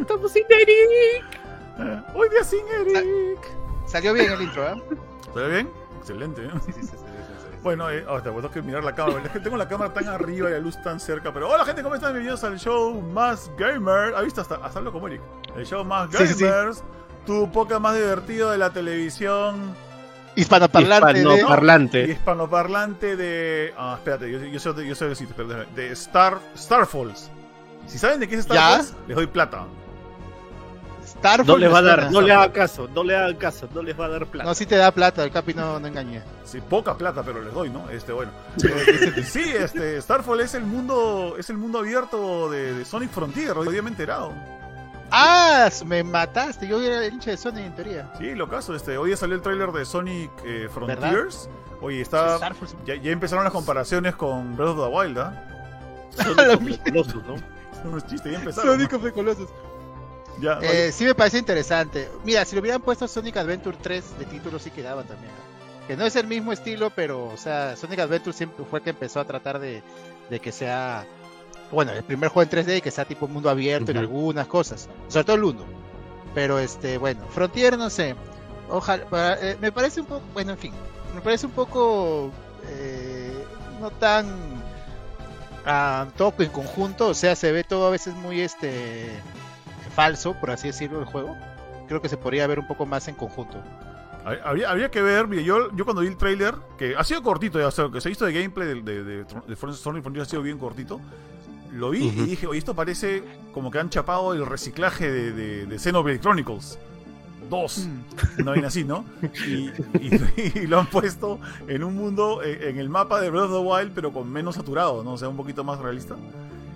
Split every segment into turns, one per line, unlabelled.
estamos sin Eric.
Hoy día sin Eric.
Salió bien el intro, ¿eh?
¿Salió Ah. bien? Excelente. ¿eh?
Sí, sí, sí. sí, sí, sí.
Bueno, eh, ahora tengo que mirar la cámara. Es que tengo la cámara tan arriba y la luz tan cerca. Pero hola, gente, ¿cómo están? Bienvenidos al show Más Gamer. ¿Ha visto? Hasta, hasta hablo como Eric. El show Más
Sí, sí, sí.
Gamers. Tu poca más divertido de la televisión
Hispanoparlante. de-
y
parlante.
hispanoparlante de. Ah, espérate, yo, yo, sé, yo sé decirte, espérate, espérate. De Star, Star Falls. Si saben de qué es Star
¿Ya?
Falls, les doy plata.
Starfall
No les va a
me
dar,
suena.
no le hagan caso, no le hagan caso, no les va a dar plata.
No, sí te da plata, el Capi no, no engañé.
Sí, poca plata, pero les doy, ¿no? Este, bueno. Eh, sí, este, Starfall es el mundo, es el mundo abierto de, de Sonic Frontier, hoy día me he enterado.
¡Ah! Me mataste. Yo era el hincha de Sony en teoría.
Sí, lo caso, este, hoy ya salió el tráiler de Sonic eh, Frontiers. Oye, está.
Starfall.
Ya, ya empezaron las comparaciones con Breath of the Wild, ¿ah?
Son
la
los musculosos, ¿no?
Son unos chistes, ya empezaron.
Sonic of the Colossus.
¿no? Ya, oye,
Eh, sí me parece interesante. Mira, si le hubieran puesto Sonic Adventure 3 de título sí quedaba también. ¿no? Que no es el mismo estilo, pero o sea, Sonic Adventure siempre fue el que empezó a tratar de, de que sea bueno, el primer juego en 3D y que sea tipo mundo abierto en
Ujú.
algunas cosas, sobre todo el 1. Pero este, bueno, Frontier no sé. Ojalá para- eh, me parece un poco, bueno, en fin, me parece un poco eh, no tan ah, todo en conjunto, o sea, se ve todo a veces muy este falso, por así decirlo, el juego. Creo que se podría ver un poco más en conjunto.
habría, habría que ver, mira, yo, yo cuando vi el tráiler, que ha sido cortito, ya, o sea, lo que se ha visto de gameplay de, de, de, de Fron- Sonic Frontiers ha sido bien cortito. Lo vi
Ujú.
y dije, oye, esto parece como que han chapado el reciclaje de, de, de Xenoblade Chronicles 2.
Mm.
No vaina así, ¿no? Y, y- y lo han puesto en un mundo, eh, en el mapa de Breath of the Wild, pero con menos saturado, ¿no? O sea, un poquito más realista.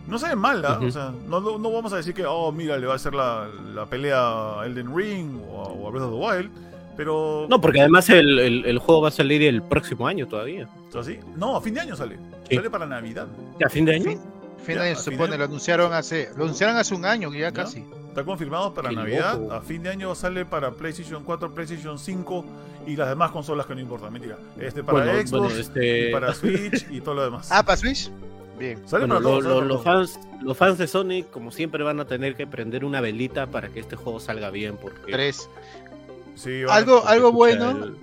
No se ve mal, ¿ah?
Ujú.
O sea, no, no- no vamos a decir que, oh, mira, le va a hacer la, la pelea a Elden Ring o a, o a Breath of the Wild, pero...
No, porque además el, el- el juego va a salir el próximo año todavía.
¿Así? No, a fin de año sale.
Sí.
Sale para Navidad.
¿A fin de año?
Fin, fin
Ya,
de año,
a
se
fin de
supone,
año.
lo anunciaron hace, lo anunciaron hace un año ya
Ya.
casi.
Está confirmado para
Qué
Navidad.
loco.
A fin de año sale para PlayStation 4, PlayStation 5 y las demás consolas que no importan. Mentira. Este, para
bueno,
Xbox,
bueno, este,
y para Switch y todo lo demás.
Ah, para Switch. Bien.
Sale
bueno,
para
lo-
todos.
lo-
sale para
los,
todos.
fans, los fans de Sonic, como siempre, van a tener que prender una velita para que este juego salga bien. Porque
Tres.
Sí, vale.
Algo, algo
Escucha,
bueno
el-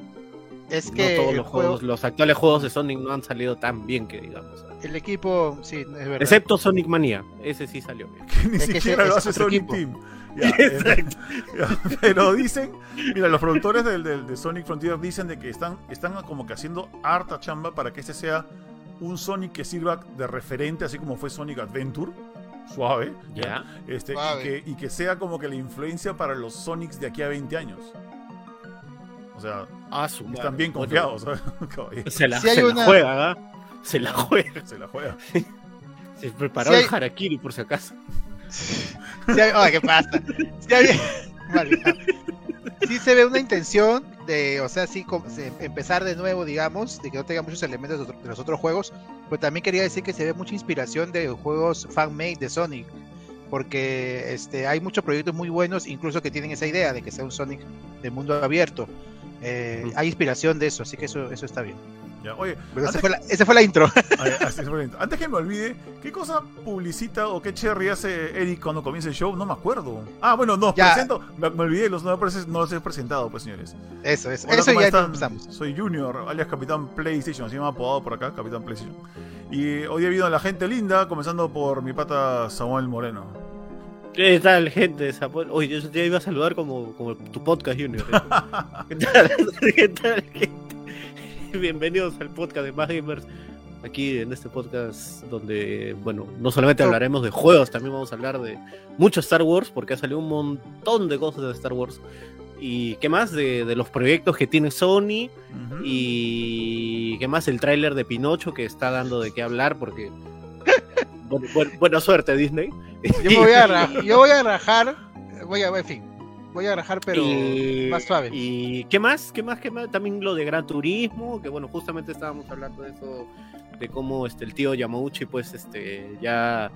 es
no
que
todos
el,
los,
juego-
juegos, los actuales juegos de Sonic no han salido tan bien que digamos.
el equipo, sí, es verdad.
Excepto Sonic Mania, ese sí salió bien.
Que ni
es que
siquiera
ese
lo
es
hace
otro
Sonic
equipo.
Team. Ya, eh, ya, pero dicen, mira, los productores del, del- de Sonic Frontier dicen de que están, están como que haciendo harta chamba para que este sea un Sonic que sirva de referente, así como fue Sonic Adventure. Suave.
Ya.
Este, y,
Suave.
que, y que sea como que la influencia para los Sonics de aquí a 20 años. O sea,
Ah, su madre.
están bien
Bueno,
confiados. ¿sabes? Caballero,
se la,
Si hay
se la
una-
juega, ¿ah? Se la juega.
Se la juega.
Se preparó
Si hay-
el Harakiri por si acaso.
Sí, hay- ay, ¿qué pasa? Sí, hay- Vale, ya. Sí se ve una intención de, o sea, sí, como- se- empezar de nuevo, digamos, de que no tenga muchos elementos de, otro- de los otros juegos, pero también quería decir que se ve mucha inspiración de juegos fan-made de Sonic, porque este, hay muchos proyectos muy buenos, incluso que tienen esa idea de que sea un Sonic de mundo abierto. Eh,
Ujú.
Hay inspiración de eso, así que eso, eso está bien.
Ya, oye,
Pero esa,
Antes-
fue la, esa fue la intro.
Ay, así es, bonito. Antes que me olvide, ¿qué cosa publicita o qué cherry hace Eric cuando comienza el show? No me acuerdo. Ah, bueno, no,
Ya.
presento. Me, me olvidé, los, no, los- no los he presentado, pues, señores.
Eso, eso,
Hola,
eso
¿cómo
ya
están?
empezamos.
Soy Junior, alias Capitán PlayStation, así me han apodado por acá, Capitán PlayStation. Y hoy he habido a la gente linda, comenzando por mi pata Samuel Moreno.
¿Qué tal, gente? Samuel? Oye, yo te iba a saludar como, como tu podcast, Junior. ¿eh? ¿Qué tal? ¿Qué tal, gente? Bienvenidos al podcast de Más Gamers. Aquí en este podcast donde, bueno, no solamente hablaremos de juegos, también vamos a hablar de mucho Star Wars, porque ha salido un montón de cosas de Star Wars. ¿Y qué más? De, de los proyectos que tiene Sony.
Ujú.
Y qué más el tráiler de Pinocho que está dando de qué hablar porque bueno, buen- buena suerte Disney.
Yo, me voy a ra- yo voy a rajar, voy a, en fin, voy a rajar, pero
Y-
más suave.
¿Y qué más? ¿Qué más? ¿Qué más? También lo de Gran Turismo, que bueno, justamente estábamos hablando de eso, de cómo este, el tío Yamauchi pues este, ya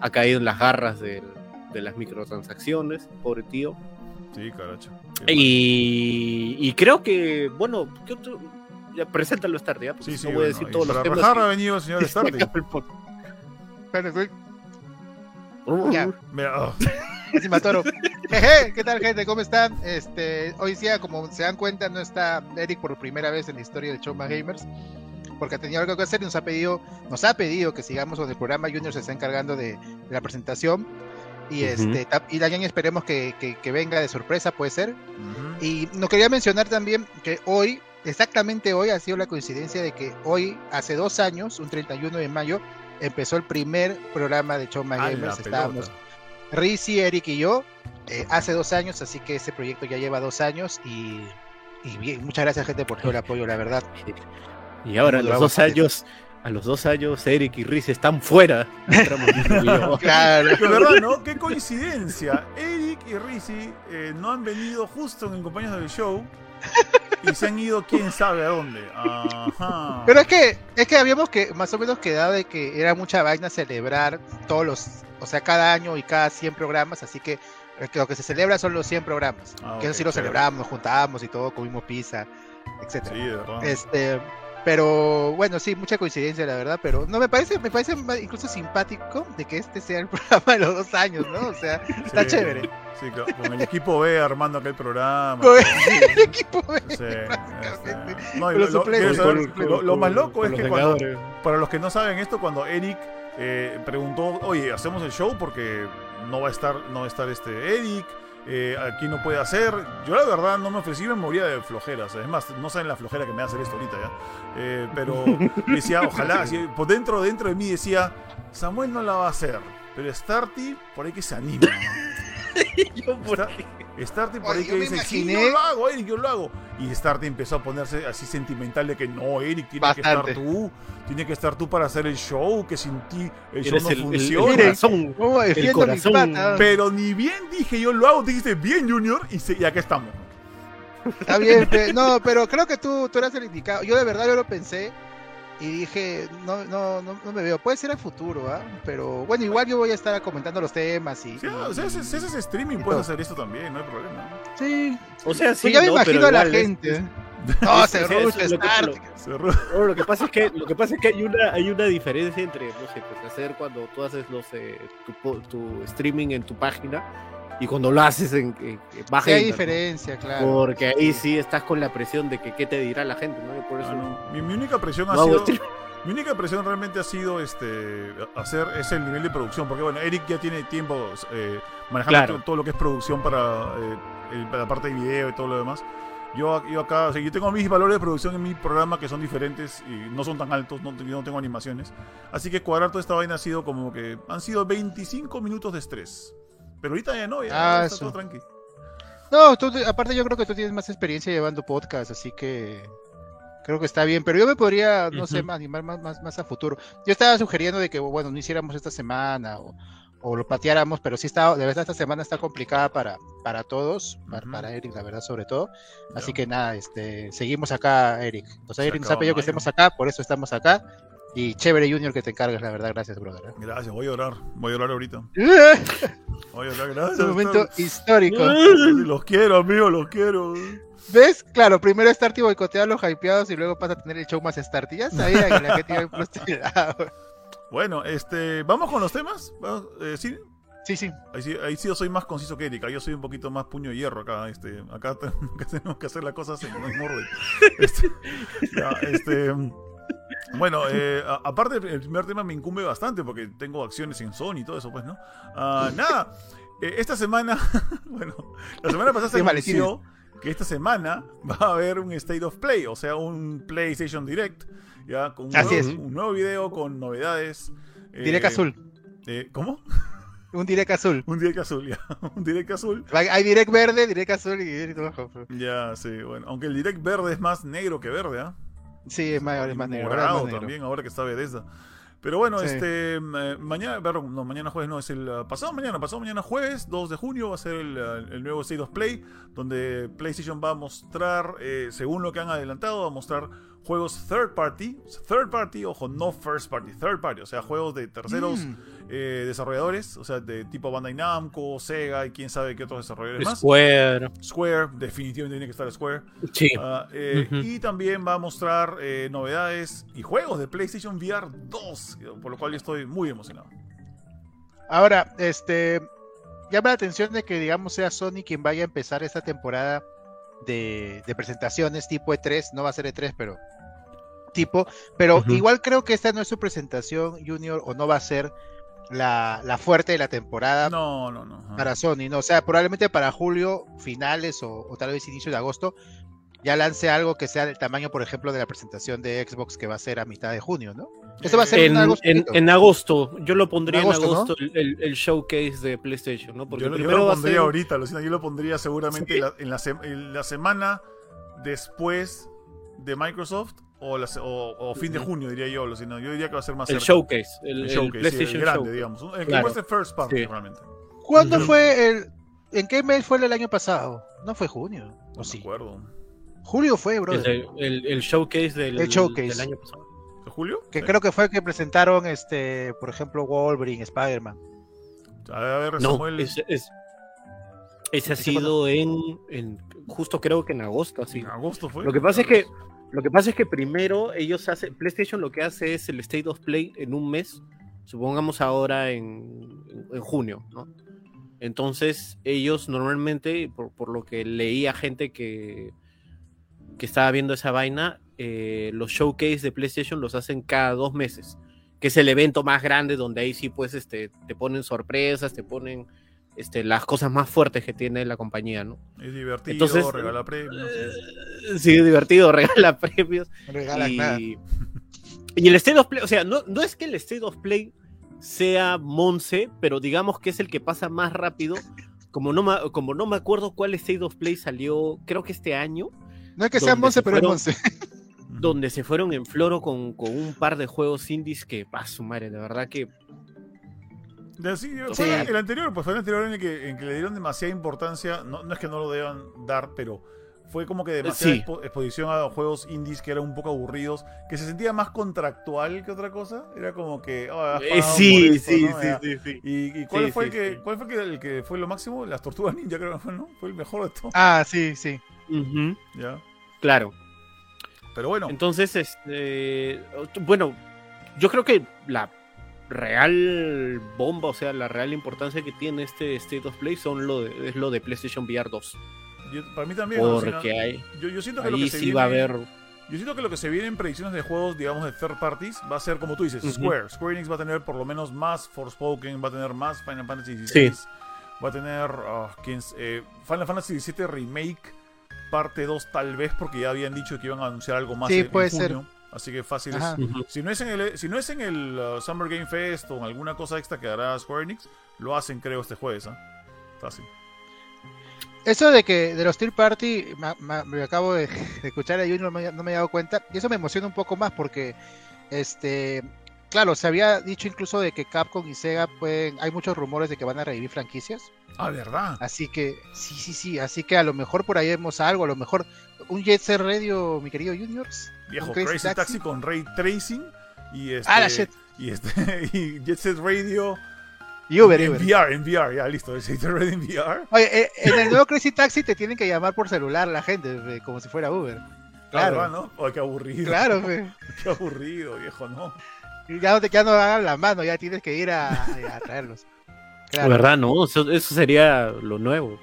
ha caído en las garras del- de las microtransacciones, pobre tío.
Sí, caracho. Qué mal.
Y, y creo que, bueno, ¿qué otro? Ya, preséntalo esta tarde, ya, porque
Sí, sí,
no voy
bueno,
a decir
y
todos los
para
temas.
rajar ha
que-
venido el señor
que se
Starling.
acaba el podcast.
Pero, güey, Ya.
Mira, oh,
Así me atoro. Jeje, ¿qué tal, gente? ¿Cómo están? Este, hoy día, como se dan cuenta, no está Eric por primera vez en la historia de Choma Gamers. Porque ha tenido algo que hacer y nos ha pedido, nos ha pedido que sigamos con el programa. Junior se está encargando de, la presentación. Y este, tap- y Dayan esperemos que, que- que venga de sorpresa, puede ser. Y nos quería mencionar también que hoy, exactamente hoy, ha sido la coincidencia de que hoy, hace dos años, un 31 de mayo, empezó el primer programa de Choma
A Ah, la
Gamers.
pelota.
Estábamos Rizzi, Eric y yo, eh, hace dos años, así que este proyecto ya lleva dos años y, y bien, muchas gracias gente por todo el apoyo, la verdad.
Y ahora, a los
Hemos durado
dos
bastante.
años, a los dos años, Eric y Riz están fuera. Entramos Junior y yo.
Claro,
Que verdad, ¿no? Qué coincidencia. Eric y Rizzi eh, no han venido justo en compañías del show y se han ido quién sabe a dónde. Ajá.
pero es que es que habíamos que más o menos quedado de que era mucha vaina celebrar todos los, o sea, cada año y cada 100 programas, así que lo que- lo que se celebra son los 100 programas,
Ah,
que eso
ok,
sí lo
chévere.
celebramos, nos juntábamos y todo, comimos pizza, etcétera.
Sí, ah. de verdad.
Este, pero bueno, sí, mucha coincidencia, la verdad, pero no me parece, me parece ma- incluso simpático de que este sea el programa de los dos años, ¿no? O sea, está
Sí,
chévere.
Sí, claro, con el equipo B armando aquel programa.
Con el equipo B.
Sí,
básicamente.
este, no,
Con
y lo,
los
lo-
suplentes.
¿quieres saber?
Con- con-
Lo- lo más loco
con
es
los
que cuando,
Vengadores.
para los que no saben esto, cuando Eric eh, preguntó, oye, hacemos el show porque no va a estar, no va a estar este Eric, eh, aquí no puede hacer. Yo la verdad no me ofrecí, me moría de flojeras. Es más, no saben la flojera que me hace esto ahorita ya. Eh, pero decía, ojalá, así, por dentro, dentro de mí decía, Samuel no la va a hacer, pero Starty por ahí que se anima. ¿no?
Yo, ¿por
Está-
qué?
Starty por ahí
Oye,
que
yo me
dice, sí,
imaginé-
yo lo hago, Eric, yo lo hago. Y Starty empezó a ponerse así sentimental de que no, Eric, tiene que
Bastante.
estar tú, tiene que estar tú para hacer el show, que sin ti el show
Eres
no
el- el- el
funciona.
corazón.
¿Cómo defiendo mis
corazón.
patas?
Pero ni bien dije yo lo hago, dijiste bien, Junior, y, se- y acá estamos.
Está bien, pe- no, pero creo que tú, tú eras el indicado. Yo de verdad yo lo pensé y dije, no, no, no, no me veo. Puede ser a futuro, ¿ah? Pero bueno, igual yo voy a estar comentando los temas y.
Sí,
y-
o sea, si, si haces streaming
Y
puedes
todo.
hacer esto también, no hay problema.
sí.
O sea, sí,
Pues ya me
no, pero
imagino a la
igual, este. es-
gente. no,
es-
se
es- es
rucha,
lo que-
Star.
lo-
Cerró.
No, lo que pasa es que lo que pasa es que hay una hay una diferencia entre no sé pues hacer cuando tú haces no sé tu, po- tu streaming en tu página y cuando lo haces en, en- en baja
Sí,
internet,
hay diferencia,
¿no?
claro.
porque ahí sí estás con la presión de que qué te dirá la gente no Y por eso
Ah, no. mi, mi única presión
no
ha
hago
sido.
streaming.
Mi única presión realmente ha sido este hacer es el nivel de producción, porque bueno, Eric ya tiene tiempo eh, manejando
Claro.
to- todo lo que es producción para, eh, el- para la parte de video y todo lo demás. Yo, a- yo acá, o sea, yo tengo mis valores de producción en mi programa que son diferentes y no son tan altos, no, yo no tengo animaciones. Así que cuadrar toda esta vaina ha sido como que han sido 25 minutos de estrés. Pero ahorita ya no, ya,
Ah,
está
eso.
todo tranqui.
No, tú, aparte yo creo que tú tienes más experiencia llevando podcast, así que creo que está bien. Pero yo me podría, no sé,
Ujú.
animar más, más, más a futuro. Yo estaba sugiriendo de que, bueno, no hiciéramos esta semana o, o lo pateáramos, pero sí está, de verdad esta semana está complicada para, para todos, para,
Ujú.
para Eric, la verdad, sobre todo. Así
Ya.
que nada, este, seguimos acá, Eric. O sea,
Se
Eric nos
acaba
ha pedido que
mayo.
estemos acá, por eso estamos acá. Y chévere Junior que te encargues, la verdad, gracias, brother. ¿eh?
Gracias, voy a llorar, voy a llorar ahorita. Voy a llorar, gracias.
Es un momento
Star.
histórico.
Los quiero, amigo, los quiero.
¿Ves? Claro, primero Starty boicotea a los hypeados y luego pasa a tener el show más Starty. Ya sabía que la gente iba a ir por este lado.
Bueno, este, vamos con los temas. Vamos, eh, sí,
Sí, sí.
ahí sí, ahí sí yo soy más conciso que Erika. Yo soy un poquito más puño de hierro acá. Este, acá te- acá tenemos que hacer las cosas en no hay morde. Este, ya, este, bueno, eh, a- aparte el primer tema me incumbe bastante porque tengo acciones en Sony y todo eso, pues, ¿no? Ah, nada, eh, esta semana, bueno, la semana pasada se
Sí, vale,
anunció que esta semana va a haber un State of Play, o sea, un PlayStation Direct, ya con un,
Así
nuevo,
es.
un nuevo video con novedades. eh,
Direct azul.
eh, ¿Cómo?
Un direct azul.
Un direct azul, ya. Un direct azul.
Va- Hay direct verde, direct azul y direct rojo.
Ya, sí, bueno. Aunque el direct verde es más negro que verde, ¿ah?
Sí, es más, es más negro. ahora es
Morado
más negro.
también, ahora que está Bethesda. Pero bueno,
Sí.
este. eh, mañana, perdón, no, mañana jueves no, es el. eh, pasado mañana, pasado mañana jueves, 2 de junio, va a ser el, eh, el nuevo State of Play, donde PlayStation va a mostrar, eh, según lo que han adelantado, va a mostrar juegos third party. Third party, ojo, no first party, third party, o sea, juegos de terceros
Mm.
eh, desarrolladores, o sea, de tipo Bandai Namco, Sega y quién sabe qué otros desarrolladores más.
Square
Square, definitivamente tiene que estar Square.
sí
Ah, eh,
Ujú.
Y también va a mostrar eh, novedades y juegos de PlayStation VR 2, por lo cual yo estoy muy emocionado.
Ahora, este. llama la atención de que, digamos, sea Sony quien vaya a empezar esta temporada de, de presentaciones tipo E3. No va a ser E3, pero tipo. Pero
Ujú.
igual creo que esta no es su presentación, Junior, o no va a ser la, la fuerte de la
Ah.
temporada
No, no, no. ajá.
para Sony, ¿no? O sea, probablemente para julio, finales o, o tal vez inicio de agosto, ya lance algo que sea del tamaño, por ejemplo, de la presentación de Xbox que va a ser a mitad de junio, ¿no? Eso va a ser
Eh,
En,
algo
en,
chiquito.
en agosto, yo lo pondría en
Agosto,
agosto,
¿no?
el- el, el showcase de PlayStation, ¿no? Porque
yo, lo- yo
primero
lo
va a
pondría
ser-
ahorita, Lucina, yo lo pondría seguramente la- en, la, se- en la semana después de Microsoft o, la se- o- o fin de
Ujú.
junio, diría yo, Lucina. Yo diría que va a ser más
el
cerca.
showcase, el,
El
el
showcase, sí, el
PlayStation
grande,
Show.
digamos. El que
Claro.
fuese first party,
Sí.
realmente.
¿Cuándo
Ujú.
fue el... ¿En qué mes fue el año pasado? No fue junio,
No
¿o
me
sí?
acuerdo.
Julio fue, bro.
El, el- el showcase del,
El showcase.
del año pasado.
¿De julio?
Que
Sí.
creo que fue que presentaron, este, por ejemplo, Wolverine, Spider-Man.
A ver, a ver,
No,
Samuel,
ese, es- ese ha
Ese fue
sido en, en- Justo creo que en agosto, así.
en agosto fue.
Lo que pasa es que. Lo que pasa es que primero ellos hacen. PlayStation lo que hace es el State of Play en un mes. Supongamos ahora en, en- en junio, ¿no? Entonces, ellos normalmente, por, por lo que leía gente que, que estaba viendo esa vaina, eh, los showcase de PlayStation los hacen cada dos meses, que es el evento más grande donde ahí sí, pues, este, te ponen sorpresas, te ponen este, las cosas más fuertes que tiene la compañía, ¿no?
Es divertido,
Entonces-
regala premios.
eh,
eh,
Sí, divertido, regala premios
No regalan
y,
nada.
y el State of Play, o sea, no, no es que el State of Play sea Monse, pero digamos que es el que pasa más rápido. Como no, ma- como no me acuerdo cuál State of Play salió, creo que este año,
No es que sea
¿Dónde
Monse,
se
pero es
fueron?
Monse.
donde se fueron en floro con, con un par de juegos indies que, a su madre, de verdad que
De- sí, fue
Sí.
el anterior, pues fue el anterior en el que, en que le dieron demasiada importancia. No, no es que no lo deban dar, pero fue como que demasiada
Sí.
expo- exposición a juegos indies que eran un poco aburridos, que se sentía más contractual que otra cosa. Era como que. "Oh, has
Eh,
pagado por
sí,
esto",
sí,
¿no?
sí,
Era-
sí, sí.
¿Y, y cuál,
Sí,
fue
sí,
el que,
sí.
cuál fue que- el que fue lo máximo? Las tortugas ninja, creo que fue, ¿no? Fue el mejor de todos.
Ah, sí, sí.
Ujú,
Ya.
Claro.
Pero bueno,
Entonces, este, bueno, yo creo que la real bomba, o sea, la real importancia que tiene este State of Play son lo de- es lo de PlayStation VR 2.
yo- para mí también. alucina-
Porque ahí,
yo, yo siento que lo
ahí
que se
sí
viene-
va a haber...
Yo siento que lo que se viene en predicciones de juegos, digamos, de third parties, va a ser como tú dices,
Ujú.
Square. Square Enix va a tener por lo menos más Forspoken, va a tener más Final Fantasy XVI, va a tener ah, quién s- eh, Final Fantasy XVII Remake, parte 2 tal vez, porque ya habían dicho que iban a anunciar algo más
Sí,
en, en
puede ser.
junio. Así que fácil
Ajá.
es. Si no es en el, si no es en el ah, Summer Game Fest o en alguna cosa extra que hará Square Enix, lo hacen creo este jueves. ¿ah? Fácil.
Eso de que de los Steel Party, ma- ma- me acabo de, de escuchar a Junior, no me, no me he dado cuenta, y eso me emociona un poco más porque, este, claro, se había dicho incluso de que Capcom y Sega pueden, hay muchos rumores de que van a revivir franquicias,
Ah, ¿verdad?
así que, sí, sí, sí, así que a lo mejor por ahí vemos algo, a lo mejor un Jet Set Radio, mi querido Juniors.
Viejo
un
Crazy, Taxi? con Ray Tracing y este,
Ah, la shit.
y este y Jet Set Radio
Y Uber,
en
Uber.
VR, en VR, ya listo, Jet Set Radio en VR.
Oye, eh, en el nuevo Crazy Taxi te tienen que llamar por celular la gente, fe, como si fuera Uber. Claro.
Ah, ¿no? Ay, qué aburrido.
Claro, fe.
Qué aburrido, viejo, no.
ya no, te, ya no hagan la mano, ya tienes que ir a, eh, a traerlos. Claro.
¿Verdad? No, eso, eso sería lo nuevo.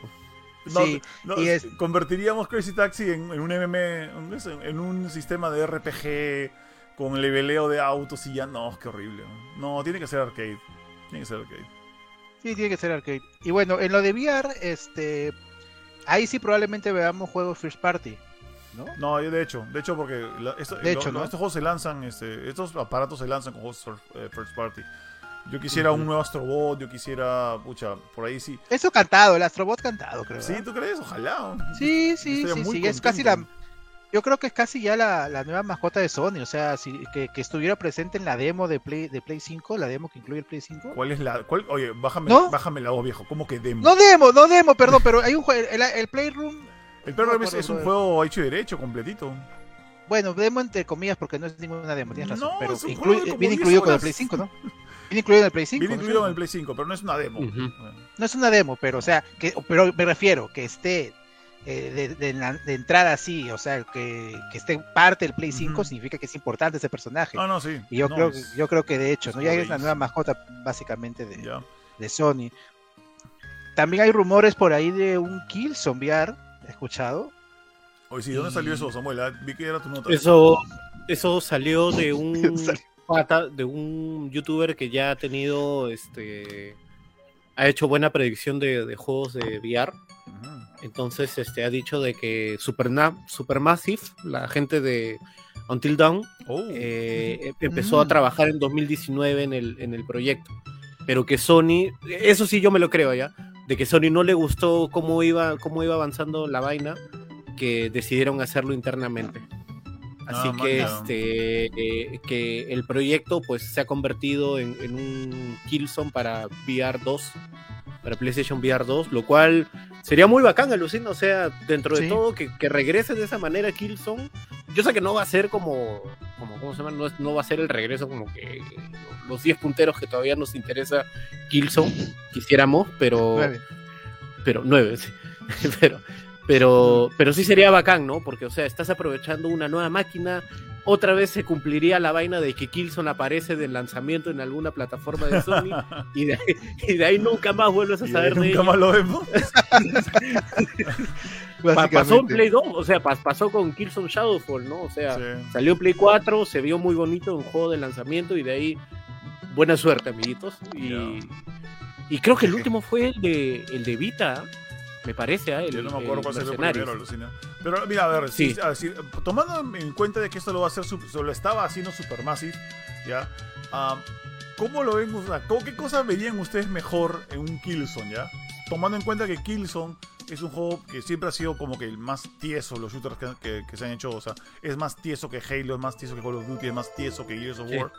No,
Sí,
no,
y es-
convertiríamos Crazy Taxi en, en un MM, un- es- en un sistema de RPG con leveleo de autos y ya no, qué horrible. No, tiene que ser arcade. Tiene que ser arcade.
Sí, tiene que ser arcade. Y bueno, en lo de VR, este, ahí sí probablemente veamos juegos first party, ¿no?
No, yo de hecho, de hecho porque la- esto-
De
lo-
hecho,
lo-
¿no?
estos juegos se lanzan, este, estos aparatos se lanzan con juegos first- eh, first party. Yo quisiera un
Ujú.
nuevo Astrobot, yo quisiera, pucha, por ahí sí.
Eso cantado, el Astrobot cantado, creo.
¿Sí,
¿verdad?
tú crees? Ojalá.
sí, sí,
Estaría
sí,
muy
sí, Es casi la,
contento.
yo creo que es casi ya la, la nueva mascota de Sony, o sea, si, que, que estuviera presente en la demo de Play, de Play 5, la demo que incluye el Play 5.
¿Cuál es la? Cuál, oye, bájame,
¿No?
bájame la voz, viejo. ¿Cómo que demo?
No demo, no demo, perdón, pero hay un juego, el, el Playroom,
el perro
no me
es, es un
acuerdo,
juego hecho y derecho, completito.
bueno, demo entre comillas porque no es ninguna demo, tienes razón,
No,
pero
es un
incluye-
juego de como
viene
10
incluido con el
horas.
Play 5, ¿no? Viene incluido en el Play 5.
Viene
¿no?
incluido en el Play 5, pero no es una demo.
Ujú.
No es una demo, pero o sea, que, pero me refiero que esté eh, de, de la- de entrada así, o sea, que, que esté parte del Play 5
Ujú.
significa que es importante ese personaje.
Ah, no, sí.
y yo
No,
creo que
es-
yo creo que de hecho,
es
¿no? Ya es la
buenísimo.
nueva mascota básicamente de,
ya.
de Sony. También hay rumores por ahí de un kill zombiar, escuchado?
Oye, sí, ¿dónde salió eso, Samuel? Ah, Vi que era tu nota.
Eso, eso salió de un
Salió.
pata, de un youtuber que ya ha tenido, este, ha hecho buena predicción de, de juegos de VR.
Ujú.
Entonces, este, ha dicho de que Superna Supermassive, la gente de Until Dawn,
Oh,
eh, em- empezó
Mm.
a trabajar en 2019 en el, en el proyecto. Pero que Sony, eso sí yo me lo creo ya, de que Sony no le gustó cómo iba, cómo iba avanzando la vaina, que decidieron hacerlo internamente. Así
Ah,
que
manda.
este eh, que el proyecto pues se ha convertido en, en un Killzone para VR 2, para PlayStation VR 2, lo cual sería muy bacán, alucina, o sea, dentro de
Sí.
todo que, que regrese de esa manera Killzone. Yo sé que no va a ser como como ¿cómo se llama? No, es- no va a ser el regreso como que los 10 punteros que todavía nos interesa Killzone quisiéramos, pero
Nueve.
pero nueve, sí. pero, pero, pero sí sería bacán, ¿no? Porque, o sea, estás aprovechando una nueva máquina. Otra vez se cumpliría la vaina de que Kilson aparece del lanzamiento en alguna plataforma de Sony y de ahí, y de ahí nunca más vuelves a
Y
saber de
nunca
ella.
más lo vemos.
Pa- pasó en
Básicamente.
Play 2, o sea, pas- pasó con Kilson Shadowfall, ¿no? O sea,
Sí.
salió en Play 4, se vio muy bonito un juego de lanzamiento y de ahí buena suerte, amiguitos. Y,
Ya.
y creo que el último fue el de, el de Vita, me parece, ¿ah? el,
Yo no me acuerdo
el
cuál salió
Mercenarios.
primero, alucina. Pero mira, a ver,
Sí.
si- a ver, si- tomando en cuenta de que esto lo va a hacer, Sup- se lo estaba haciendo Supermassive, ¿ya? Ah, ¿Cómo lo ven? o sea, ¿cómo- ¿Qué cosas verían ustedes mejor en un Killzone, ya? Tomando en cuenta que Killzone es un juego que siempre ha sido como que el más tieso, los shooters que, que- que se han hecho, o sea, es más tieso que Halo, es más tieso que Call of Duty, es más tieso que Gears of
Sí.
War.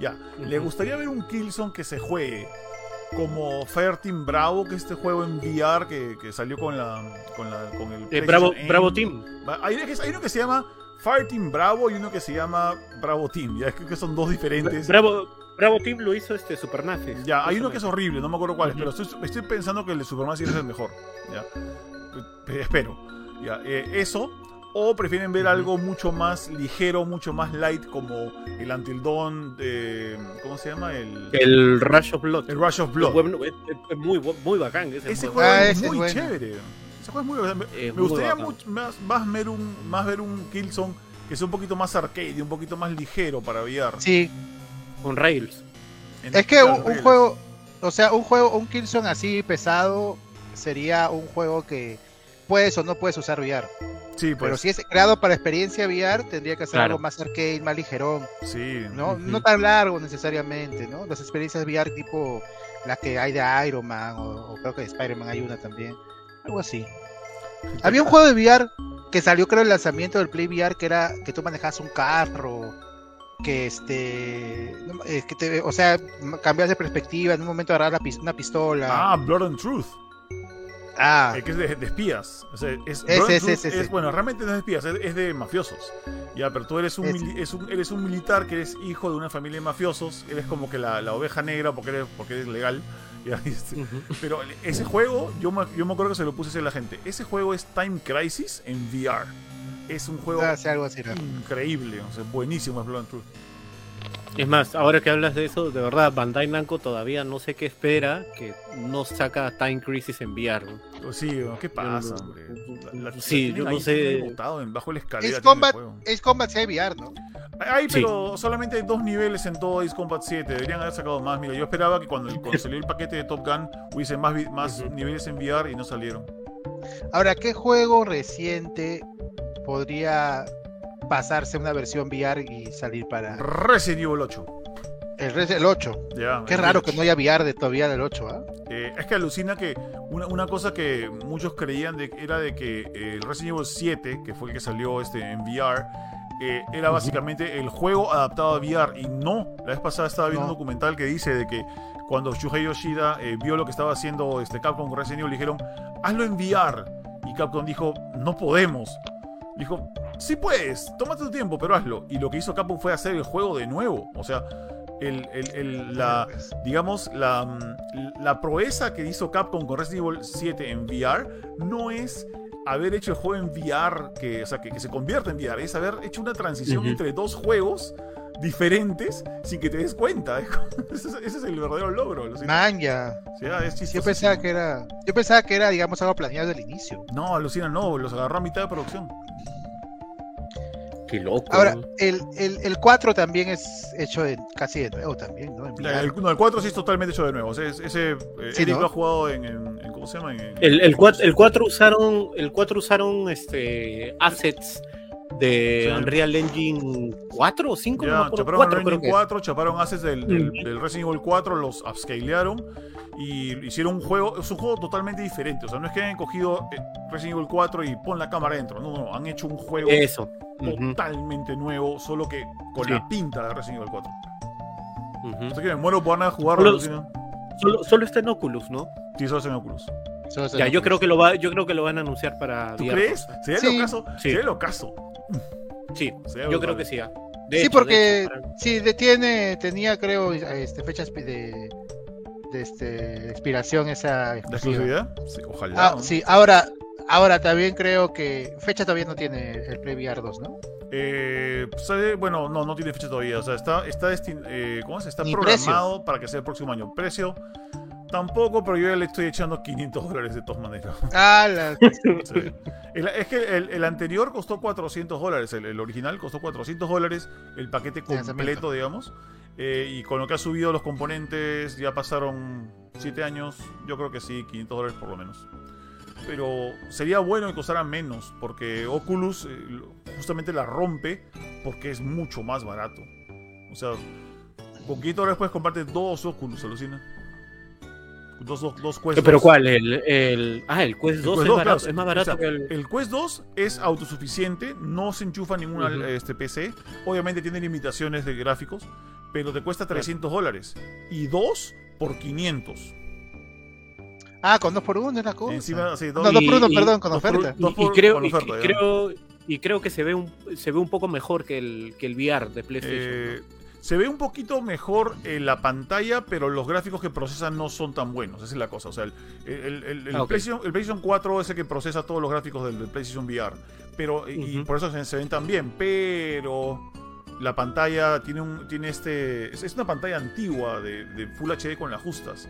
Ya, ¿le gustaría ver un Killzone que se juegue como Fireteam Bravo, que es este juego en VR que, que salió con la con, la, con el
Eh,
PlayStation
bravo,
Aim.
bravo Team.
Va- Hay, uno que- hay uno que se llama Fireteam Bravo y uno que se llama Bravo Team, ya creo que son dos diferentes.
Bravo, bravo Team lo hizo este Supernafe.
ya, hay uno que es horrible, no me acuerdo cuál es,
Ujú.
pero estoy, estoy pensando que el de Superman sí es el mejor. Ya. Pe- espero. Ya, eh, eso. O prefieren ver
Ujú.
algo mucho más ligero, mucho más light, como el Antildón de. ¿Cómo se llama? El,
El Rush of Blood.
el Rush of Blood.
Bueno, es, es- es muy, bu- muy bacán ese,
Ese juego
juego.
Ah,
es
ese es
muy
bueno.
chévere. Ese juego es muy bacán. Me,
Es
me
muy
gustaría
bacán.
mucho más, más ver un, más ver un Killzone que sea un poquito más arcade, un poquito más ligero para VR.
Sí,
Con Rails.
En-
es que
claro,
un, un
reglas.
juego, o sea, un juego, un Killzone así pesado sería un juego que puedes o no puedes usar VR.
Sí,
Pero
pues,
si es creado para experiencia VR, tendría que ser
Claro.
algo más arcade, más ligerón,
sí.
¿no? No
Ujú.
tan largo necesariamente, ¿no? Las experiencias VR tipo las que hay de Iron Man o, o creo que de Spider-Man hay una también. Algo así. Había un juego de VR que salió creo en el lanzamiento del Play VR que era que tú manejabas un carro, que este, no, eh, que te- o sea, m- cambiabas de perspectiva, en un momento agarrabas la pis- una pistola.
Ah, Blood and Truth,
Ah,
el que es de, de espías. O sea, es,
Ese,
Blood and
ese,
Truth
ese, ese.
es- Bueno, realmente no es de espías, es, es de mafiosos. Ya, pero tú eres un,
Ese.
mili- es un, eres un militar que eres hijo de una familia de mafiosos. Eres como que la, la oveja negra porque eres, porque eres legal. Ya, este, Pero ese juego, yo me, yo me acuerdo que se lo puse a hacer la gente. Ese juego es Time Crisis en VR. Es un juego
ah, sí, algo así. era.
increíble, o sea, buenísimo es Blood and Truth.
Es más, ahora que hablas de eso, de verdad, Bandai Namco todavía no sé qué espera que no saca Time Crisis en VR. ¿no?
Pero sí, ¿no? ¿qué
no-
pasa, hombre?
Sí,
tienen
yo no
ahí,
sé.
tienen botado en- bajo la escalera.
Ace
tienen el
Combat,
juego.
Ace Combat sí hay VR, ¿no?
Hay,
Sí.
pero solamente hay dos niveles en todo Ace Combat 7. Deberían haber sacado más. Mira, yo esperaba que cuando, cuando salió el paquete de Top Gun hubiese más, vi- más
Ujú.
niveles en VR y no salieron.
Ahora, ¿qué juego reciente podría pasarse una versión VR y salir para
Resident Evil 8.
el, Res- el 8?
Ya,
Qué
el
raro que no haya VR de todavía del 8, ¿ah?
Eh, es que alucina que una, una cosa que muchos creían de, era de que eh, el Resident Evil 7, que fue el que salió este, en VR, eh, era básicamente el juego adaptado a VR. Y no, la vez pasada estaba viendo
No.
un documental que dice de que cuando Shuhei Yoshida eh, vio lo que estaba haciendo este, Capcom con Resident Evil, le dijeron, hazlo en VR. Y Capcom dijo, no podemos. Dijo, sí puedes, tómate tu tiempo, pero hazlo. Y lo que hizo Capcom fue hacer el juego de nuevo. O sea, el, el- el- la,
Pues,
digamos, la, mm, la proeza que hizo Capcom con Resident Evil 7 en VR no es haber hecho el juego en VR, que, o sea, que, que se convierta en VR, es haber hecho una transición
Ujú.
entre dos juegos diferentes sin que te des cuenta. ese, es, ese es el verdadero logro. lo siento.
Man, ya.
O sea, es
Yo
pues,
pensaba
chistosísimo.
que era. Yo pensaba que era, digamos, algo planeado desde el inicio.
No, alucina, no, los agarró a mitad de producción.
Qué loco.
Ahora,
¿no?
el, el, el 4 también es hecho de, casi de nuevo también, ¿no? En
La-
Blizzard.
el, no, el 4 sí es totalmente hecho de nuevo. O sea, es- ese eh,
Sí,
Eric
¿no?
lo ha jugado en, en- en- ¿Cómo se llama? En- en-
El, el, 4, usaron, el 4 usaron este, assets de
Sí.
Unreal Engine 4 o 5, no me
Ya,
acuerdo,
chaparon
4
Unreal
creo
Engine
que es.
4, chaparon haces del, del-
Mm.
del Resident Evil 4, los upscalearon y hicieron un juego. Es un juego totalmente diferente. O sea, no es que hayan cogido eh, Resident Evil 4 y pon la cámara dentro. No, no, han hecho un juego
Eso. Ujú,
totalmente nuevo, solo que con
Sí.
la pinta de Resident Evil 4.
ujú.
Hasta que me muero por van a jugarlo.
Solo-
alucina.
Solo, solo está en Oculus, ¿no?
Sí, solo es en Oculus.
Solo se
Ya,
lo-
yo creo que lo va, yo creo que lo van a anunciar para
¿Tú
VR.
crees? Sería
Sí.
lo caso.
Sí.
Sería lo caso.
Sí, yo creo que sí. ah. De
sí,
hecho, de
porque
hecho, para-
sí, de- tiene, tenía, creo, este, fechas pi- de, de este, expiración esa
¿La
exclusiva.
exclusividad? Sí, ojalá.
Ah,
¿no?
sí, ahora, ahora también creo que fecha todavía no tiene el Play VR 2, ¿no?
Eh, sale- bueno, no, no tiene fecha todavía. O sea, está, está, destin- eh, ¿cómo se? está
Ni
programado para que sea el próximo año. Precio tampoco, pero yo ya le estoy echando 500 dólares de todas maneras.
Ah, la-
Sí. El- es que el, el anterior costó 400 dólares, el, el original costó 400 dólares, el paquete
Lanzamiento.
completo, digamos. Eh, y con lo que ha subido los componentes, ya pasaron 7 años, yo creo que sí, 500 dólares por lo menos. Pero sería bueno que costara menos, porque Oculus eh, lo- justamente la rompe porque es mucho más barato. O sea, con 500 dólares puedes comprarte dos Oculus, alucina. Dos, dos, Pues dos Quest
¿Pero
2.
cuál? El, el- ah, el Quest 2 es,
Quest 2,
barato,
claro.
es más barato
O sea,
que el...
El Quest 2 es autosuficiente, no se enchufa a ninguna
Ujú.
este, PC. Obviamente tiene limitaciones de gráficos, pero te cuesta 300 dólares. Y dos por 500.
ah, con 2 por 1 es la cosa.
Encima, sí, dos-
no, 2 por 1,
Y-
perdón, con
dos por-
oferta.
Y,
dos
y
por-
creo,
con
y,
oferta,
y
ya.
creo, y creo que se ve un, se ve un poco mejor que el, que el VR de PlayStation.
eh, se ve un poquito mejor en la pantalla, pero los gráficos que procesan no son tan buenos. Esa es la cosa. O sea, el, el- el- el
Ah, ok.
PlayStation, el PlayStation 4 es el que procesa todos los gráficos del, del PlayStation VR. Pero, y- Y
Ujú.
por eso se, se ven tan bien. Pero la pantalla tiene un. tiene este. Es, es una pantalla antigua de, de Full HD con las justas.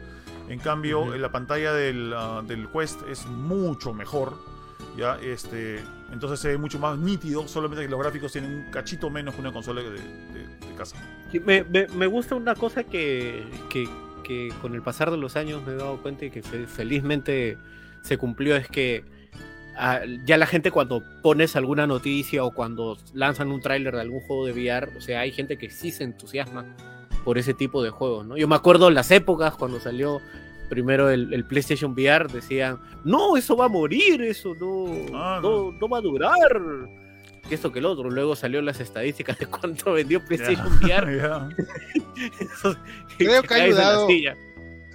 En cambio,
Ujú.
la pantalla del, ah, del Quest es mucho mejor. Ya, este. Entonces se ve mucho más nítido, solamente que los gráficos tienen un cachito menos que una consola de, de- de casa.
Sí, Me, me- me gusta una cosa que, que- que con el pasar de los años me he dado cuenta y que fe- felizmente se cumplió es que ah, ya la gente cuando pones alguna noticia o cuando lanzan un tráiler de algún juego de VR, o sea, hay gente que sí se entusiasma por ese tipo de juegos, ¿no? Yo me acuerdo las épocas cuando salió primero el, el PlayStation VR, decían, no, eso va a morir, eso no,
Ah,
no, no va a durar. Que esto que el otro, luego salió las estadísticas de cuánto vendió PlayStation VR
Ya.
esos-
Creo que ha
caes en la
ayudado.
silla.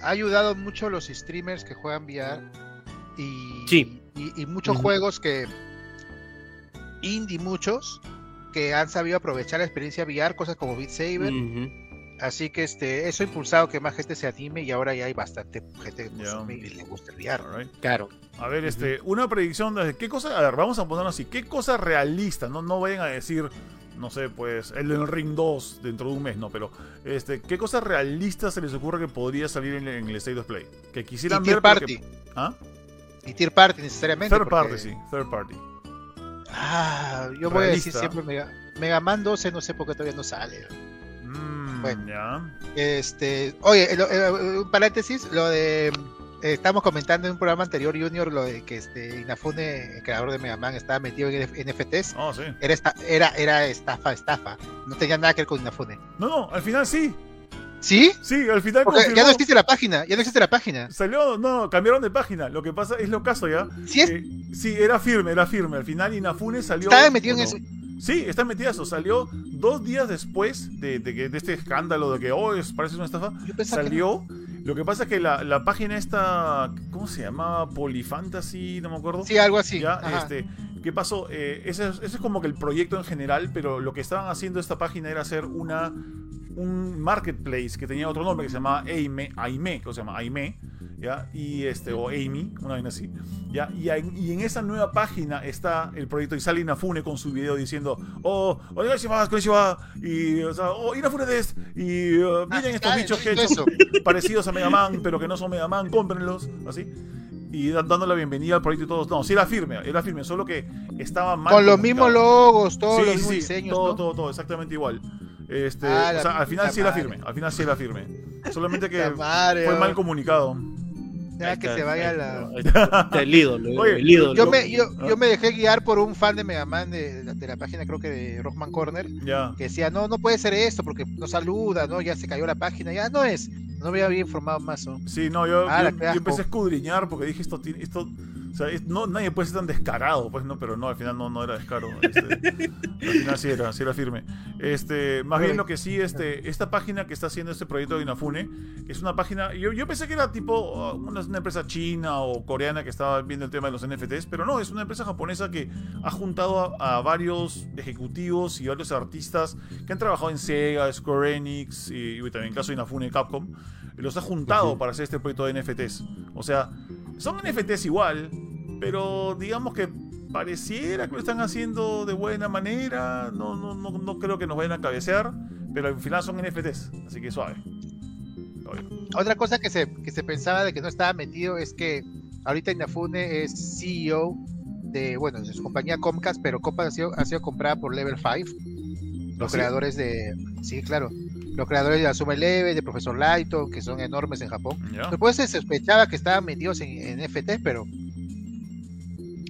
ha ayudado mucho los streamers que juegan VR y,
Sí.
y, y muchos
Ujú.
juegos que indie muchos que han sabido aprovechar la experiencia VR, cosas como Beat Saber,
Mm. Ujú.
así que este eso ha impulsado que más gente se anime y ahora ya hay bastante gente que
Ya.
consume y le gusta el VR.
All right.
Claro.
A ver, este, una predicción de qué cosa, a ver, vamos a ponerlo así, qué cosa realista, no, no vayan a decir, no sé, pues, el del Ring 2 dentro de un mes, no, pero, este, qué cosa realista se les ocurre que podría salir en, en el State of Play, que
Y
quisieran
Tier
ver, pero que-
Party,
¿Ah?
y Tier Party necesariamente.
third
porque-
party, sí, third party.
Ah, yo voy a decir
Realista.
siempre Mega, Mega Man 12, no sé por qué todavía no sale.
Mm,
Bueno.
ya.
Este, oye, lo- eh, un paréntesis, lo de eh, estamos comentando en un programa anterior Junior lo de que este Inafune, el creador de Mega Man, estaba metido en NFTs.
Oh, sí.
Era, esta- era, era estafa, estafa. No tenía nada que ver con Inafune.
No, no, al final sí,
¿Sí?
sí, al final
Porque ya
confirmó.
no existe la página, ya no existe la página.
Salió, no, cambiaron de página. Lo que pasa es lo caso ya.
Sí, es-
Eh, sí, era firme, era firme. Al final Inafune salió.
estaba metido en
Bueno,
eso.
Sí, está metidazo. Salió dos días después de, de que- de este escándalo de que, oh, es- parece una estafa.
Yo pensaba que
Salió. Lo que pasa es que la, la página esta, ¿cómo se llamaba? Polyfantasy, no me acuerdo.
no. Sí, algo así.
Ya,
Ajá.
este, ¿qué pasó? Eh, ese, es- ese es como que el proyecto en general, pero lo que estaban haciendo esta página era hacer una un marketplace que tenía otro nombre que se llamaba Aime, Aime, que se llama Aime, ¿ya? Y este, o Amy, una vaina así, ¿ya? Y, en- y en esa nueva página está el proyecto y sale Inafune con su video diciendo, oh, onegaishimasu, konnichiwa", y, o sea, oh, Inafune des, y uh, miren estos
cae,
bichos
no
que he
Ah, hizo
hecho parecidos a Mega Man, pero que no son Mega Man, cómprenlos, así. Y dan- dando la bienvenida al proyecto y todos. No, sí era firme, era firme, solo que estaba mal.
Con los
comunicado.
mismos logos, todos
Sí,
los
sí,
mismos
sí,
diseños.
todo,
¿no?
todo, todo, exactamente igual. Este,
Ah, la
o sea, al final
puta
sí era
madre.
firme, al final sí era firme. Solamente que
Puta madre,
fue mal
bro.
comunicado.
Ya que se vaya la.
El ídolo,
Oye,
el ídolo.
Yo me, yo,
Ah.
yo me dejé guiar por un fan de Mega Man de, de la página, creo que de Rockman Corner,
Ya.
que decía, no, no puede ser esto porque no saluda, no, ya se cayó la página, ya no es. No me había informado más. ¿no?
Sí, no, yo,
Ah, la
yo-
qué
yo
asco.
empecé a escudriñar porque dije esto tiene, esto, o sea, es- no, nadie puede ser tan descarado, pues no, pero no, al final no, no era descaro. este, al final sí era, sí era firme. Este, más bien lo que sí, este, esta página que está haciendo este proyecto de Inafune es una página, yo, yo pensé que era tipo uh, una, una empresa china o coreana que estaba viendo el tema de los NFTs, pero no, es una empresa japonesa que ha juntado a, a varios ejecutivos y varios artistas que han trabajado en Sega, Square Enix y, y también en caso de Inafune Capcom los ha juntado para hacer este proyecto de NFTs. O sea, son NFTs igual, pero digamos que pareciera que lo están haciendo de buena manera. No, no, no, no creo que nos vayan a cabecear, pero al final son NFTs, así que suave.
Otra cosa que se, que se pensaba de que no estaba metido es que ahorita Inafune es CEO de, bueno, de su compañía Comcast, pero Comcast ha sido, ha sido comprada por Level 5. Los
¿Ah, sí?
creadores de. Sí, claro. Los creadores de Asuma Eleven, de Profesor Lighton, que son enormes en Japón.
¿Ya?
Después se sospechaba que estaban metidos en, en FTs, pero.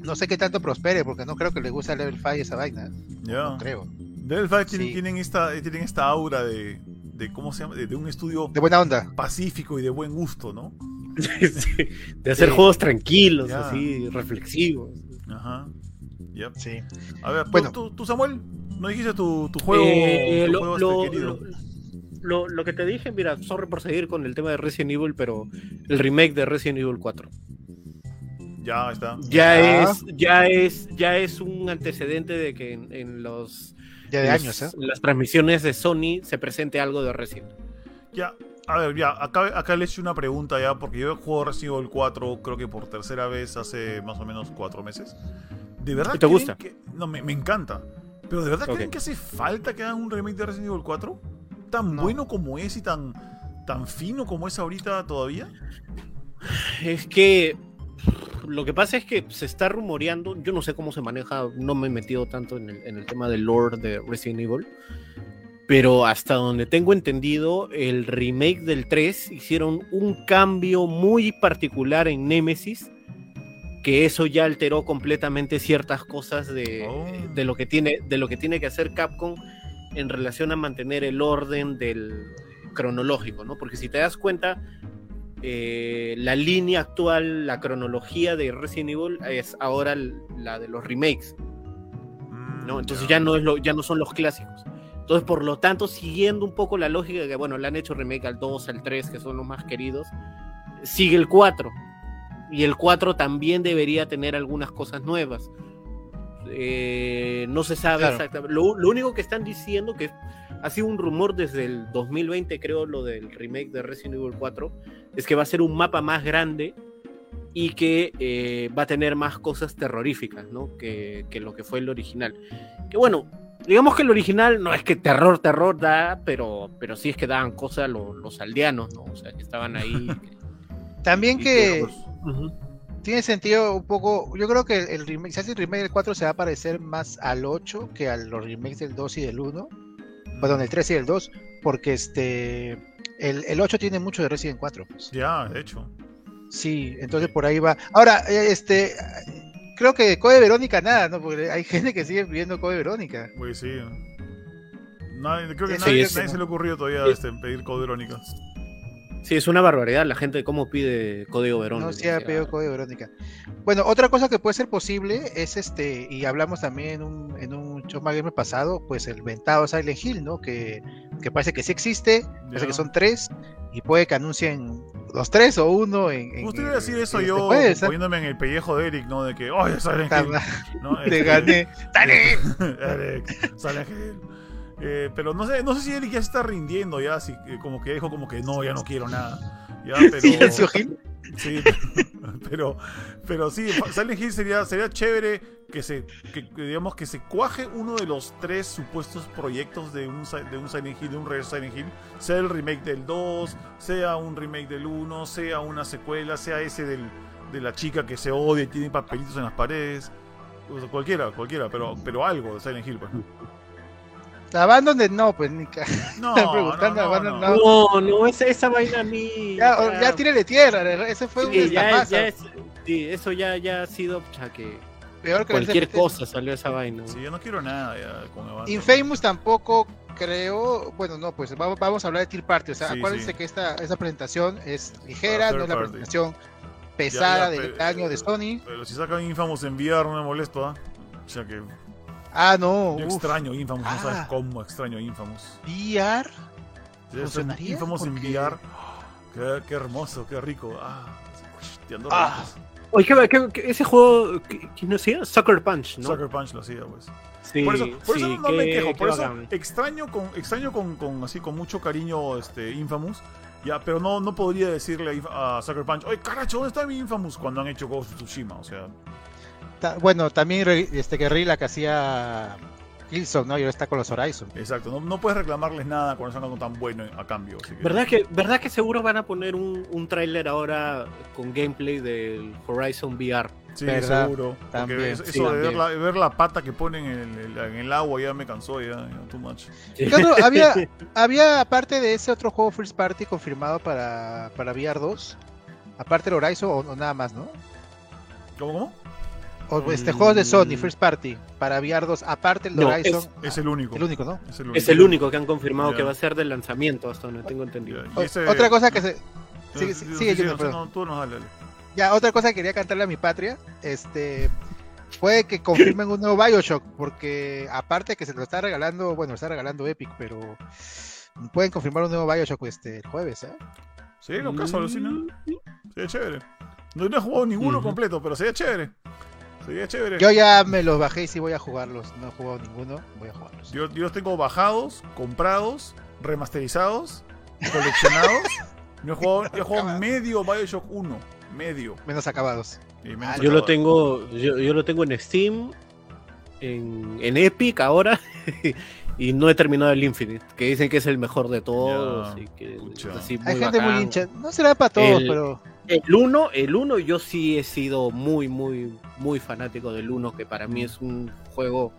No sé qué tanto prospere, porque no creo que le guste a Level 5 esa vaina.
Ya.
No creo.
Del Five tienen,
Sí.
tienen esta, eh, tienen esta aura de, de ¿cómo se llama? De, de un estudio
De buena onda.
pacífico y de buen gusto, ¿no?
Sí, de hacer
Sí.
juegos tranquilos,
Ya.
así, reflexivos.
Ajá. Yep.
Sí.
A ver, ¿tú,
Bueno.
tú, tú, Samuel, ¿no dijiste tu, tu juego,
Eh,
tu
lo,
juego
lo-
este querido?
lo- lo- lo que te dije, mira, sorry por seguir con el tema de Resident Evil, pero el remake de Resident Evil 4.
Ya está.
Ya
Ya.
es, ya es, ya es un antecedente de que en, en los
Ya de
los-
años, ¿eh?
las transmisiones de Sony se presente algo de Resident.
Ya, a ver, ya, acá, acá le hice una pregunta ya, porque yo he jugado Resident Evil 4, creo que por tercera vez hace más o menos cuatro meses. ¿De verdad
¿Y te
creen
gusta?
que- no, me, me encanta. Pero ¿de verdad
Ok.
creen que hace falta que hagan un remake de Resident Evil 4? ¿Tan
No.
bueno como es y tan, tan fino como es ahorita todavía?
Es que lo que pasa es que se está rumoreando, yo no sé cómo se maneja, no me he metido tanto en el, en el tema del lore de Resident Evil, pero hasta donde tengo entendido, el remake del 3 hicieron un cambio muy particular en Nemesis, que eso ya alteró completamente ciertas cosas de,
Oh.
de, lo, que tiene, de lo que tiene que hacer Capcom en relación a mantener el orden del cronológico, ¿no? Porque si te das cuenta, eh, la línea actual, la cronología de Resident Evil es ahora l- la de los remakes,
Mm,
¿no? Entonces ya no, es lo, ya no son los clásicos. Entonces, por lo tanto, siguiendo un poco la lógica de que, bueno, le han hecho remake al 2, al 3, que son los más queridos, sigue el 4. Y el 4 también debería tener algunas cosas nuevas. Eh, no se sabe
Claro.
exactamente. Lo, lo único que están diciendo, que ha sido un rumor desde el 2020, creo, lo del remake de Resident Evil 4, es que va a ser un mapa más grande y que eh, va a tener más cosas terroríficas, ¿no? Que, que lo que fue el original. Que bueno, digamos que el original no es que terror, terror da, pero, pero sí es que daban cosas lo- los aldeanos, ¿no? O sea, que estaban ahí.
También
Y
que.
pues,
Ujú.
Tiene sentido un poco. Yo creo que el remake, si hace el remake del 4 se va a parecer más al 8 que a los remakes del 2 y del 1. Perdón, del 3 y del 2. Porque este. El, el 8 tiene mucho de Resident 4. pues.
Ya, de hecho.
Sí, entonces por ahí va. Ahora, eh, este. Creo que Code Verónica nada, ¿no? Porque hay gente que sigue pidiendo Code Verónica.
Güey, Pues sí. Nadie- creo que
Sí,
nadie,
es-
nadie se le ocurrió todavía
Sí.
este, pedir Code Verónica.
Sí, es una barbaridad la gente cómo pide código Verón. ah.
No se ha pedido Code Verónica. Bueno, otra cosa que puede ser posible es este, y hablamos también en un, en un Choma Gamer pasado, pues el ventado Silent Hill, ¿no? Que, que parece que sí existe, parece
Ya.
que son tres, y puede que anuncien los tres o uno en. en
Usted
en-
iba a decir
en
eso
este
yo
jueves, ¿ah?
poniéndome en el pellejo de Eric, ¿no? De que, ¡ay, Silent Hill!
Carla,
¿no?
Te
Este,
gané. ¡Dale!
Eric, sale Ángel. Eh, pero no sé, no sé si Eric ya se está rindiendo ya, así que como que dijo como que no, ya no quiero nada. Ya, pero,
Silencio Gil.
Sí, pero, pero sí, Silent Hill sería, sería chévere que se, que, que digamos, que se cuaje uno de los tres supuestos proyectos de un, si- de un Silent Hill, de un regreso a Silent Hill, sea el remake del 2, sea un remake del 1, sea una secuela, sea ese del, de la chica que se odia y tiene papelitos en las paredes, O sea, cualquiera, cualquiera, pero, pero algo de Silent Hill, pues. ¿no?
La Abandoned no, pues ni ca-
No,
Están preguntando,
no, no,
bueno,
no.
No,
no.
no, esa, esa vaina a mí.
Ya, o- ya tírale tierra, ese fue un
sí, ya,
destapazo,
ya es- sí, eso ya, ya ha sido pucha, que
peor que el
cualquier
CPT.
cosa salió esa vaina.
Sí, yo no quiero nada ya con Abandon.
Infamous tampoco creo, bueno, no, pues va- vamos a hablar de Tier Party, o sea,
Sí,
acuérdense
sí.
que esta, esta presentación es ligera,
Ah,
no es
third
la
party.
presentación pesada
Ya, ya,
del
pe-
año de Sony.
Pero si sacan Infamous en VR no me molesto, ¿ah? O sea que
Ah, no,
Yo
uf,
extraño Infamous,
Ah.
no sabes cómo extraño Infamous.
VR,
Ya está
¿Funcionaría?
Infamous en
Porque-
VR. ¡oh! Qué, qué hermoso, qué rico. Ah, te ando
Ah.
Oye, ¿qué- qué- qué- ese juego, ¿qué- qué no hacía? Sucker Punch, ¿no?
Sucker Punch lo hacía, pues.
Sí,
por eso, por eso
sí,
no me
qué-
quejo, por
qué
eso
bacán.
extraño con extraño con, con así con mucho cariño este Infamous. Ya, pero no, no podría decirle a Inf- a, Sucker Punch, "Oye, caracho, ¿dónde está mi Infamous?" cuando han hecho Ghost of Tsushima, o sea,
ta- bueno, también re- este guerrilla que hacía Killzone, ¿no? Y ahora está con los Horizon.
exacto, no, no puedes reclamarles nada cuando están algo tan bueno a cambio, así que-
¿Verdad que, ¿Verdad que seguro van a poner un, un tráiler ahora con gameplay del Horizon VR?
Sí,
¿Verdad?
seguro. Porque
También,
eso
sí,
eso de ver
también.
la, ver la pata que ponen en el, en el agua ya me cansó, ya, ya, too much.
¿Qué otro? había, había, aparte de ese otro juego First Party confirmado para, para VR 2, aparte del Horizon o, o nada más, ¿no?
¿Cómo, cómo?
O este
Mm.
juegos de Sony, First Party, para VR 2, aparte el de
No,
Horizon. ah,
Es el único.
El único, ¿no?
Es el único.
Es el único que han confirmado
Ya.
que va a ser del lanzamiento, hasta donde tengo entendido.
Ya, y
O-
ese-
Otra cosa que se.
no,
sigue-
sí,
sigue,
sí, sí,
Junior,
no,
perdón.
no, tú no, dale, dale.
Ya, otra cosa que quería cantarle a mi patria. Este. Puede que confirmen un nuevo Bioshock, porque aparte que se lo está regalando, bueno, lo está regalando Epic, pero pueden confirmar un nuevo Bioshock este el jueves, ¿eh?
Sí, lo caso, alucina.
Mm.
Sería chévere. No, no he jugado ninguno
Ujú.
completo, pero sería chévere. Sería chévere.
Yo ya me los bajé y sí voy a jugarlos. No he jugado ninguno, voy a jugarlos.
Yo, yo los tengo bajados, comprados, remasterizados, coleccionados. no he jugado, yo he jugado
Acabado.
medio Bioshock 1. Medio.
Menos acabados.
Y menos
Yo lo
acabado.
tengo, yo, yo lo tengo en Steam, en, en Epic ahora, y no he terminado el Infinite, que dicen que es el mejor de todos.
Ya,
y que es
pucha.
así muy
Hay gente
bacán.
muy hincha. No será para todos,
El-
pero.
El 1, el 1 yo sí he sido muy, muy, muy fanático del 1, que para mí es un juego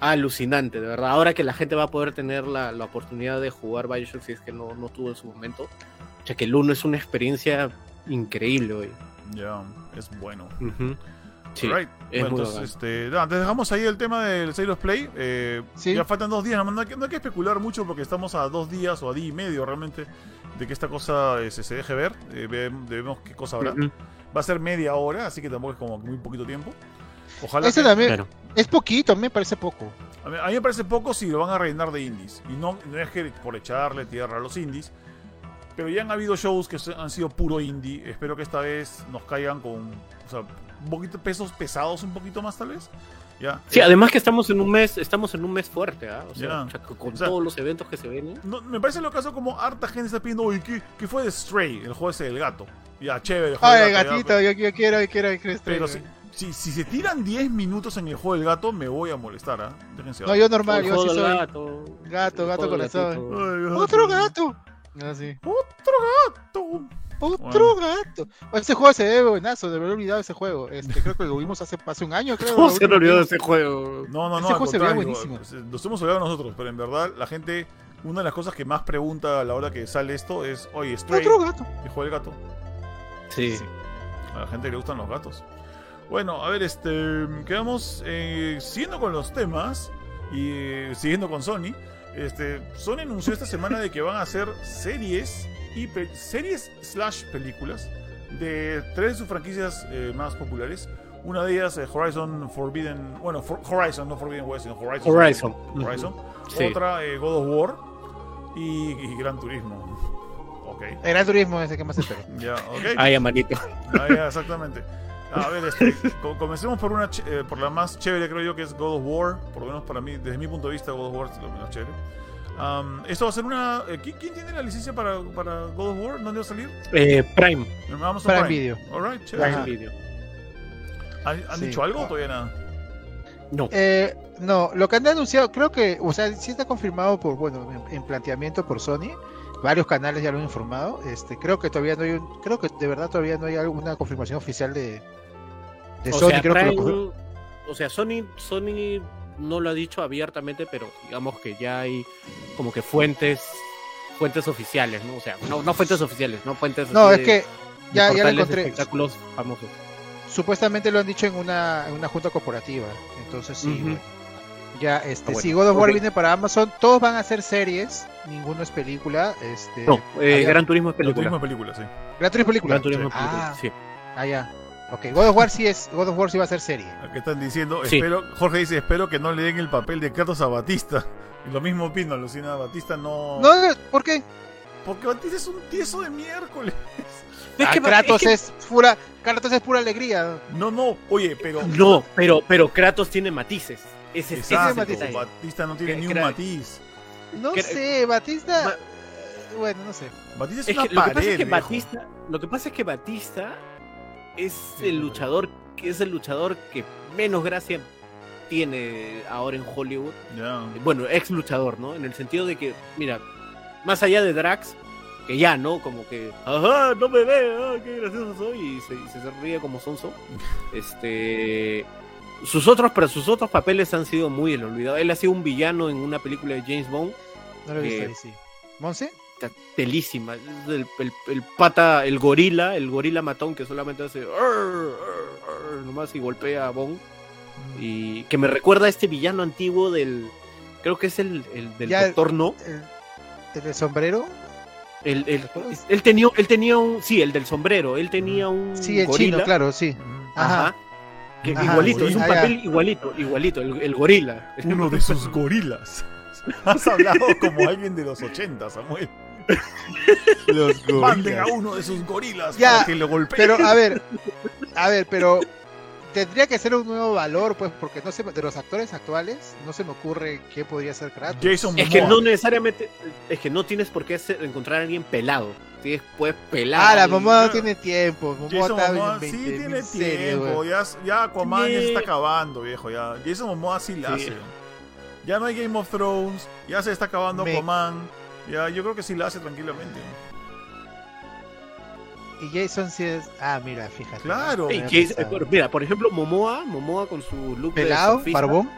alucinante, de verdad. Ahora que la gente va a poder tener la, la oportunidad de jugar Bioshock si es que no, no tuvo en su momento. O sea que el 1 es una experiencia increíble hoy.
Ya, es bueno.
Sí.
Alright.
es
Bueno,
muy
entonces,
bacán.
este, nada, entonces dejamos ahí el tema del Sales Play. eh,
Sí.
Ya faltan dos días, no, no hay que, no hay que especular mucho porque estamos a dos días o a día y medio realmente de que esta cosa eh, se, se deje ver. eh, ve- debemos qué cosa habrá.
Ujú.
Eh,
Va a ser media hora, así que tampoco es como muy poquito tiempo. Ojalá.
Ese
que-
también.
Claro.
Es poquito, a mí me parece poco.
a, mí, a mí me parece poco si lo van a rellenar de indies. Y no, no es que por echarle tierra a los indies. Pero ya han habido shows que se- han sido puro indie. Espero que esta vez nos caigan con. O sea, un poquito pesos pesados, un poquito más tal vez. Ya.
Sí, además que estamos en un mes, estamos en un mes fuerte, ¿ah? O sea,
Ya.
o sea, con
O sea,
todos los eventos que se ven. ¿eh?
No, me parece lo caso como harta gente está pidiendo, oye, ¿qué, qué fue de Stray? El juego ese del gato. Ya, chévere, el juego
Ay,
del gato, ya,
gatito, yo, yo quiero, yo quiero, yo quiero este.
pero si, si, si se tiran 10 minutos en el juego del gato, me voy a molestar, ¿ah? Déjense
No, yo
Mario,
normal, yo sí soy.
gato.
Gato,
el
gato
juego del
corazón.
gatito.
Ay,
¡Otro gato! Ah, sí.
¡Otro gato!
¡Otro gato! Este juego se ve buenazo, de haber olvidado ese juego. Este, creo que lo vimos hace, hace un año, creo.
¿Cómo
lo
Oh, se le
último
olvidó de
que vimos.
ese juego?
No, no, no,
Ese
al
juego se veía
contrario,
buenísimo.
Nos hemos hablado nosotros, pero en verdad, la gente, una de las cosas que más pregunta a la hora que sale esto es, oye, Stray,
¡Otro gato!
¿qué juego del gato?
Sí.
A la gente le gustan los gatos. Bueno, a ver, este. Quedamos eh, siguiendo con los temas y eh, siguiendo con Sony. Este, Sony anunció esta semana de que van a hacer series y pe- series slash películas de tres de sus franquicias eh, más populares. Una de ellas, eh, Horizon Forbidden. Bueno, For- Horizon, no Forbidden West, sino Horizon.
Horizon.
Horizon.
Sí.
Otra, eh, God of War. Y, y Gran Turismo. Ok.
El Gran Turismo es el que más espero.
Ya, ok.
Ay, amanito.
Ah, ya, exactamente. A ver, este, co- comencemos por una ch- eh, por la más chévere, creo yo, que es God of War. Por lo menos para mí, desde mi punto de vista, God of War es lo menos chévere. Am, esto va a ser una. eh, ¿qui- ¿Quién tiene la licencia para, para God of War? ¿Dónde va a salir?
Eh, Prime.
En Amazon
Para el video.
Alright, chévere. Ah,
Prime
Ajá.
Video.
¿Han, han
Sí.
dicho algo o todavía nada?
No.
Eh, no, lo que han anunciado, creo que, o sea, sí está confirmado por, bueno, en, en planteamiento por Sony. Varios canales ya lo han informado. Este, creo que todavía no hay un, creo que de verdad todavía no hay alguna confirmación oficial de, de
o
Sony.
sea,
creo que lo confir-
Prime- o sea, Sony, Sony no lo ha dicho abiertamente, pero digamos que ya hay como que fuentes fuentes oficiales, ¿no? O sea, no, no fuentes oficiales, no fuentes
No,
así de-
es que
de
ya, ya lo
portales de
encontré.
espectáculos famosos.
Supuestamente lo han dicho en una, en una junta corporativa. Entonces sí.
Ujú.
bueno. Ya, este,
Ah, bueno.
si God of War
Ok.
viene para Amazon, todos van a ser series, ninguno es película, este,
No, eh,
había-
Gran Turismo es
La
película.
misma película, sí.
Gran Turismo es película.
Gran Turismo es película,
Ah.
sí.
Ah, ya. Ok, God of War sí es, God of War sí va a ser serie.
Aquí están diciendo,
Sí.
espero, Jorge dice, espero que no le den el papel de Kratos a Batista. Y lo mismo opino, Lucina Batista no.
No, no, ¿por qué?
Porque Batista es un tieso de miércoles.
Ah, Kratos es pura, Kratos es pura alegría.
No, no, oye, pero.
No, pero, pero Kratos tiene matices. Ese, ese es el
Exacto,
detalle.
Batista no tiene
Que-
ni
que
un
era-
matiz.
No
Cra-
sé, Batista.
Ba-
eh, Bueno, no sé.
Batista es,
Es
una
que lo que
pared.
pasa es que
viejo.
Batista, lo que pasa es que Batista es
Sí,
el
no,
luchador que es el luchador que menos gracia tiene ahora en Hollywood.
Ya.
Bueno, ex luchador, ¿no? En el sentido de que, mira, más allá de Drax, que ya, ¿no? Como que, ajá, no me ve, ah, qué gracioso soy, y se, y se ríe como sonso. Este, sus otros, pero sus otros papeles han sido muy el olvidado. Él ha sido un villano en una película de James Bond
No lo he visto
Eh,
ahí, sí. ¿Monse?
está telísima. Es El, el- el pata, el gorila, el gorila matón que solamente hace "Arr, arr, arr", nomás y golpea a Bond. Y que me recuerda a este villano antiguo del. Creo que es el, el del
Ya-
doctor no.
¿El, el sombrero?
El, el- él tenía, él tenía un. Sí, el del sombrero. Él tenía un
Sí, el
gorila.
chino, claro, sí.
Ujú.
Ajá.
Ajá. Que
Ajá,
igualito, es un
gorila.
papel igualito, igualito, el, el gorila.
Uno de esos gorilas. Has hablado como alguien de los 80, Samuel.
Los
Manden a uno de esos gorilas
Ya,
para que lo golpeen.
Pero, a ver, a ver, pero tendría que ser un nuevo valor, pues, porque no sé, de los actores actuales, no se me ocurre qué podría ser Kratos.
Jason
Es que
Momoa.
no necesariamente. Es que no tienes por qué hacer- encontrar a alguien pelado. Tienes, puedes pelar. a
Ah, la
alguien.
mamá no tiene tiempo. Momoa
Jason
está
Momoa
en
sí
20.000
tiene
series,
tiempo.
weón.
Ya, ya Aquaman ya se está
Sí.
acabando, viejo. Ya. Jason Momoa sí la
Sí.
hace. Ya no hay Game of Thrones. Ya se está acabando
Me-
Aquaman. Ya, yo creo que sí la hace tranquilamente.
Y Jason sí es. Ah, mira, fíjate.
Claro.
Ey,
Había
Jason-
pensado.
pero mira, por ejemplo, Momoa, Momoa con su look de
Pelado,
surfista,
barbón.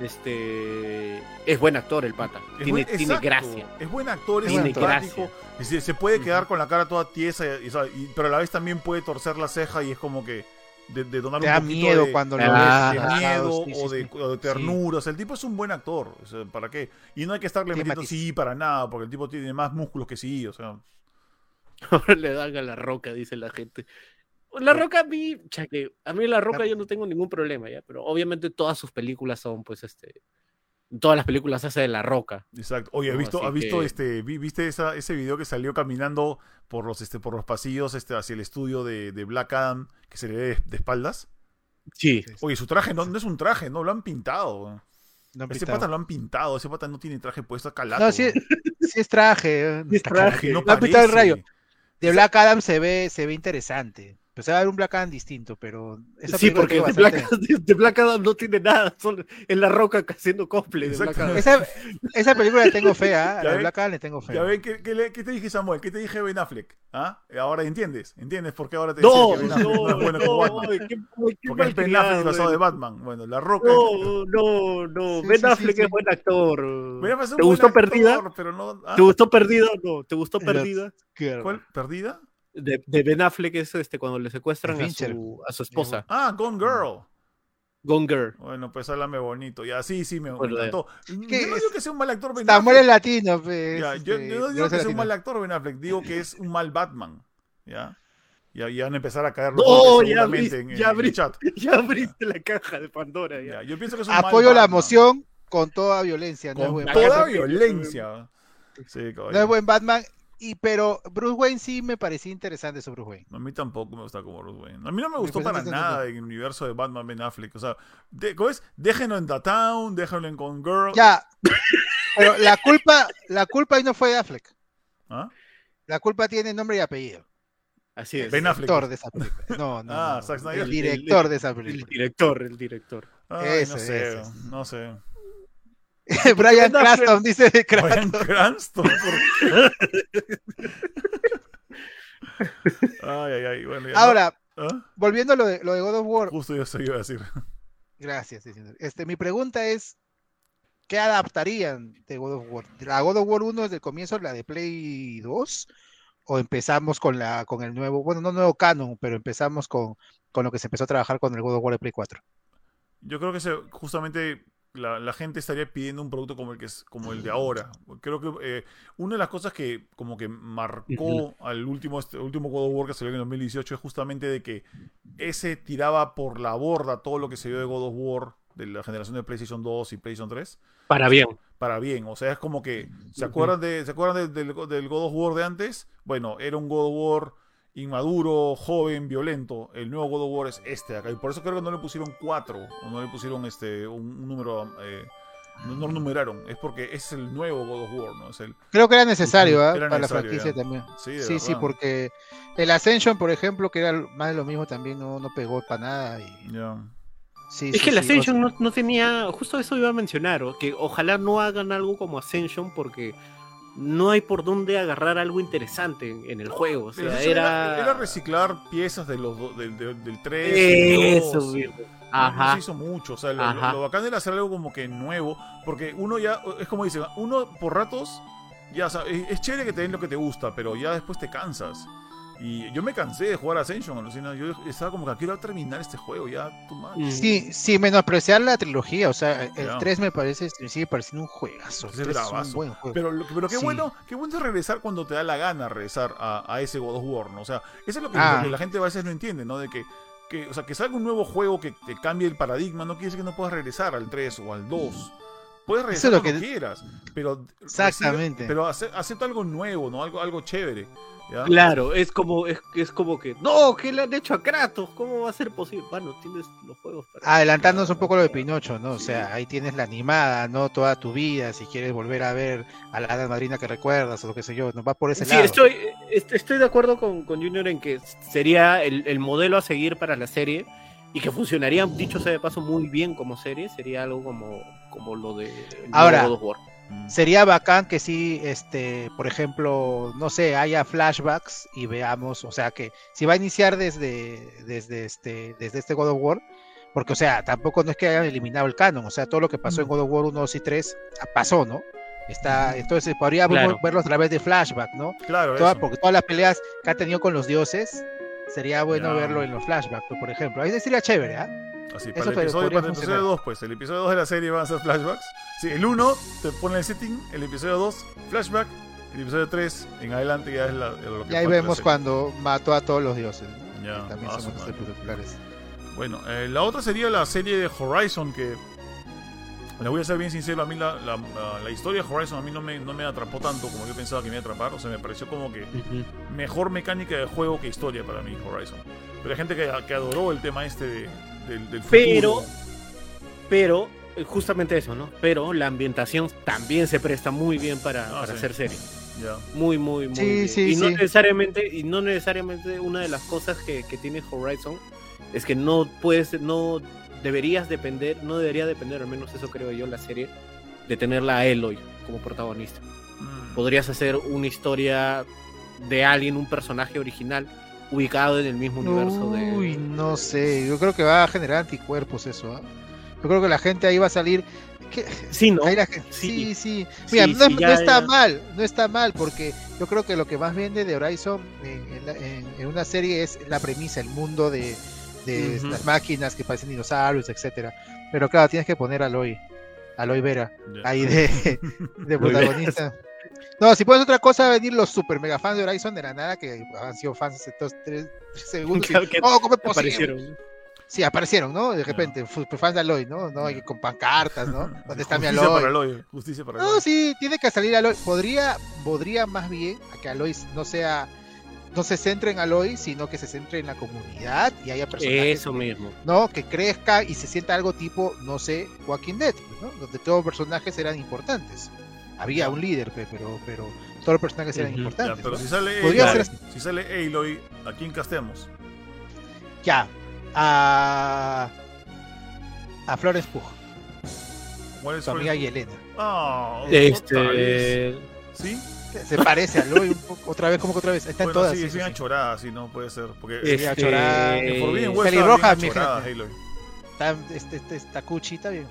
este es buen actor el pata.
Es
Tiene,
buen-
tiene
exacto.
gracia.
Es buen actor, es
Tiene
simpático. Y Se, se puede
Ujú.
quedar con la cara toda tiesa, y- y- sabe, y- pero a la vez también puede torcer la ceja y es como que de, de donar
Te
un
da
poquito
miedo
de,
cuando
de-
lo
de
ves.
miedo
Sí, sí,
o, de,
sí.
o de ternura. O sea, el tipo es un buen actor. o sea, ¿Para qué? Y no hay que estarle
Tiene
metiendo
matiz.
sí para nada, porque el tipo tiene más músculos que sí. O sea,
Ahora le dan a la roca, dice la gente. La roca a mí, cha, que a mí la roca
La-
yo no tengo ningún problema ya, pero obviamente todas sus películas son pues este todas las películas hace de la roca.
exacto. Oye, ¿has
No,
visto,
así
has visto
que-
este, vi- viste esa- ese video que salió caminando por los, este, por los pasillos este, hacia el estudio de, de Black Adam que se le ve de, de espaldas?
Sí.
Oye, su traje no, no es un traje, no lo han pintado.
No, han
Ese
pitado.
pata lo han pintado, ese pata no tiene traje puesto, está calado.
No, sí, sí es traje. eh.
Sí es traje.
no
Lo han pintado el
parece.
rayo. De Black Adam se ve, se ve interesante. Pues se va a ver un Black Adam distinto, pero esa
Sí,
película
porque
tiene
de
bastante-
Black, de Black Adam no tiene nada, solo es la roca haciendo cosplay de Black
Exacto.
Adam.
Esa, esa película le tengo fe, ¿ah? A
Ya
la
ven-
Black Adam le tengo fe.
Ya ven, ¿qué, qué le- qué te dije Samuel? ¿Qué te dije Ben Affleck? ¿Ah? Ahora entiendes, ¿entiendes por qué ahora te decía
No,
que Ben Affleck no,
no,
es bueno como
no,
Batman?
ay, qué- ay, qué
Porque es Ben
malcriado
Affleck basado
eres.
de Batman. Bueno, La Roca.
No, no, no.
Sí,
ben
sí, sí,
Affleck
sí.
es buen actor.
Ben Affleck pues, es un
¿Te
buen
gustó
actor,
Perdida?
Pero no, ah,
¿Te gustó Perdida? No, ¿te gustó
Pero-
Perdida?
Girl.
¿Cuál? ¿Perdida?
De, de Ben Affleck es este cuando le secuestran
De
a
Fincher.
su, a su esposa,
Ah, Gone Girl.
Gone Girl.
Bueno, pues háblame bonito. Ya, sí, sí, me, me
Bueno, ya.
encantó.
¿Qué
Yo no
es?
digo que sea un mal actor Ben
Samuel
Affleck.
es latino, pues,
Ya,
este,
yo, yo no digo
Samuel
que sea un
latino.
mal actor Ben Affleck, digo que es un mal Batman. Ya. Ya, ya van a empezar a caer los
No,
golpes
ya
seguramente
abrí-
en, en
ya
el
abrí.
chat.
Ya abriste la caja de Pandora.
Ya,
Ya.
yo pienso que es un mal
Apoyo la
Batman.
moción con toda violencia. No, es,
Con
buen
toda
Batman.
violencia. Sí,
no es
caballero.
buen Batman. Y, pero Bruce Wayne sí me parecía interesante su Bruce Wayne.
A mí tampoco me gusta como Bruce Wayne. A mí no me gustó
parece
para
que-
nada en el universo de Batman Ben Affleck. O sea, de- ¿cómo es? Déjenlo en The Town, déjenlo en Con Girl.
Ya, Pero la culpa, la culpa ahí no fue de Affleck.
¿Ah?
La culpa tiene nombre y apellido.
Así es.
Ben
el
Affleck.
director de esa película. No, no.
Ah,
no.
Zack Snyder.
El director de esa
El
película.
director, el director.
Ay, no
Ese,
sé,
ese.
no sé.
Brian
Ben Affleck.
Cranston dice de Cranston.
Bryan Cranston. ¿por qué? ay, ay, ay. Bueno, ya no-
Ahora,
¿Ah?
volviendo a lo de, lo de God of War.
Justo yo se iba a decir.
Gracias, sí, señor. Este, mi pregunta es, ¿qué adaptarían de God of War? ¿La God of War 1 desde el comienzo, la de Play 2? ¿O empezamos con la, con el nuevo, bueno, no nuevo canon, pero empezamos con, con lo que se empezó a trabajar con el God of War de Play 4?
Yo creo que se- justamente la, la gente estaría pidiendo un producto como el que es como el de ahora. Creo que eh, una de las cosas que como que marcó al último este, último God of War que salió en 2018 es justamente de que ese tiraba por la borda todo lo que se vio de God of War de la generación de PlayStation 2 y PlayStation 3
Para bien.
para bien. O sea, es como que. ¿Se acuerdan, de, ¿se acuerdan de- del, del God of War de antes? Bueno, era un God of War inmaduro, joven, violento. El nuevo God of War es este de acá. Y por eso creo que no le pusieron cuatro. O no le pusieron este un, un número. eh, no, no lo numeraron. Es porque es el nuevo God of War, ¿no? Es el.
Creo que era necesario, ¿ah?
Era
Para la
necesario,
franquicia
ya.
también.
Sí, de
Sí, sí,
verdad.
porque el Ascension, por ejemplo, que era más de lo mismo, también no, no pegó para nada. y-
Ya.
sí,
Es que
sí,
el
sí, o sea-
Ascension no, no tenía. Justo eso iba a mencionar, o que ojalá no hagan algo como Ascension porque no hay por dónde agarrar algo interesante en, en el juego. O
Pero
sea,
eso
era.
era reciclar piezas de los do- del, del, del 3. del
Eso,
2.
viejo.
No, No
Ajá.
se hizo mucho. O sea, lo,
Ajá.
lo bacán era hacer algo como que nuevo. Porque uno ya, es como dicen, uno por ratos, ya sabe, es, es chévere que te den lo que te gusta, pero ya después te cansas. Y yo me cansé de jugar Ascension, alucina. Yo estaba como que quiero terminar este juego, ya, tu madre.
Mm.
Sí, sí, menospreciar la trilogía, o sea, el
Ya.
3 me parece, me sigue pareciendo un juegazo. el
Ese
3 es un
bravazo.
buen juego.
Pero, lo- pero qué
Sí.
bueno, qué bueno es regresar cuando te da la gana regresar a, a ese God of War, ¿no? O sea, eso es lo que,
Ah.
lo que la gente a veces no entiende, ¿no? De que, que, o sea, que salga un nuevo juego que te cambie el paradigma, no quiere decir que no puedas regresar al 3 o al 2. Puedes regresar
lo
cuando
que-
quieras, pero
Exactamente.
recibe- pero ace- acepta algo nuevo, ¿no? Algo, algo chévere. ¿ya?
Claro, es como, es, es como que. ¡No! ¿Qué le han hecho a Kratos? ¿Cómo va a ser posible? Bueno, tienes los juegos para.
Adelantándonos un poco lo de Pinocho, ¿no? O sea, ahí tienes la animada, ¿no? Toda tu vida, si quieres volver a ver a la hada madrina que recuerdas o lo que sé yo, ¿no? Va por ese
Sí,
lado.
estoy, est- estoy de acuerdo con, con Junior en que sería el, el modelo a seguir para la serie y que funcionaría, dicho sea de paso, muy bien como serie. Sería algo como, como lo de el nuevo
Ahora,
God of War.
Mm.
Sería bacán que sí, este, por ejemplo, no sé, haya flashbacks y veamos, o sea, que si va a iniciar desde, desde este, desde este God of War, porque, o sea, tampoco no es que hayan eliminado el canon, o sea, todo lo que pasó en God of War 1, 2 y 3 ah, pasó, ¿no? Está, entonces podríamos
Claro.
verlo a través de flashback, ¿no?
Claro,
Toda-
eso.
porque todas las peleas que ha tenido con los dioses, sería bueno
Ya.
verlo en los flashbacks, ¿no? por ejemplo. Ahí sería chévere, ¿ah?
Así,
eso
para el
podría-
episodio,
podría
para el episodio
funcionar.
2, pues. El episodio 2 de la serie van a ser flashbacks. Sí, el 1 te pone el setting, el episodio 2, flashback. El episodio 3, en adelante ya es la, lo que
Y ahí
parte de la
vemos
serie.
cuando mató a todos los dioses, ¿no?
Ya,
Que también
ah,
son
su madre.
espectaculares.
Bueno, eh, la otra sería la serie de Horizon, que le voy a ser bien sincero, a mí la, la- la- la historia de Horizon a mí no me, no me atrapó tanto como yo pensaba que me iba a atrapar, o sea, me pareció como que mejor mecánica de juego que historia para mí Horizon. Pero hay gente que, que adoró el tema este de- del, del futuro.
Pero- Pero, eh, justamente eso, ¿no? Pero la ambientación también se presta muy bien para,
Ah,
para
sí.
hacer serie.
Ya.
Muy, muy, muy.
Sí,
bien.
sí,
y no
sí.
necesariamente, y no necesariamente una de las cosas que, que tiene Horizon es que no puedes, no deberías depender, no debería depender, al menos eso creo yo, la serie, de tenerla a Eloy como protagonista.
Mm.
Podrías hacer una historia de alguien, un personaje original, ubicado en el mismo universo de.
Uy, no sé. Yo creo que va a generar anticuerpos eso, ¿ah? Yo creo que la gente ahí va a salir. que-
Sí, ¿no?
ahí la gente-
Sí.
Sí, sí. Mira,
Sí,
no,
sí,
no
ya-
está
ya.
mal, no está mal, porque yo creo que lo que más vende de Horizon en, en la- en- en una serie es la premisa, el mundo de, de
Ujú.
las máquinas que parecen dinosaurios, etcétera. Pero claro, tienes que poner a Aloy, Aloy Vera,
Mm, Ya.
ahí de, de protagonista. No, si pones otra cosa, va a venir los super mega fans de Horizon de la nada, que han sido fans hace dos, tres segundos. y,
Claro que
"Oh, ¿cómo es posible?".
Aparecieron.
Sí, aparecieron, ¿no? De repente, super fans de Aloy, ¿no? ¿No? Y con pancartas, ¿no? ¿Dónde está mi
Justicia
Aloy?
para Aloy, Justicia para Aloy.
No, sí, tiene que salir Aloy. Podría, podría más bien a que Aloy no sea, no se centre en Aloy, sino que se centre en la comunidad y haya personajes,
Eso mismo.
¿no? Que crezca y se sienta algo tipo, no sé, Walking Dead, ¿no? Donde todos los personajes eran importantes. Había un líder, pe, pero, pero todos los personajes eran
Ujú, ya,
Ya,
importantes.
pero
¿no?
si sale,
Podría
Aloy,
ser-
si sale Aloy, ¿a quién casteamos?
Ya. A, a Flores Pug,
¿Cuál es
su
cuál
amiga
es-
Yelena.
Ah, otra vez.
Este.
¿Sí?
Se parece a Lloyd un poco. Otra vez, como que otra vez. Está en
Bueno,
todas.
sí,
sí,
es bien
sí, sí.
achorada, sí, no puede ser. Porque
Este,
a chorar.
en Forbidden
eh,
West estaba
pelirroja,
bien
mi
achorada,
gente.
Aloy.
Está, este, este, está cuchi, está bien.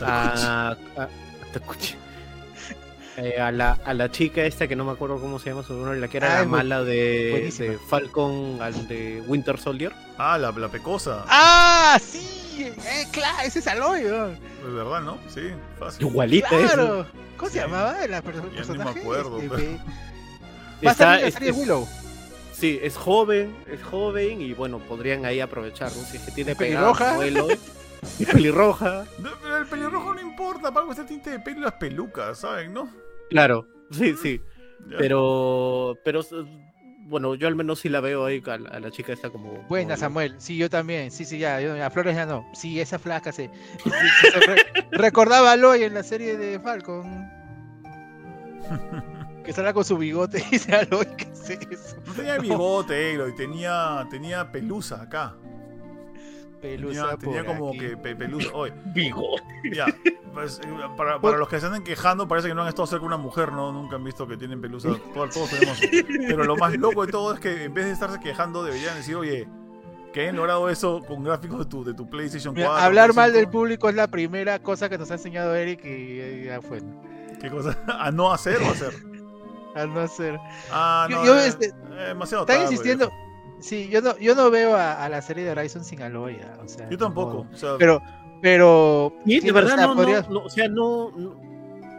Ah.
a, a- te escuché. Ah, Eh, a la, a la chica esta que no me acuerdo cómo se llama su nombre, la que
Ah,
era la
bu-
mala de,
buenísima.
de Falcon al de Winter Soldier.
Ah, la, la pecosa.
¡Ah! ¡Sí! Eh, claro, ese es Aloy, weón.
Es verdad, ¿no? Sí, fácil.
Igualita ¿eh?
Claro. ¿Cómo
Sí.
se llamaba la per-
me
personaje?
acuerdo,
Este,
pero-
es.
Va a
Está-
salir la
es-
serie
es-
Willow.
Sí, es joven, es joven y bueno, podrían ahí aprovechar, ¿no? Si es que tiene
Es
pegado
pelirroja.
como Eloy. Es pelirroja.
No, pero el pelirrojo no importa, para algo está el tinte de pelo y las pelucas, ¿saben? ¿No?
Claro, sí, sí.
Ya.
Pero, pero s- bueno, yo al menos sí la veo ahí a la, a la chica esta como.
Buena,
como-
Samuel. Sí, yo también. Sí, sí, ya. yo- a Flores ya no. Sí, esa flaca se. sí, sí, se re- recordaba a Aloy en la serie de Falcon. Que salga con su bigote y dice Aloy, ¿qué es eso?
No tenía bigote, Aloy, tenía, tenía pelusa acá.
Pelusa
Tenía, tenía
por
como
aquí.
que pe- pelusa. Oye,
Bigote.
ya. pues, eh, para, para los que se andan quejando, parece que no han estado cerca de una mujer, ¿no? Nunca han visto que tienen pelusa. Todos, todos tenemos. Pero lo más loco de todo es que en vez de estarse quejando, deberían decir, oye, que hayan logrado eso con gráficos de tu, de tu PlayStation 4.
Mira, hablar mal del
5.
público es la primera cosa que nos ha enseñado Eric y eh, ya fue.
¿Qué cosa? ¿A no hacer o hacer?
A no ser.
Ah,
Yo-
no.
yo,
eh,
este,
eh, demasiado
Están
tarde,
insistiendo.
viejo.
Sí, yo no, yo no veo a, a la serie de Horizon sin Aloy. ah, O sea,
Yo tampoco.
no.
o sea,
Pero, pero.
Y
sí,
de
o
verdad,
sea,
no,
podría-
no, no, o sea, no, no-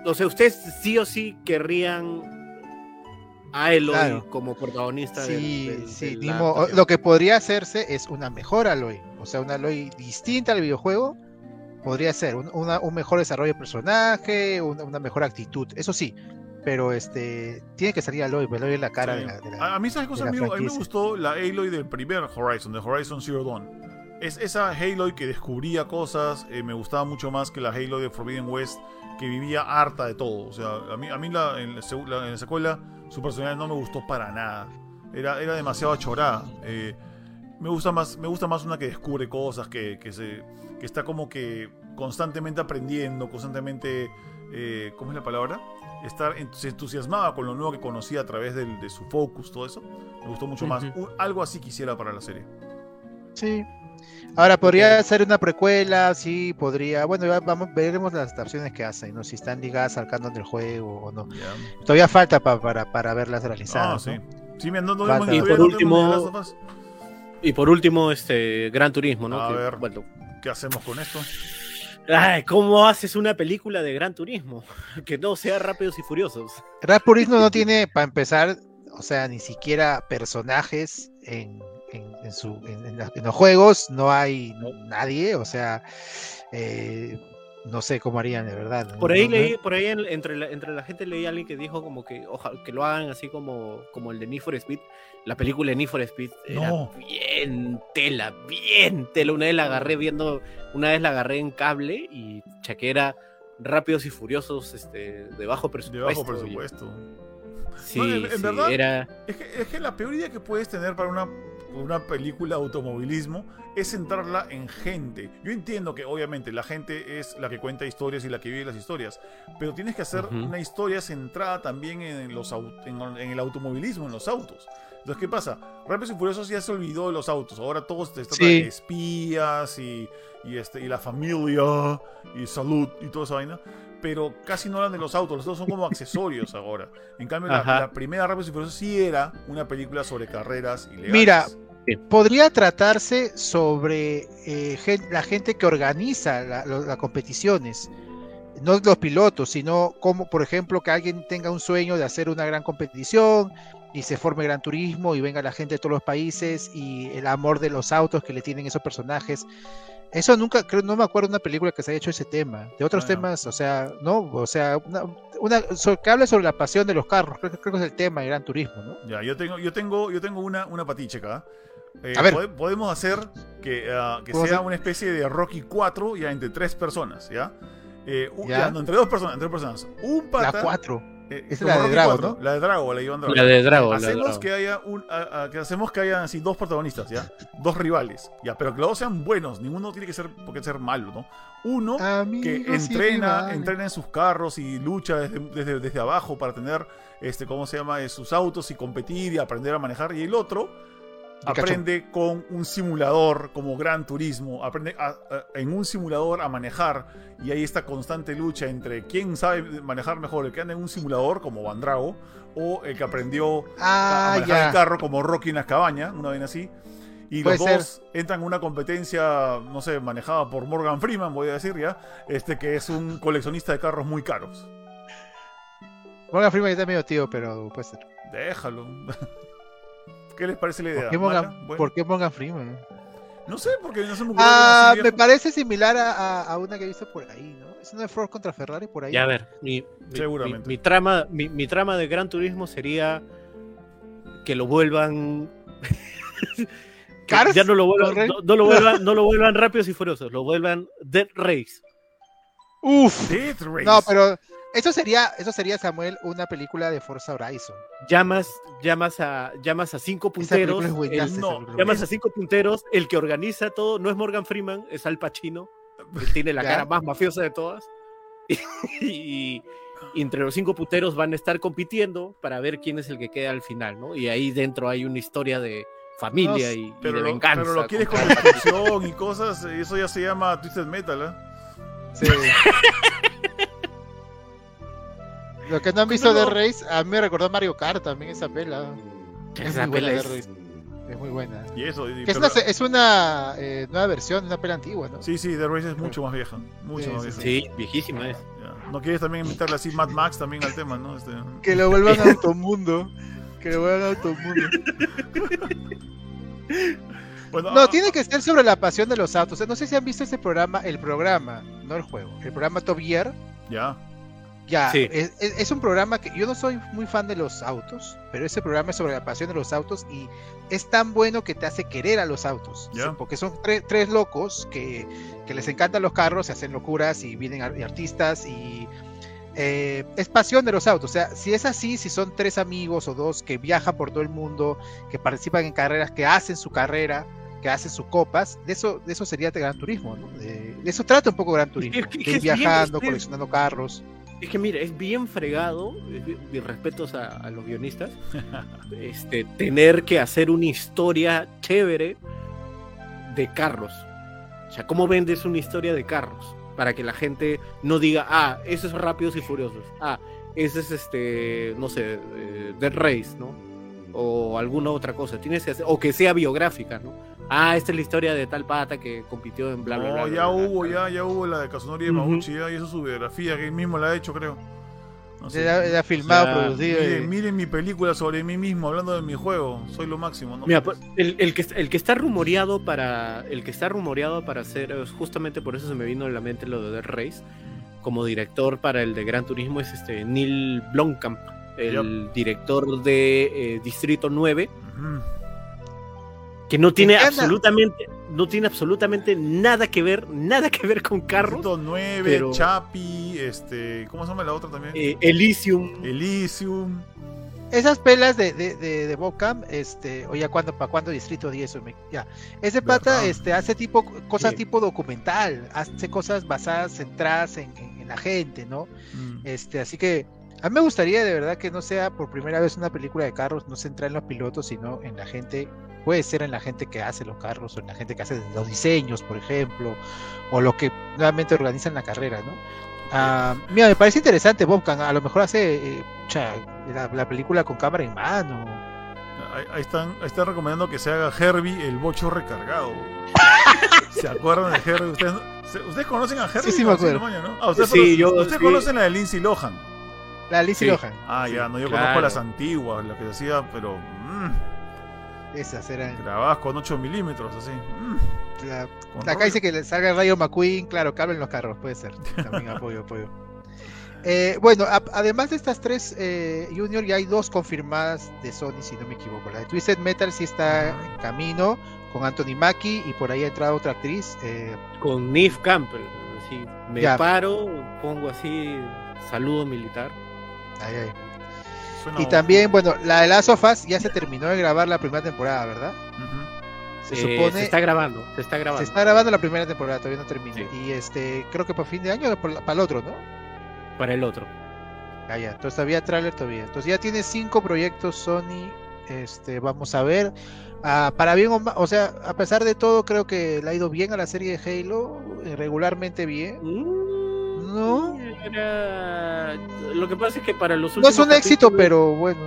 O sea, ustedes sí o sí querrían a Eloy
Claro.
como protagonista del-
Sí,
del-
sí,
del
ni
arte.
modo. O- Lo que podría hacerse es una mejor Aloy. O sea, una Aloy distinta al videojuego. Podría ser un, una- un mejor desarrollo de personaje, una, una mejor actitud. Eso sí. Pero este. Tiene que salir Aloy. pues, Aloy es la cara
sí.
de
Ah.
la. de la-
a, a mí, ¿sabes cosa,
la
amigo? A mí me
franquicia.
gustó la Aloy del primer Horizon, de Horizon Zero Dawn. Es esa Aloy que descubría cosas, eh, me gustaba mucho más que la Aloy de Forbidden West, que vivía harta de todo. O sea, a mí, a mí la, en, la, segu- la- en la secuela su personalidad no me gustó para nada. Era, era demasiado chorada. Eh, me, gusta más, me gusta más una que descubre cosas, que, que, se, que está como que constantemente aprendiendo, constantemente... eh, ¿Cómo es la palabra? Estar, en- se entusiasmaba con lo nuevo que conocía a través del- de su focus, todo eso. Me gustó mucho más.
Ujú.
Un- algo así quisiera para la serie.
Sí. Ahora podría ser una precuela, sí, podría. Bueno, ya vamos, veremos las opciones que hacen, ¿no? Si están ligadas al canon del juego o no.
Ya.
Todavía falta pa- para, para verlas
Ah,
realizadas.
sí.
¿no?
Sí, me no, no
Falta.
hemos-
Y
todavía
por
no tenemos
último-
ni de Last of Us.
Y por último, este Gran Turismo, ¿no?
A
Que,
ver.
bueno,
¿Qué hacemos con esto?
ay, ¿Cómo haces una película de Gran Turismo? Que no sea Rápidos y Furiosos.
Gran Turismo no tiene, para empezar, o sea, ni siquiera personajes en, en- en su, en, en la- en los juegos, no hay nadie, o sea, eh, no sé cómo harían, de verdad. ¿no?
Por ahí
No-
leí, por ahí en- entre, la, entre la gente leí a alguien que dijo como que ojalá que lo hagan así como, como el de Need for Speed. La película de Need for Speed era
No.
bien tela, bien tela. Una vez la agarré viendo, una vez la agarré en cable y chaquera rápidos y furiosos, este, de bajo
De
presupuesto.
bajo
y-
presupuesto.
Sí,
No, en- en
sí,
verdad-
era
Es que, es que la peor idea que puedes tener para una, una película de automovilismo es centrarla en gente. Yo entiendo que obviamente la gente es la que cuenta historias y la que vive las historias, pero tienes que hacer
Ujú.
una historia centrada también en, los au- en, en el automovilismo, en los autos. Entonces, ¿qué pasa? Rápidos y Furiosos ya se olvidó de los autos. Ahora todos te trata
Sí.
de espías y, y, este, y la familia y salud y toda esa vaina. Pero casi no hablan de los autos. Los autos son como accesorios ahora. En cambio, la,
Ajá.
la primera Rápidos y Furiosos sí era una película sobre carreras ilegales.
Mira, podría tratarse sobre eh, gen- la gente que organiza la- lo- las competiciones, no los pilotos, sino como, por ejemplo, que alguien tenga un sueño de hacer una gran competición y se forme Gran Turismo y venga la gente de todos los países y el amor de los autos que le tienen esos personajes. Eso nunca, creo, no me acuerdo de una película que se haya hecho ese tema. De otros
Bueno.
temas, o sea, no, o sea, una, una- so- que hable sobre la pasión de los carros, creo, que- creo que es el tema de Gran Turismo, ¿no?
Ya, yo tengo, yo tengo, yo tengo una, una paticheca. Eh,
A ver.
pode- podemos hacer que, ah, que
¿Puedo
sea
hacer?
una especie de Rocky 4 ya entre tres personas, ¿ya? Eh, un- ya, no, entre dos personas, entre dos personas. Un pata.
La 4.
eh,
es
como
la de
Rocky
Drago,
IV,
¿no?
La de Drago, la de Iván Drago.
La de Drago, la de
Hacemos
Drago.
que haya un, a- a- que hacemos que haya así dos protagonistas, ¿ya? Dos rivales, ya, pero que los dos sean buenos, ninguno tiene que ser por qué ser malo, ¿no? Uno que entrena, entrena en sus carros y lucha desde, desde, desde abajo para tener, este, ¿cómo se llama? eh, sus autos y competir y aprender a manejar. Y el otro
Pikachu.
aprende con un simulador como Gran Turismo, aprende a- a- en un simulador a manejar y hay esta constante lucha entre quién sabe manejar mejor, el que anda en un simulador como Bandrago o el que aprendió
Ah,
a manejar el
ya.
carro como Rocky en las cabañas, una vez así. Y los
Puede
dos entran en una competencia, no sé, manejada por Morgan Freeman, voy a decir ya, este que es un coleccionista de carros muy caros.
Morgan Freeman está medio tío, pero puede ser.
Déjalo. ¿Qué les parece la idea?
¿Por qué
¿Mala?
Morgan,
Bueno,
¿por qué Morgan Freeman?
No sé, porque no se me ocurrió
Ah,
ningún
me
viejo.
parece similar a, a- a una que he visto por ahí, ¿no? Es una de Ford contra Ferrari por ahí.
Ya a ver, mi, mi-
Seguramente.
mi- mi trama, mi, mi trama de Gran Turismo sería que lo vuelvan. que
¿Cars?
ya no lo
¿Correr?
vuelvan, no, no lo vuelvan, no lo vuelvan rápidos y furiosos, lo vuelvan Dead Race.
Uf.
Death Race.
No, pero eso sería, eso sería Samuel, una película de Forza Horizon.
Llamas, llamas a, llamas a cinco
Esa
punteros.
película es
el-
buenaza, esa
no,
película es
llamas a cinco punteros. El que organiza todo no es Morgan Freeman, es Al Pacino. que tiene la
Ya.
cara más mafiosa de todas. y, y entre los cinco punteros van a estar compitiendo para ver quién es el que queda al final, ¿no? Y ahí dentro hay una historia de familia
No,
y, y
pero,
de
lo,
venganza.
pero lo quieres con
contra-
destrucción y cosas, eso ya se llama Twisted Metal, ¿ah?
buenísima. Lo que no han visto
No,
de
no.
Race, a mí me recordó Mario Kart también esa pela. Es
Esa
muy
pela
buena de
es-
Race. Es muy buena.
Y eso. y-
Que es
pero-
una, es una, eh, nueva versión, una pela antigua, ¿no?
Sí, sí, The Race es mucho más vieja. Mucho
Sí,
más
sí,
vieja.
Sí, viejísima es.
Ya. No quieres también meterle así Mad Max también al tema, ¿no? Este,
Que lo vuelvan a Automundo. Que lo vuelvan a Automundo.
bueno,
No,
ah,
tiene que ser sobre la pasión de los autos. No sé si han visto ese programa, el programa, no el juego, el programa Top Gear.
Ya.
Ya,
Sí.
es, es- es un programa que yo no soy muy fan de los autos, pero ese programa es sobre la pasión de los autos y es tan bueno que te hace querer a los autos.
Ya.
Sí, Porque son tre- tres locos que, que les encantan los carros, se hacen locuras y vienen ar- y artistas y eh, es pasión de los autos. O sea, si es así, si son tres amigos o dos que viajan por todo el mundo, que participan en carreras, que hacen su carrera, que hacen sus copas, de eso, de eso sería Gran Turismo, ¿no? De, de eso trata un poco Gran Turismo.
que-
de
que
ir
es bien
viajando,
este-
coleccionando carros.
Es que mira, es bien fregado, es bi- mis respetos a, a los guionistas, este, tener que hacer una historia chévere de carros. O sea, ¿cómo vendes una historia de carros? Para que la gente no diga, ah, eso es Rápidos y Furiosos, ah, ese es este, no sé, eh, Dead Race, ¿no? O alguna otra cosa. Tienes que hacer- o que sea biográfica, ¿no? Ah, esta es la historia de tal pata que compitió en bla, bla,
no,
bla. bla,
ya
bla, bla,
hubo,
bla".
ya, ya hubo la de Kazunori de
Ujú.
Mauchi, ya, y eso es su biografía, que él mismo la ha hecho, creo. No sé.
Era, era filmado,
sea,
producido.
eh.
y-
Miren, miren mi película sobre mí mismo, hablando de mi juego, soy lo máximo, ¿no?
Mira, pues, el, el que, el que está rumoreado para. El que está rumoreado para ser. eh, Justamente por eso se me vino a la mente lo de Dead Race. Como director para el de Gran Turismo es este Neil Blomkamp, el director de eh, Distrito 9,
Ujú.
que no tiene
qué anda?
absolutamente. No tiene absolutamente nada que ver, nada que ver con carros.
Distrito 9,
pero-
Chapi, este, ¿cómo se llama la otra también?
Eh, Elysium.
Elysium.
Esas pelas de, de, de, de Bocam, este, oye, ¿cuándo, ¿para cuándo Distrito 10? o me- ya. Ese pata
¿Verdad?
este, hace tipo cosas
Sí.
tipo documental, hace cosas basadas, centradas en, en- en la gente, ¿no?
Mm.
Eh.
Este, así que a mí me gustaría de verdad que no sea por primera vez una película de carros, no centrada en los pilotos, sino en la gente, puede ser en la gente que hace los carros, o en la gente que hace los diseños, por ejemplo, o lo que nuevamente organizan la carrera, ¿no? Ah, mira, me parece interesante Bobcan, a lo mejor hace eh, pucha, la, la película con cámara en mano.
Ahí, ahí están, ahí están recomendando que se haga Herbie el bocho recargado. ¿Se acuerdan de Herbie? ¿Ustedes, no- se- ¿ustedes conocen a Herbie?
Sí, sí, me
Ah,
acuerdo.
no, maño, ¿no? Ah, ustedes,
Eh, Sí,
conocen,
yo-
ustedes
sí.
conocen la de Lindsay Lohan.
La Lindsay
Sí.
Lohan,
Ah,
Sí,
ya, no, yo
claro.
conozco las antiguas, las que decía, pero mm,
esas eran.
grababas con 8 milímetros, así. mm,
la-
con
Acá
rollo.
dice que le salga el Rayo McQueen, claro, caben los carros, puede ser. También apoyo, apoyo. Eh, bueno, a- además de estas tres eh, Junior, ya hay dos confirmadas de Sony, si no me equivoco. La de Twisted Metal sí está en camino, con Anthony Mackie, y por ahí ha entrado otra actriz. eh,
Con Neve Campbell. Así, me
Ya.
paro, pongo así, saludo militar.
Ay, ay.
Suena
Y
bueno.
también, bueno, la de Last of Us ya se terminó de grabar la primera temporada, ¿verdad?
Ujú.
Se
Eh,
supone.
Se está grabando, se está grabando.
Se está grabando la primera temporada, todavía no termina.
Sí.
Y este, creo que para fin de año o por la- para el otro, ¿no?
Para el otro.
Ah, ya. Entonces todavía tráiler todavía. Entonces ya tiene cinco proyectos Sony. Este, vamos a ver. Ah, para bien o mal, o sea, a pesar de todo, creo que le ha ido bien a la serie de Halo, eh, regularmente bien. Mm. No.
Era- Lo que pasa es que para los
No es
últimos
un éxito,
capítulos-
pero bueno.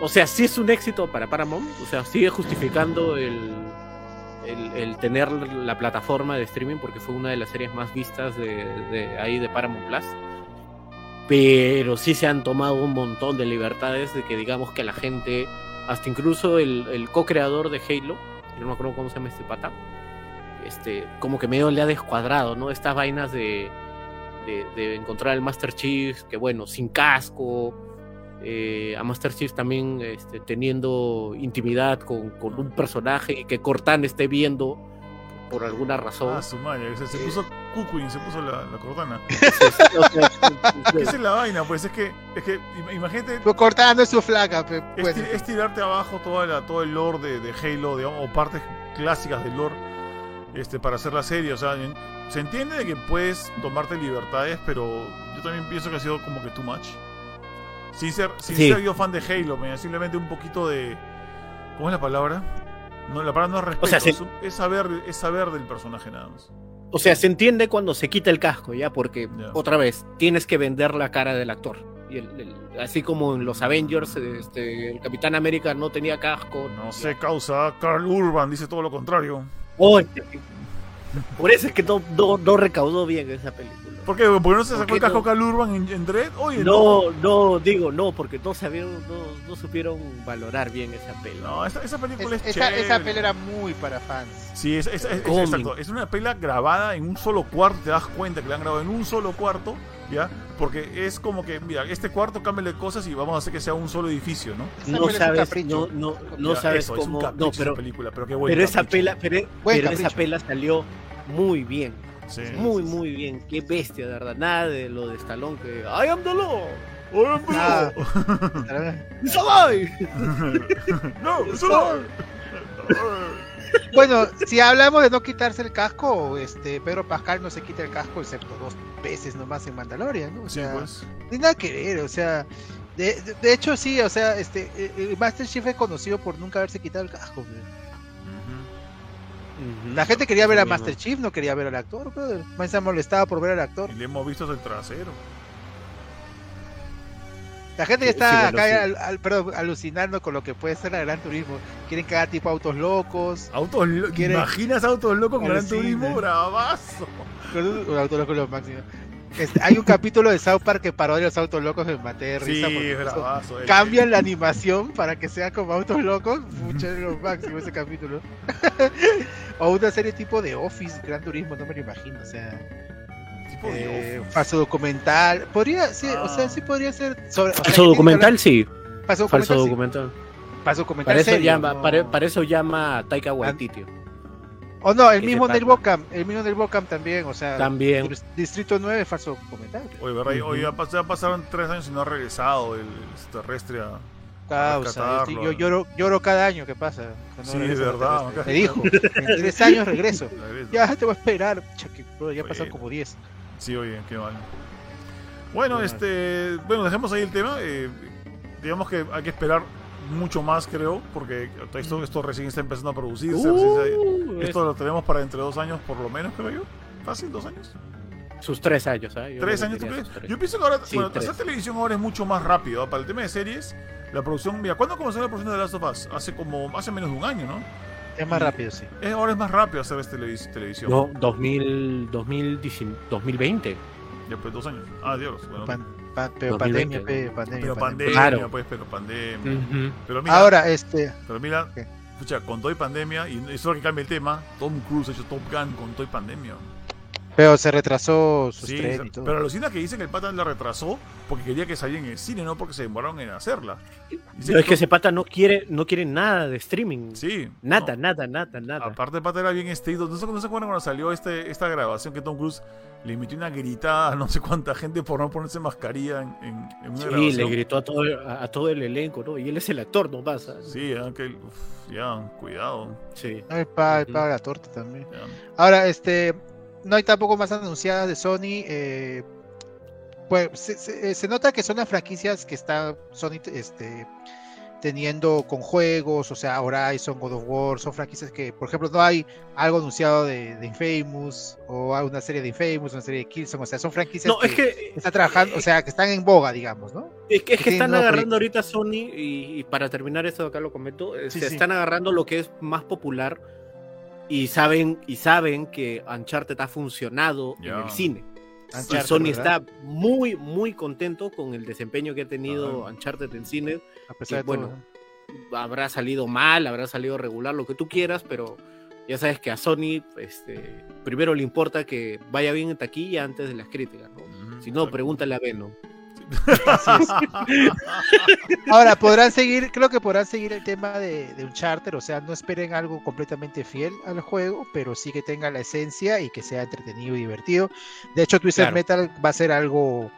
O sea, sí es un éxito para Paramount. O sea, sigue justificando el, el, el tener la plataforma de streaming porque fue una de las series más vistas de, de ahí de Paramount Plus. Pero sí se han tomado un montón de libertades de que digamos que la gente, hasta incluso el, el co-creador de Halo, yo no me acuerdo cómo se llama este pata, este, como que medio le ha descuadrado, ¿no? Estas vainas de, de, de encontrar al Master Chief, que bueno, sin casco, eh, a Master Chief también este, teniendo intimidad con, con un personaje y que Cortán esté viendo por alguna razón.
Ah, su madre, se, se puso Cucuin, se puso la, la cordana.
Entonces, o sea,
Esa es la vaina, pues es que, es que im- imagínate
Pero cortada no es su flaca, pe-
es,
bueno.
tir- es tirarte abajo toda la, todo el lore de, de Halo, digamos, o partes clásicas del lore este, para hacer la serie. O sea, en- se entiende de que puedes tomarte libertades, pero yo también pienso que ha sido como que too much. Sin ser, sin
Sí.
ser yo fan de Halo, me- simplemente un poquito de. ¿Cómo es la palabra? No, la palabra no es respeto,
O sea, sí.
es, un- es saber, es saber del personaje nada más.
O sea, se entiende cuando se quita el casco, ya, porque
Ya.
otra vez tienes que vender la cara del actor. Y el- el- así como en los Avengers, este, el Capitán América no tenía casco.
No se causa. Carl Urban dice todo lo contrario.
Oh, este- por eso es que no, no- no recaudó bien esa película.
¿Por qué? ¿Porque no se sacó
qué
el casco
no?
Carl Urban en, en Dread? Oye,
No, no, digo, no, porque no sabieron, no, no supieron valorar bien esa película.
No, esa, esa película es,
Es- esa,
chévere.
esa peli era muy para fans.
Sí, es, es- es- es-
Cómic.
exacto. Es una pela grabada en un solo cuarto. Te das cuenta que la han grabado en un solo cuarto, ¿ya? Porque es como que, mira, este cuarto cámbiale cosas y vamos a hacer que sea un solo edificio, ¿no?
Esa
No
peli es un
sabes,
capricho.
no, no,
Ya,
no sabes
eso,
cómo.
Es un
No,
capricho
pero,
esa película, pero qué buen
pero esa
capricho.
pela, pero,
Buen
pero esa
capricho.
pela salió muy bien.
Sí.
Muy, muy bien. Qué bestia, de verdad. Nada de lo de Stallone que. ¡I am the law!
¡Oye, pero!
Nada.
¡It's alive!
¡No, eso no!
Bueno, si hablamos de no quitarse el casco, este Pedro Pascal no se quita el casco excepto dos veces nomás en Mandalorian, ¿no? O
Sí,
sea,
pues.
no hay nada que ver, o sea, de, de- de hecho sí, o sea, este eh, el Master Chief es conocido por nunca haberse quitado el casco. pe.
Ujú.
La gente quería ver a
Mm, Sí, ¿no?
Master Chief, no quería ver al actor, brother. Más se molestaba por ver al actor.
Y le hemos visto el trasero.
La gente ya
Sí,
está
bueno,
acá
sí.
al- al- perdón, alucinando con lo que puede ser la Gran Turismo. Quieren cada tipo autos locos,
Autos lo-
¿Quieres?
¿Imaginas autos locos con Gran
Alucina.
Turismo? ¡Bravazo!
con un- un auto loco es lo máximo. Este, hay un capítulo de South Park que parodia a los autos locos que me maté de
Sí,
risa. porque
es bravazo. El-
cambian la animación para que sea como autos locos. Mucho es lo máximo ese capítulo. o una serie tipo de Office, Gran Turismo, no me lo imagino. O sea,
el tipo Oh, de
eh,
office.
falso documental. Podría, sí, o
Ah.
sea, sí podría ser. sobre- o
Falso
sea, que tiene que
documental, sí.
hablar- Falso
Falso
documental. sí.
documental.
Falso documental.
Para eso,
serio,
llama,
no.
para, para eso llama a Taika Waititi.
O no, el
que
mismo
se
del
paga.
Bocam. El mismo del Bocam también. O sea,
También.
Distrito 9, falso documental.
Oye, ¿verdad?
Ujú.
Oye, ya, pas- ya pasaron tres años y no ha regresado el extraterrestre a...
Causa, Ah, yo,
rescatarlo. eh.
yo lloro, lloro cada año que pasa. que no
Sí, es
regreso a la
verdad,
terrestre.
acá-
Me dijo, en tres años regreso.
regresa.
Ya te voy a esperar. Pucha, que, bro, ya pasaron
Bueno.
como 10.
Sí, oye, qué mal. Bueno,
Qué mal.
este, bueno, dejemos ahí el tema. eh, digamos que hay que esperar mucho más, creo, porque esto, esto recién está empezando a producirse. recién
Uh,
se- esto lo tenemos para entre dos años, por lo menos, creo yo. Fácil, dos años.
Sus tres años, ¿ah? Yo
¿Tres
creo que
años, tú
tenía
crees?
sus tres.
Yo pienso que ahora,
Sí,
bueno,
tres.
hacer televisión ahora es mucho más rápido. ¿ah? Para el tema de series, la producción, mira, ¿cuándo comenzó la producción de The Last of Us? Hace como, hace menos de un año, ¿no?
Es más rápido, sí.
Es- ahora es más rápido hacer este televis- televisión.
No, 2000, 2019, 2020.
Ya pues dos años. Ah, diablos. Bueno,
Pan- pan- pero
2020,
pandemia, pe, pandemia.
pero pandemia,
pandemia.
Claro.
pues, pero pandemia. Pero mira,
Ahora, este.
Pero mira,
¿Qué?
escucha, con todo y pandemia, y y solo que cambie el tema, Tom Cruise ha hecho Top Gun con todo y pandemia.
Pero se retrasó su
Sí,
estreno
se-
y todo.
pero alucina que dicen que el pata la retrasó porque quería que saliera en el cine, no porque se demoraron en hacerla. Dicen
Pero es que
to-
ese pata no quiere, no quiere nada de streaming.
Sí.
Nada,
no.
nada, nada, nada.
Aparte, el pata era bien estricto. No sé cómo se acuerdan cuando salió este, esta grabación que Tom Cruise le metió una gritada a no sé cuánta gente por no ponerse mascarilla en, en- en una
Sí,
grabación.
le gritó a todo, a, a todo el elenco, ¿no? Y él es el actor, no pasa.
Sí, ya, que- uf, ya, cuidado.
Sí.
No, él paga, él
Ujú.
paga la torta también.
ya.
Ahora, este, no hay tampoco más anunciadas de Sony. eh, pues se, se- se nota que son las franquicias que está Sony este, teniendo con juegos, o sea, Horizon, God of War, son franquicias que, por ejemplo, no hay algo anunciado de, de Infamous, o hay una serie de Infamous, una serie de Killzone, o sea, son franquicias
No, es que,
está trabajando, o sea, que están en boga, digamos, ¿no?
es que, es que
tiene
están
nuevo
agarrando ahorita Sony, y, y para terminar esto acá lo comento, eh,
Sí,
se
sí.
están agarrando lo que es más popular y saben, y saben que Uncharted ha funcionado en
Ya.
el cine. Y
Uncharted,
Sony
¿verdad?
está muy, muy contento con el desempeño que ha tenido
Ajá.
Uncharted en cine.
A pesar de
que, Eh, bueno,
todo, ¿no?
habrá salido mal, habrá salido regular, lo que tú quieras, pero ya sabes que a Sony este, primero le importa que vaya bien en taquilla antes de las críticas, ¿no?
Ujú,
Si no,
exacto.
pregúntale a Venom.
Ahora, podrán seguir, creo que podrán seguir el tema de, de un charter, o sea, no esperen algo completamente fiel al juego, pero sí que tenga la esencia y que sea entretenido y divertido. De hecho, Twisted
Claro.
Metal va a ser algo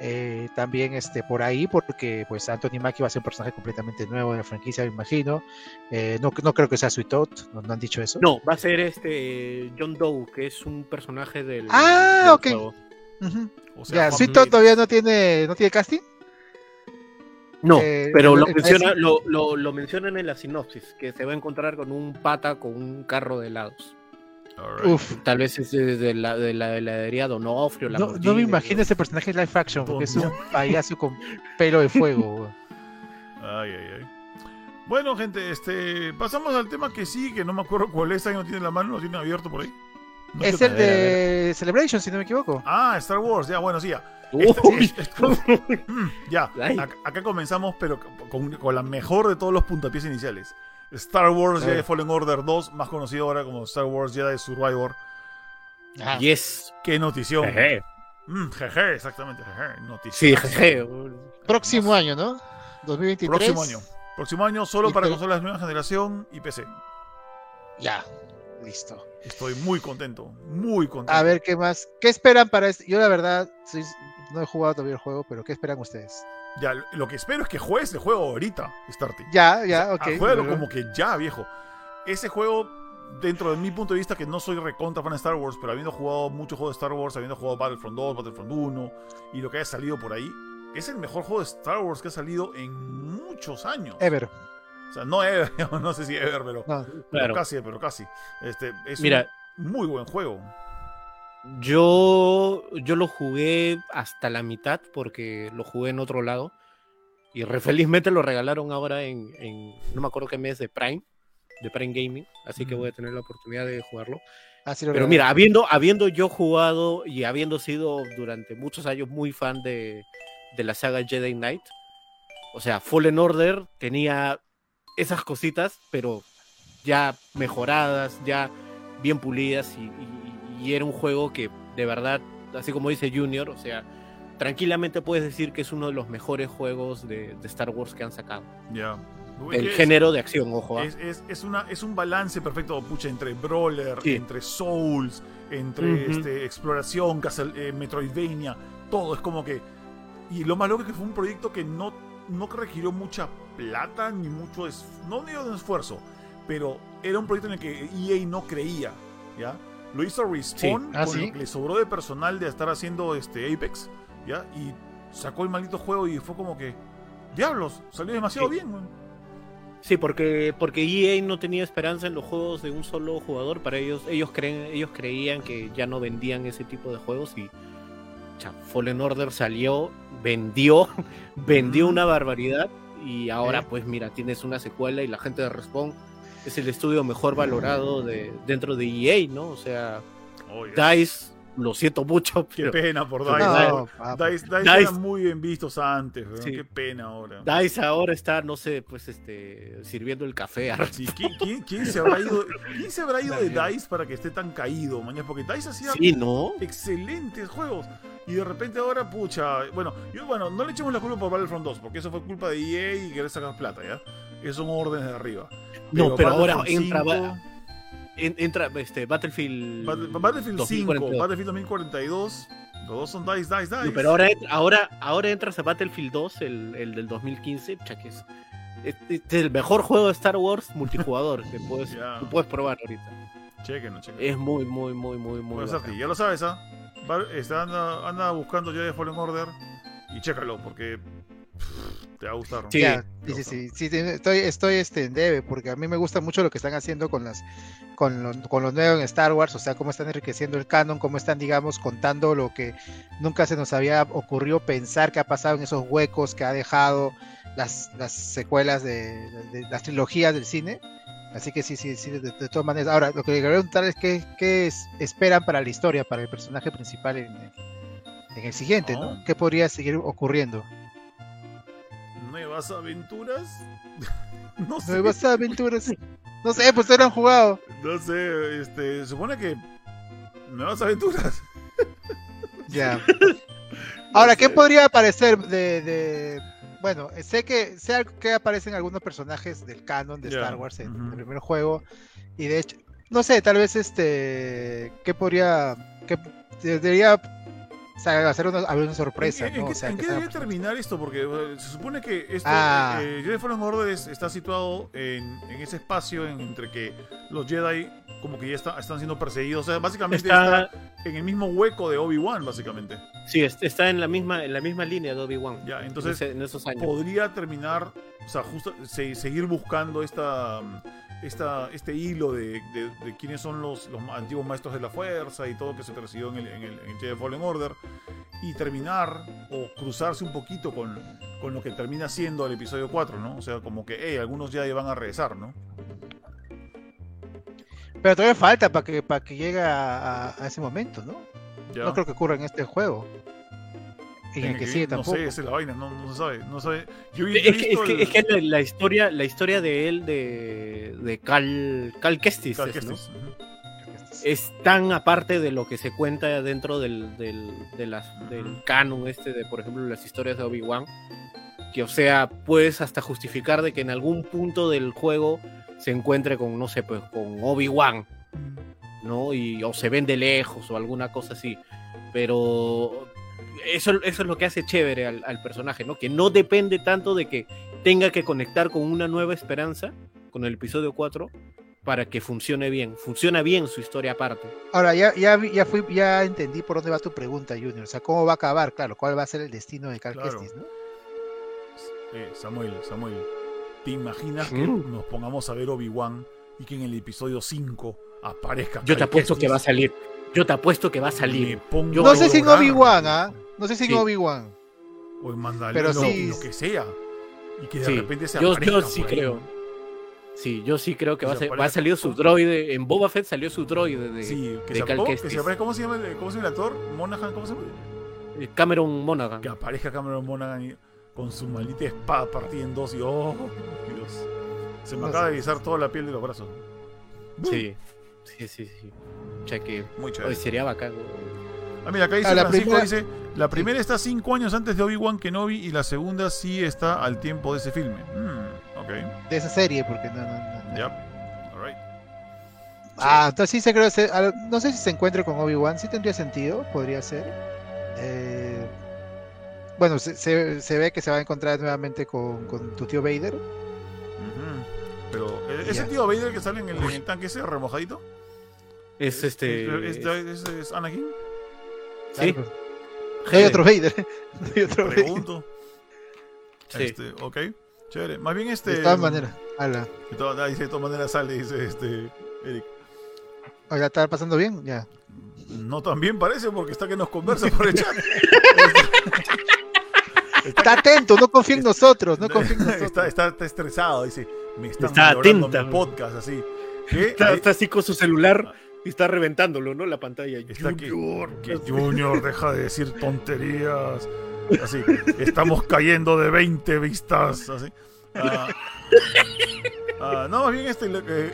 eh, también este, por ahí, porque pues Anthony Mackie va a ser un personaje completamente nuevo de la franquicia, me imagino. Eh, no, no creo que sea Sweet Todd, no, no han dicho eso.
No, va a ser este John Doe, que es un personaje del.
Ah,
del
ok.
juego.
Ujú.
O sea,
Ya,
Juan-
Sweet Todd todavía no tiene, no tiene casting.
No,
Eh,
pero
el-
lo,
el-
menciona, lo, lo- lo mencionan en la sinopsis, que se va a encontrar con un pata con un carro de helados.
Alright.
Uf.
Tal vez es de, de la, de la heladería Donofrio.
No, no me imagino ese personaje en live action, porque es un payaso con pelo de fuego. weón.
Ay, ay, ay. Bueno, gente, este, pasamos al tema que sí, que no me acuerdo cuál es, ahí no tiene la mano, lo tiene abierto por ahí. No
Es
sé-
el de Celebration, si no me equivoco.
Ah, Star Wars, ya, bueno, sí, ya. Mm, ya,
Ay.
Ac- acá comenzamos, pero con, con la mejor de todos los puntapiés iniciales. Star Wars
A
Jedi
ver.
Fallen Order 2, más conocido ahora como Star Wars Jedi Survivor.
Yes.
¡Qué notición!
Jeje.
Mm, jeje, exactamente, jeje, notición.
Sí, jeje.
Próximo año, ¿no? 2023.
Próximo año. Próximo año solo
Y
para
te-
consolas de nueva generación y PC.
Ya, listo.
Estoy muy contento, muy contento.
A ver qué más. ¿Qué esperan para este? Yo la verdad soy- no he jugado todavía el juego, pero ¿qué esperan ustedes?
Ya, lo- lo que espero es que juegues el juego ahorita, Starty.
Ya, ya, ok.
Ah, juégalo como que ya, viejo. Ese juego, dentro de mi punto de vista, que no soy recontra fan de Star Wars, pero habiendo jugado muchos juegos de Star Wars, habiendo jugado Battlefront 2, Battlefront 1 y lo que haya salido por ahí, es el mejor juego de Star Wars que ha salido en muchos años.
Ever.
O sea, no ever, no sé si ever, pero,
No.
pero
Claro.
casi, pero casi. Este, es
Mira,
un muy buen juego.
Yo, yo lo jugué hasta la mitad porque lo jugué en otro lado. Y re felizmente lo regalaron ahora en, en- no me acuerdo qué mes, de Prime, de Prime Gaming. Así que
Ujú.
voy a tener la oportunidad de jugarlo.
Así lo
Pero
veo.
mira, habiendo, habiendo yo jugado y habiendo sido durante muchos años muy fan de, de la saga Jedi Knight, o sea, Fallen Order tenía esas cositas, pero ya mejoradas, ya bien pulidas y, y- y era un juego que de verdad, así como dice Junior, o sea, tranquilamente puedes decir que es uno de los mejores juegos de, de Star Wars que han sacado.
Ya.
El
Es-
género de acción, ojo. ¿ah?
Es, es- es una, es un balance perfecto, pucha, entre Brawler,
Sí.
entre Souls, entre
Ujú.
este, exploración, Castle- eh, Metroidvania, todo. Es como que. Y lo más loco es que fue un proyecto que no, no requirió mucha plata ni mucho. es- no digo de esfuerzo, pero era un proyecto en el que EA no creía, ¿ya? Lo hizo Respawn
Ah,
con
¿sí?
lo que le sobró de personal de estar haciendo este Apex, ¿ya? Y sacó el maldito juego y fue como que. Diablos, salió demasiado
Sí.
bien, weón".
Sí, porque, porque EA no tenía esperanza en los juegos de un solo jugador. Para ellos, ellos creen, ellos creían que ya no vendían ese tipo de juegos y cha, Fallen Order salió, vendió, vendió
Ujú.
una barbaridad. Y ahora,
Sí.
pues mira, tienes una secuela y la gente de Respawn es el estudio mejor valorado de, dentro de EA, E ¿no? O sea,
Oh, yes.
DICE lo siento mucho.
Qué
Pero
pena por
pero
Dice.
No,
¿no?
papá.
Dice, Dice
Dice-
eran muy bien vistos antes, weón.
Sí.
Qué pena ahora.
Dice ahora está, no sé, pues este, sirviendo el café. arre.
Sí, ¿quién, quién- quién se habrá ido, quién se habrá ido de Dice para que esté tan caído, mañana? Porque Dice hacía
Sí, ¿no?
excelentes juegos. Y de repente ahora, pucha. Bueno, yo, bueno, no le echemos la culpa por Battlefront 2, porque eso fue culpa de EA y querer sacar plata, ¿ya? Esos son órdenes de arriba.
No, pero ahora
Battlefront
entra,
5,
ba- en- entra este, Battlefield.
Battle- Battlefield 5,
2042.
Battlefield 2042, los dos son Dice, Dice, Dice.
No, pero ahora, entra- ahora, ahora entras a Battlefield 2, el, el del 2015, pucha, que es, es- es el mejor juego de Star Wars multijugador que puedes,
Ya.
que puedes probar ahorita.
Chequenlo, chequenlo.
Es muy, muy, muy, muy, muy.
Bueno,
bacán.
Santi, ya lo sabes, ¿ah? Va- está- anda, anda buscando Jedi Fallen Order y chécalo, porque pff, te va a gustar.
Sí.
Ya, sí, sí, sí, sí, sí, estoy, estoy este, en debe, porque a mí me gusta mucho lo que están haciendo con las con los, con los nuevos en Star Wars, o sea, cómo están enriqueciendo el canon, cómo están, digamos, contando lo que nunca se nos había ocurrido pensar que ha pasado en esos huecos que ha dejado las, las secuelas de, de- las trilogías del cine. Así que sí, sí, sí, de, de todas maneras. Ahora, lo que le quería preguntar es qué, qué es- esperan para la historia, para el personaje principal en, en el siguiente,
Ah.
¿no? ¿Qué podría seguir ocurriendo?
¿Nuevas aventuras? no sé.
Nuevas aventuras. No sé, pues no lo han jugado.
No sé, este, supone que. Nuevas aventuras.
Ya. Ahora, ¿qué podría aparecer de, de- Bueno, sé que sé que aparecen algunos personajes del canon de
Ya,
Star Wars en
ujú.
el primer juego. Y de hecho, no sé, tal vez este. ¿Qué podría. qué debería o sea, hacer una, haber una sorpresa?
¿En, qué- en
¿no?
qué,
O sea,
en
que
qué
sea-
debería terminar esto? Porque eh, se supone que esto,
Ah.
eh, Jedi Fallen Order es- está situado en, en ese espacio en- entre que los Jedi como que ya está- están siendo perseguidos. O sea, básicamente está,
Está,
en el mismo hueco de Obi-Wan, básicamente.
sí, es- está en la misma, en la misma línea de Obi-Wan.
Ya,
Entonces,
entonces,
en esos años.
podría terminar, o sea, justo se- seguir buscando esta, esta, este hilo de, de- de quiénes son los, los antiguos maestros de la fuerza y todo que se recibió en el, en el, en el Jedi Fallen Order y terminar o cruzarse un poquito con, con lo que termina siendo el episodio 4, ¿no? O sea, como que, hey, algunos Jedi van a regresar, ¿no?
Pero todavía falta para que, para que llegue a, a- a ese momento, ¿no?
Ya.
No creo que ocurra en este juego. Y en, el que sigue
no
tampoco.
sé, esa es la vaina, no, no se sabe, no se sabe. Yo he
Es que, es
visto
que-
el-
es que la, la historia, la historia de él, de, de Cal, Cal Kestis,
Cal
es, ¿no?
Kestis, ujú.
Este,
es tan aparte de lo que se cuenta dentro del, del, de las- del canon este de, por ejemplo, las historias de Obi-Wan, que, o sea, puedes hasta justificar de que en algún punto del juego se encuentre con, no sé, pues con Obi-Wan,
Eh,
¿no? Y, o se ven de lejos o alguna cosa así. Pero eso, eso es lo que hace chévere al, al personaje, ¿no? Que no depende tanto de que tenga que conectar con una nueva esperanza, con el episodio 4, para que funcione bien. Funciona bien su historia aparte.
Ahora, ya, ya, vi- ya, fui, ya entendí por dónde va tu pregunta, Junior. O sea, ¿cómo va a acabar? Claro, ¿cuál va a ser el destino de Cal
Claro.
Kestis, ¿no?
Eh, Samuel, Samuel, ¿te imaginas que
Mm.
nos pongamos a ver Obi-Wan y que en el episodio 5 aparezca?
Yo te
Cal
apuesto que
Kestis?
va a salir. Yo te apuesto que va a
Me
salir.
pongo
Yo
a
No sé si en
llorar,
Obi-Wan, ¿ah? No sé si en
Sí.
Obi-Wan.
O en Mandalorian,
Pero
lo,
sí-
lo que sea. Y que de
Sí,
repente se
yo-
aparezca
yo sí
por ahí.
creo. Sí, yo sí creo que va a,
Que se
ser- va a
aparezca.
salir su droide. En Boba Fett salió su droide de
Sí, que,
de
se,
Cal
¿cómo, que
Kestis.
se aparezca- ¿Cómo se llama el, cómo se llama el actor? Monaghan, ¿cómo se llama?
de Cameron Monaghan.
Que aparezca Cameron Monaghan y- con su maldita espada partida en dos y oh, Dios. Se me
No
acaba
sé.
de erizar toda la piel de los brazos.
Sí, sí, sí. sí. O sea que
Muy chévere.
hoy sería bacán. ¿no?
Ah, mira, acá dice
Ah, la
Francisco,
primera-
dice, la primera está cinco años antes de Obi-Wan Kenobi y la segunda sí está al tiempo de ese filme. Mm, ok,
De esa serie, porque no, no, no, no.
ya. Alright.
Ah, entonces sí se creo. se- al- no sé si se encuentra con Obi-Wan. Sí tendría sentido, podría ser. Eh, bueno, se, se- se ve que se va a encontrar nuevamente con, con tu tío Vader.
Ujú. Pero, ¿eh,
Ya.
¿ese tío Vader que sale en el, en el tanque ese remojadito?
Es este.
¿Es, es- es Anakin?
Sí,
Claro, No hay otro Vader. No hay otro Vader.
Pregunto.
Sí.
Este, ok, chévere. Más bien este...
De todas maneras. Ala.
de todas- ah, dice, de todas maneras sale, dice este... Eric.
Oiga, ¿está pasando bien? Ya.
No tan bien parece porque está que nos conversa por el chat.
Está atento, no confía en nosotros, no confía en nosotros.
está, está, está estresado, dice. Me están
Está
valorando
atenta.
mi podcast así. eh, ¿Qué?
Está,
Ahí-
está así con su celular y está reventándolo, ¿no? La pantalla. Este,
Está aquí. Que Junior deja de decir tonterías. Así, estamos cayendo de 20 vistas. Así. Ah, ah, no, más bien, este, eh, eh,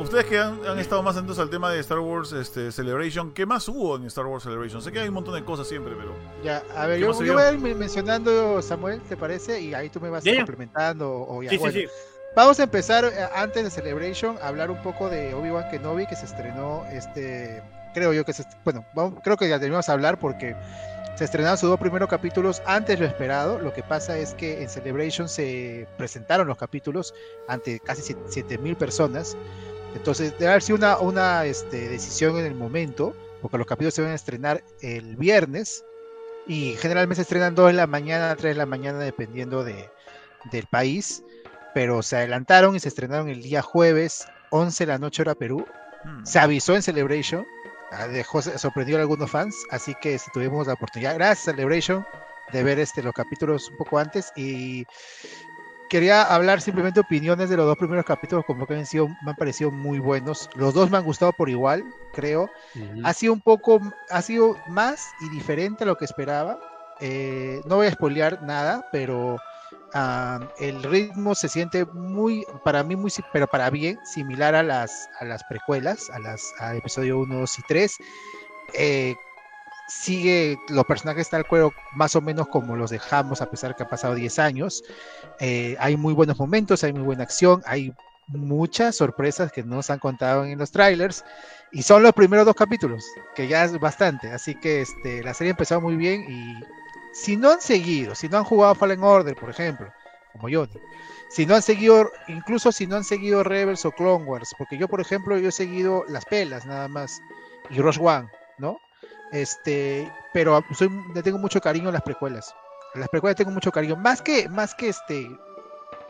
ustedes que han, han estado más atentos al tema de Star Wars este, Celebration, ¿qué más hubo en Star Wars Celebration? Sé que hay un montón de cosas siempre, pero.
Ya, a ver,
¿Qué
yo,
más
yo
se vio?
voy a ir men- mencionando, Samuel, ¿te parece? Y ahí tú me vas
Ya, ya.
complementando. O, o ya,
Sí,
bueno.
sí, sí.
Vamos a empezar eh, antes de Celebration a hablar un poco de Obi-Wan Kenobi que se estrenó este, creo yo que se, est- bueno, vamos- creo que ya debimos hablar porque se estrenaron sus dos primeros capítulos antes de lo esperado. Lo que pasa es que en Celebration se presentaron los capítulos ante casi siete- 7000 personas. Entonces, debe haber sido una, una este, decisión en el momento, porque los capítulos se van a estrenar el viernes y generalmente se estrenan 2 de la mañana, 3 de la mañana, dependiendo de, del país pero se adelantaron y se estrenaron el día jueves, 11 de la noche hora Perú.
Hmm.
Se avisó en Celebration, ah, dejó, sorprendió a algunos fans, así que este, tuvimos la oportunidad, gracias a Celebration, de ver este, los capítulos un poco antes y quería hablar simplemente opiniones de los dos primeros capítulos, como que han sido, me han parecido muy buenos. Los dos me han gustado por igual, creo ha sido un poco, ha sido más y diferente a lo que esperaba. Eh, no voy a spoilear nada, pero ah, el ritmo se siente muy, para mí muy, si- pero para bien, similar a las, a las precuelas, a las a episodio 1, 2 y 3. Eh, sigue los personajes tal cual más o menos como los dejamos a pesar que han pasado 10 años. Eh, hay muy buenos momentos, hay muy buena acción, hay muchas sorpresas que no nos han contado en los trailers y son los primeros dos capítulos, que ya es bastante, así que este, la serie empezó muy bien y si no han seguido, si no han jugado Fallen Order, por ejemplo, como yo, si no han seguido, incluso si no han seguido Rebels o Clone Wars, porque yo, por ejemplo, yo he seguido Las Pelas nada más y Rush One, ¿no? Este, pero soy, le tengo mucho cariño a las precuelas. A las precuelas tengo mucho cariño, más que, más que este,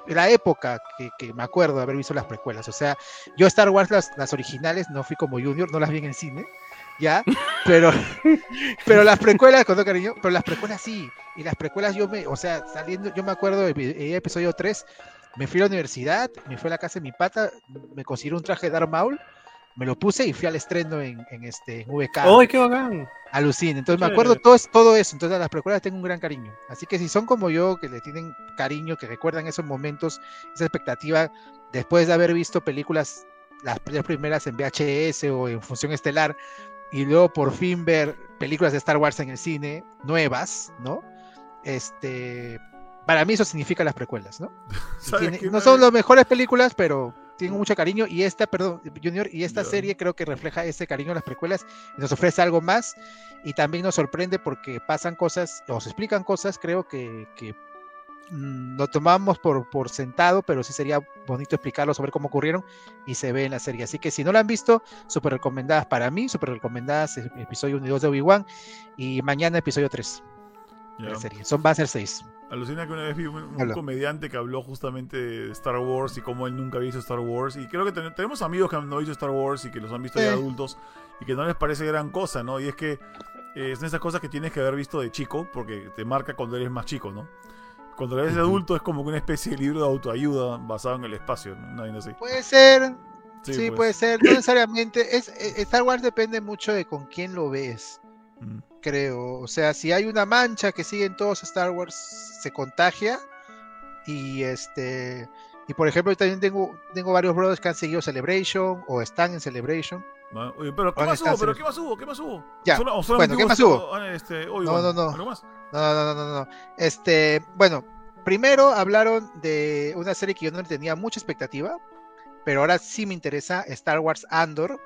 la época que, que me acuerdo de haber visto las precuelas. O sea, yo Star Wars, las, las originales, no fui como Junior, no las vi en el cine, ya, pero, pero las precuelas, con todo cariño, pero las precuelas sí. Y las precuelas yo me, o sea, saliendo, yo me acuerdo de epi- eh, episodio 3, me fui a la universidad, me fui a la casa de mi pata, me conseguí un traje de Darth Maul, me lo puse y fui al estreno en, en este, en VK.
¡Ay, qué bacán!
Alucina. Entonces me
Chévere.
acuerdo todo, es- todo eso. Entonces a las precuelas tengo un gran cariño. Así que si son como yo, que le tienen cariño, que recuerdan esos momentos, esa expectativa, después de haber visto películas, las tres primeras en VHS o en función estelar, y luego por fin ver películas de Star Wars en el cine, nuevas, ¿no? Este, para mí eso significa las precuelas, ¿no?
¿Sabes
Tiene-
qué?
no son las mejores películas, pero tengo mucho cariño. Y esta, perdón, Junior, y esta
Ya.
serie creo que refleja ese cariño a las precuelas y nos ofrece algo más. Y también nos sorprende porque pasan cosas, nos explican cosas, creo que, que mm, lo tomamos por, por sentado, pero sí sería bonito explicarlo, saber cómo ocurrieron y se ve en la serie. Así que si no la han visto, súper recomendadas para mí, súper recomendadas eh, episodio 1 y 2 de Obi-Wan y mañana episodio 3 de
Ya.
la serie. Son, va a ser 6.
Alucina que una vez vi un, un
Habla.
comediante que habló justamente de Star Wars y cómo él nunca había visto Star Wars. Y creo que ten- tenemos amigos que han no visto Star Wars y que los han visto
Sí.
ya adultos y que no les parece gran cosa, ¿no? Y es que eh, son esas cosas que tienes que haber visto de chico porque te marca cuando eres más chico, ¿no? Cuando eres adulto es como una especie de libro de autoayuda basado en el espacio, ¿no? Una vaina así.
Puede ser, Pues, Sí,
pues.
puede ser, no necesariamente. Es, eh, Star Wars depende mucho de con quién lo ves,
Mm.
creo. O sea, si hay una mancha que sigue en todos Star Wars, se contagia. Y este. Y por ejemplo, yo también tengo, tengo varios brothers que han seguido Celebration o están en Celebration.
Ma- Oye, pero ¿qué
Van a
más hubo?
estar
¿Pero
cerca.
qué más hubo? ¿Qué más hubo?
Ya,
Solo- o
bueno,
solamente
¿qué más
esto-
hubo?
ah, este, hoy,
No,
bueno,
no, no.
¿algo más?
No, no, no, no, no. Este, bueno, primero hablaron de una serie que yo no le tenía mucha expectativa, pero ahora sí me interesa Star Wars Andor.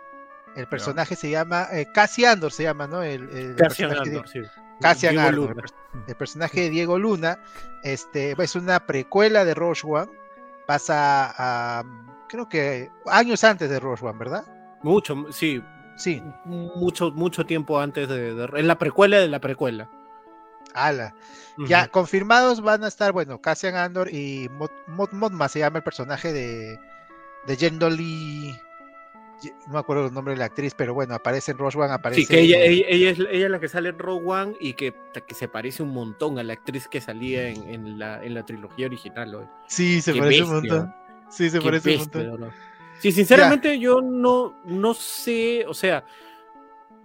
El personaje se llama eh, Cassie Andor, se llama, ¿no? El, el
Cassian
personaje de-
Andor, sí.
Cassian
Diego
Andor,
Luna.
el pers- el personaje de Diego Luna, este, es una precuela de Rogue One, pasa a, creo que años antes de Rogue One, ¿verdad?
Mucho, sí.
Sí,
Mucho, mucho tiempo antes de, de- En la precuela de la precuela.
ala. Ya confirmados van a estar, bueno, Cassian Andor y Mod, Mod Modma se llama el personaje de, de Jendoli. Ye- No me acuerdo el nombre de la actriz, pero bueno, aparece en Rogue One, aparece.
Sí, que ella,
en-
ella, ella es, ella es la que sale en Rogue One y que, que se parece un montón a la actriz que salía en, en la, en la trilogía original. ¿no?
sí, se
qué
parece un
bestia.
montón. Sí, se
Qué
parece un
bestia,
montón.
¿no? Sí, sinceramente yo no, no sé, o sea,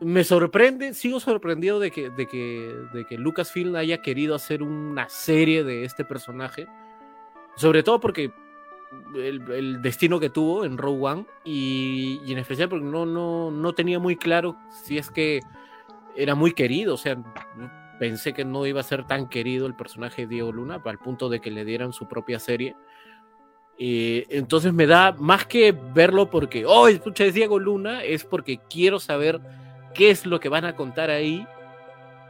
me sorprende, sigo sorprendido de que, de que, de que Lucasfilm haya querido hacer una serie de este personaje, sobre todo porque el, el destino que tuvo en Rogue One y, y en especial porque no, no, no tenía muy claro si es que era muy querido, o sea, pensé que no iba a ser tan querido el personaje de Diego Luna, al punto de que le dieran su propia serie. Eh, entonces me da más que verlo porque, oh, escucha, es Diego Luna, es porque quiero saber qué es lo que van a contar ahí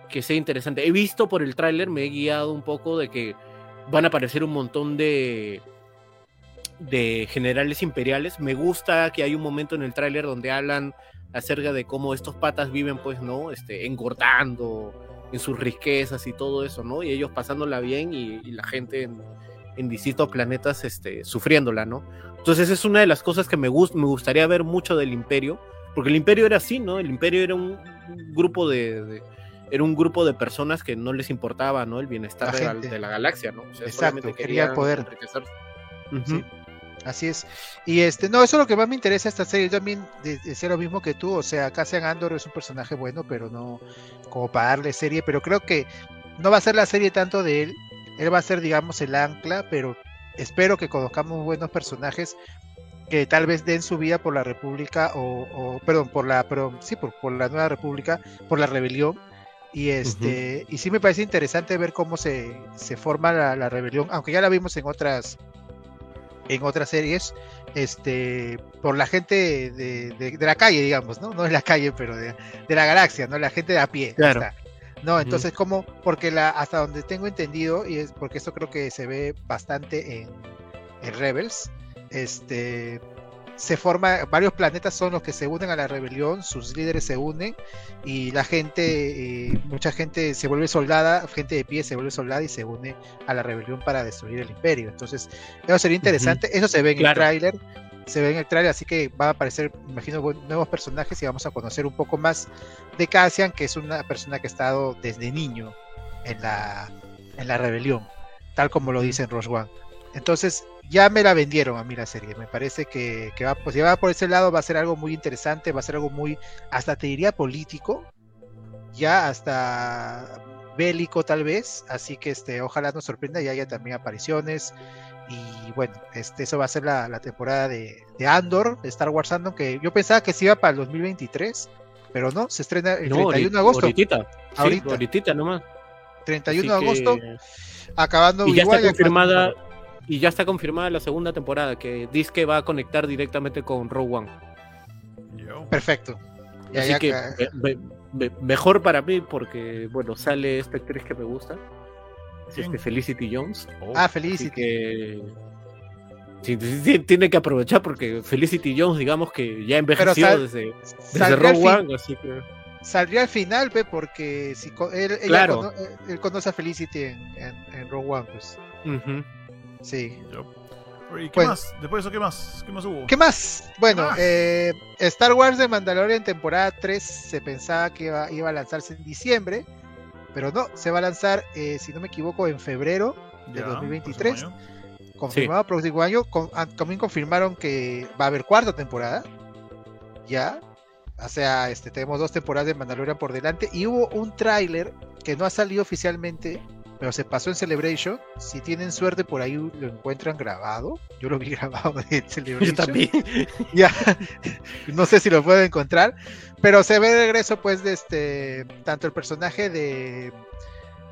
que sea interesante. He visto por el tráiler, me he guiado un poco de que van a aparecer un montón de de generales imperiales. Me gusta que hay un momento en el tráiler donde hablan acerca de cómo estos patas viven, pues, ¿no? Este, engordando en sus riquezas y todo eso, ¿no? Y ellos pasándola bien y, y la gente en, en distintos planetas este, sufriéndola, ¿no? Entonces es una de las cosas que me, gust me gustaría ver mucho del imperio, porque el imperio era así, ¿no? El imperio era un grupo de, de era un grupo de personas que no les importaba, ¿no? El bienestar
La
de, la,
gente.
de la galaxia, ¿no? O sea,
Exacto,
solamente
quería el
querían
poder.
enriquecerse. Ujú.
Sí. Así es. Y este, no, eso es lo que más me interesa de esta serie. Yo también de- de sé lo mismo que tú. O sea, Cassian Andor es un personaje bueno, pero no como para darle serie. Pero creo que no va a ser la serie tanto de él. Él va a ser, digamos, el ancla, pero espero que conozcamos buenos personajes que tal vez den su vida por la República o, o- perdón, por la, perdón, sí, por, por la Nueva República, por la rebelión. Y este, y sí me parece interesante ver cómo se, se forma la, la rebelión, aunque ya la vimos en otras, en otras series, este, por la gente de, de- de la calle, digamos, ¿no? No de la calle, pero de, de la galaxia, ¿no? La gente de a pie. ahí
Claro.
está. No, entonces como, porque la, hasta donde tengo entendido, y es porque esto creo que se ve bastante en, en Rebels, este se forma, varios planetas son los que se unen a la rebelión, sus líderes se unen y la gente, eh, mucha gente se vuelve soldada, gente de pie se vuelve soldada y se une a la rebelión para destruir el imperio. Entonces, eso sería interesante, Este, eso se ve en
Claro.
el tráiler, se ve en el tráiler, así que van a aparecer, me imagino, buen- nuevos personajes y vamos a conocer un poco más de Cassian, que es una persona que ha estado desde niño en la, en la rebelión, tal como lo dice en Rogue One. Entonces, ya me la vendieron a mí la serie. Me parece que, que va, pues, si va por ese lado, va a ser algo muy interesante, va a ser algo muy, hasta te diría político, ya hasta bélico tal vez. Así que este, ojalá nos sorprenda y haya también apariciones. Y bueno, este, eso va a ser la, la temporada de, de Andor, de Star Wars Andor, que yo pensaba que se iba para el 2023, pero no, se estrena el
No,
31 de
ahorit-
agosto.
Ahorita, Sí,
Ahorita.
ahorita nomás.
31 de
Así que-
agosto, acabando
y ya
igual,
está
acabando-
confirmada y ya está confirmada la segunda temporada que Disque va a conectar directamente con Rogue One.
Yo.
Perfecto. Ya,
Así
ya
que
ca-
me- me- me- mejor para mí porque bueno sale esta actriz que me gusta, es
¿Quién?
este Felicity Jones.
Oh,
Ah,
Así
Felicity.
que sí, sí, sí, tiene que aprovechar porque Felicity Jones digamos que ya envejeció
sal-
desde, desde
Saldría,
Rogue
al fin-
One, así que
saldría al final, pe, porque si co- él, ella
Claro.
cono- él- él conoce a Felicity en, en, en Rogue One, pues.
ujú.
Sí.
¿Y qué
Pues-
más? Después de eso, ¿qué más? ¿Qué más hubo?
¿Qué más? Bueno,
más?
eh, Star Wars de Mandalorian temporada 3 se pensaba que iba, iba a lanzarse en diciembre, pero no, se va a lanzar, eh, si no me equivoco, en febrero de
Ya,
2023.
próximo año.
confirmado próximo año. con- ah, también confirmaron que va a haber cuarta temporada. Ya. O sea, este, tenemos dos temporadas de Mandalorian por delante. Y hubo un tráiler que no ha salido oficialmente, pero se pasó en Celebration. Si tienen suerte, por ahí lo encuentran grabado. Yo lo vi grabado en Celebration.
yo también
Ya. no sé si lo puedo encontrar. Pero se ve el regreso, pues, de este. Tanto el personaje de.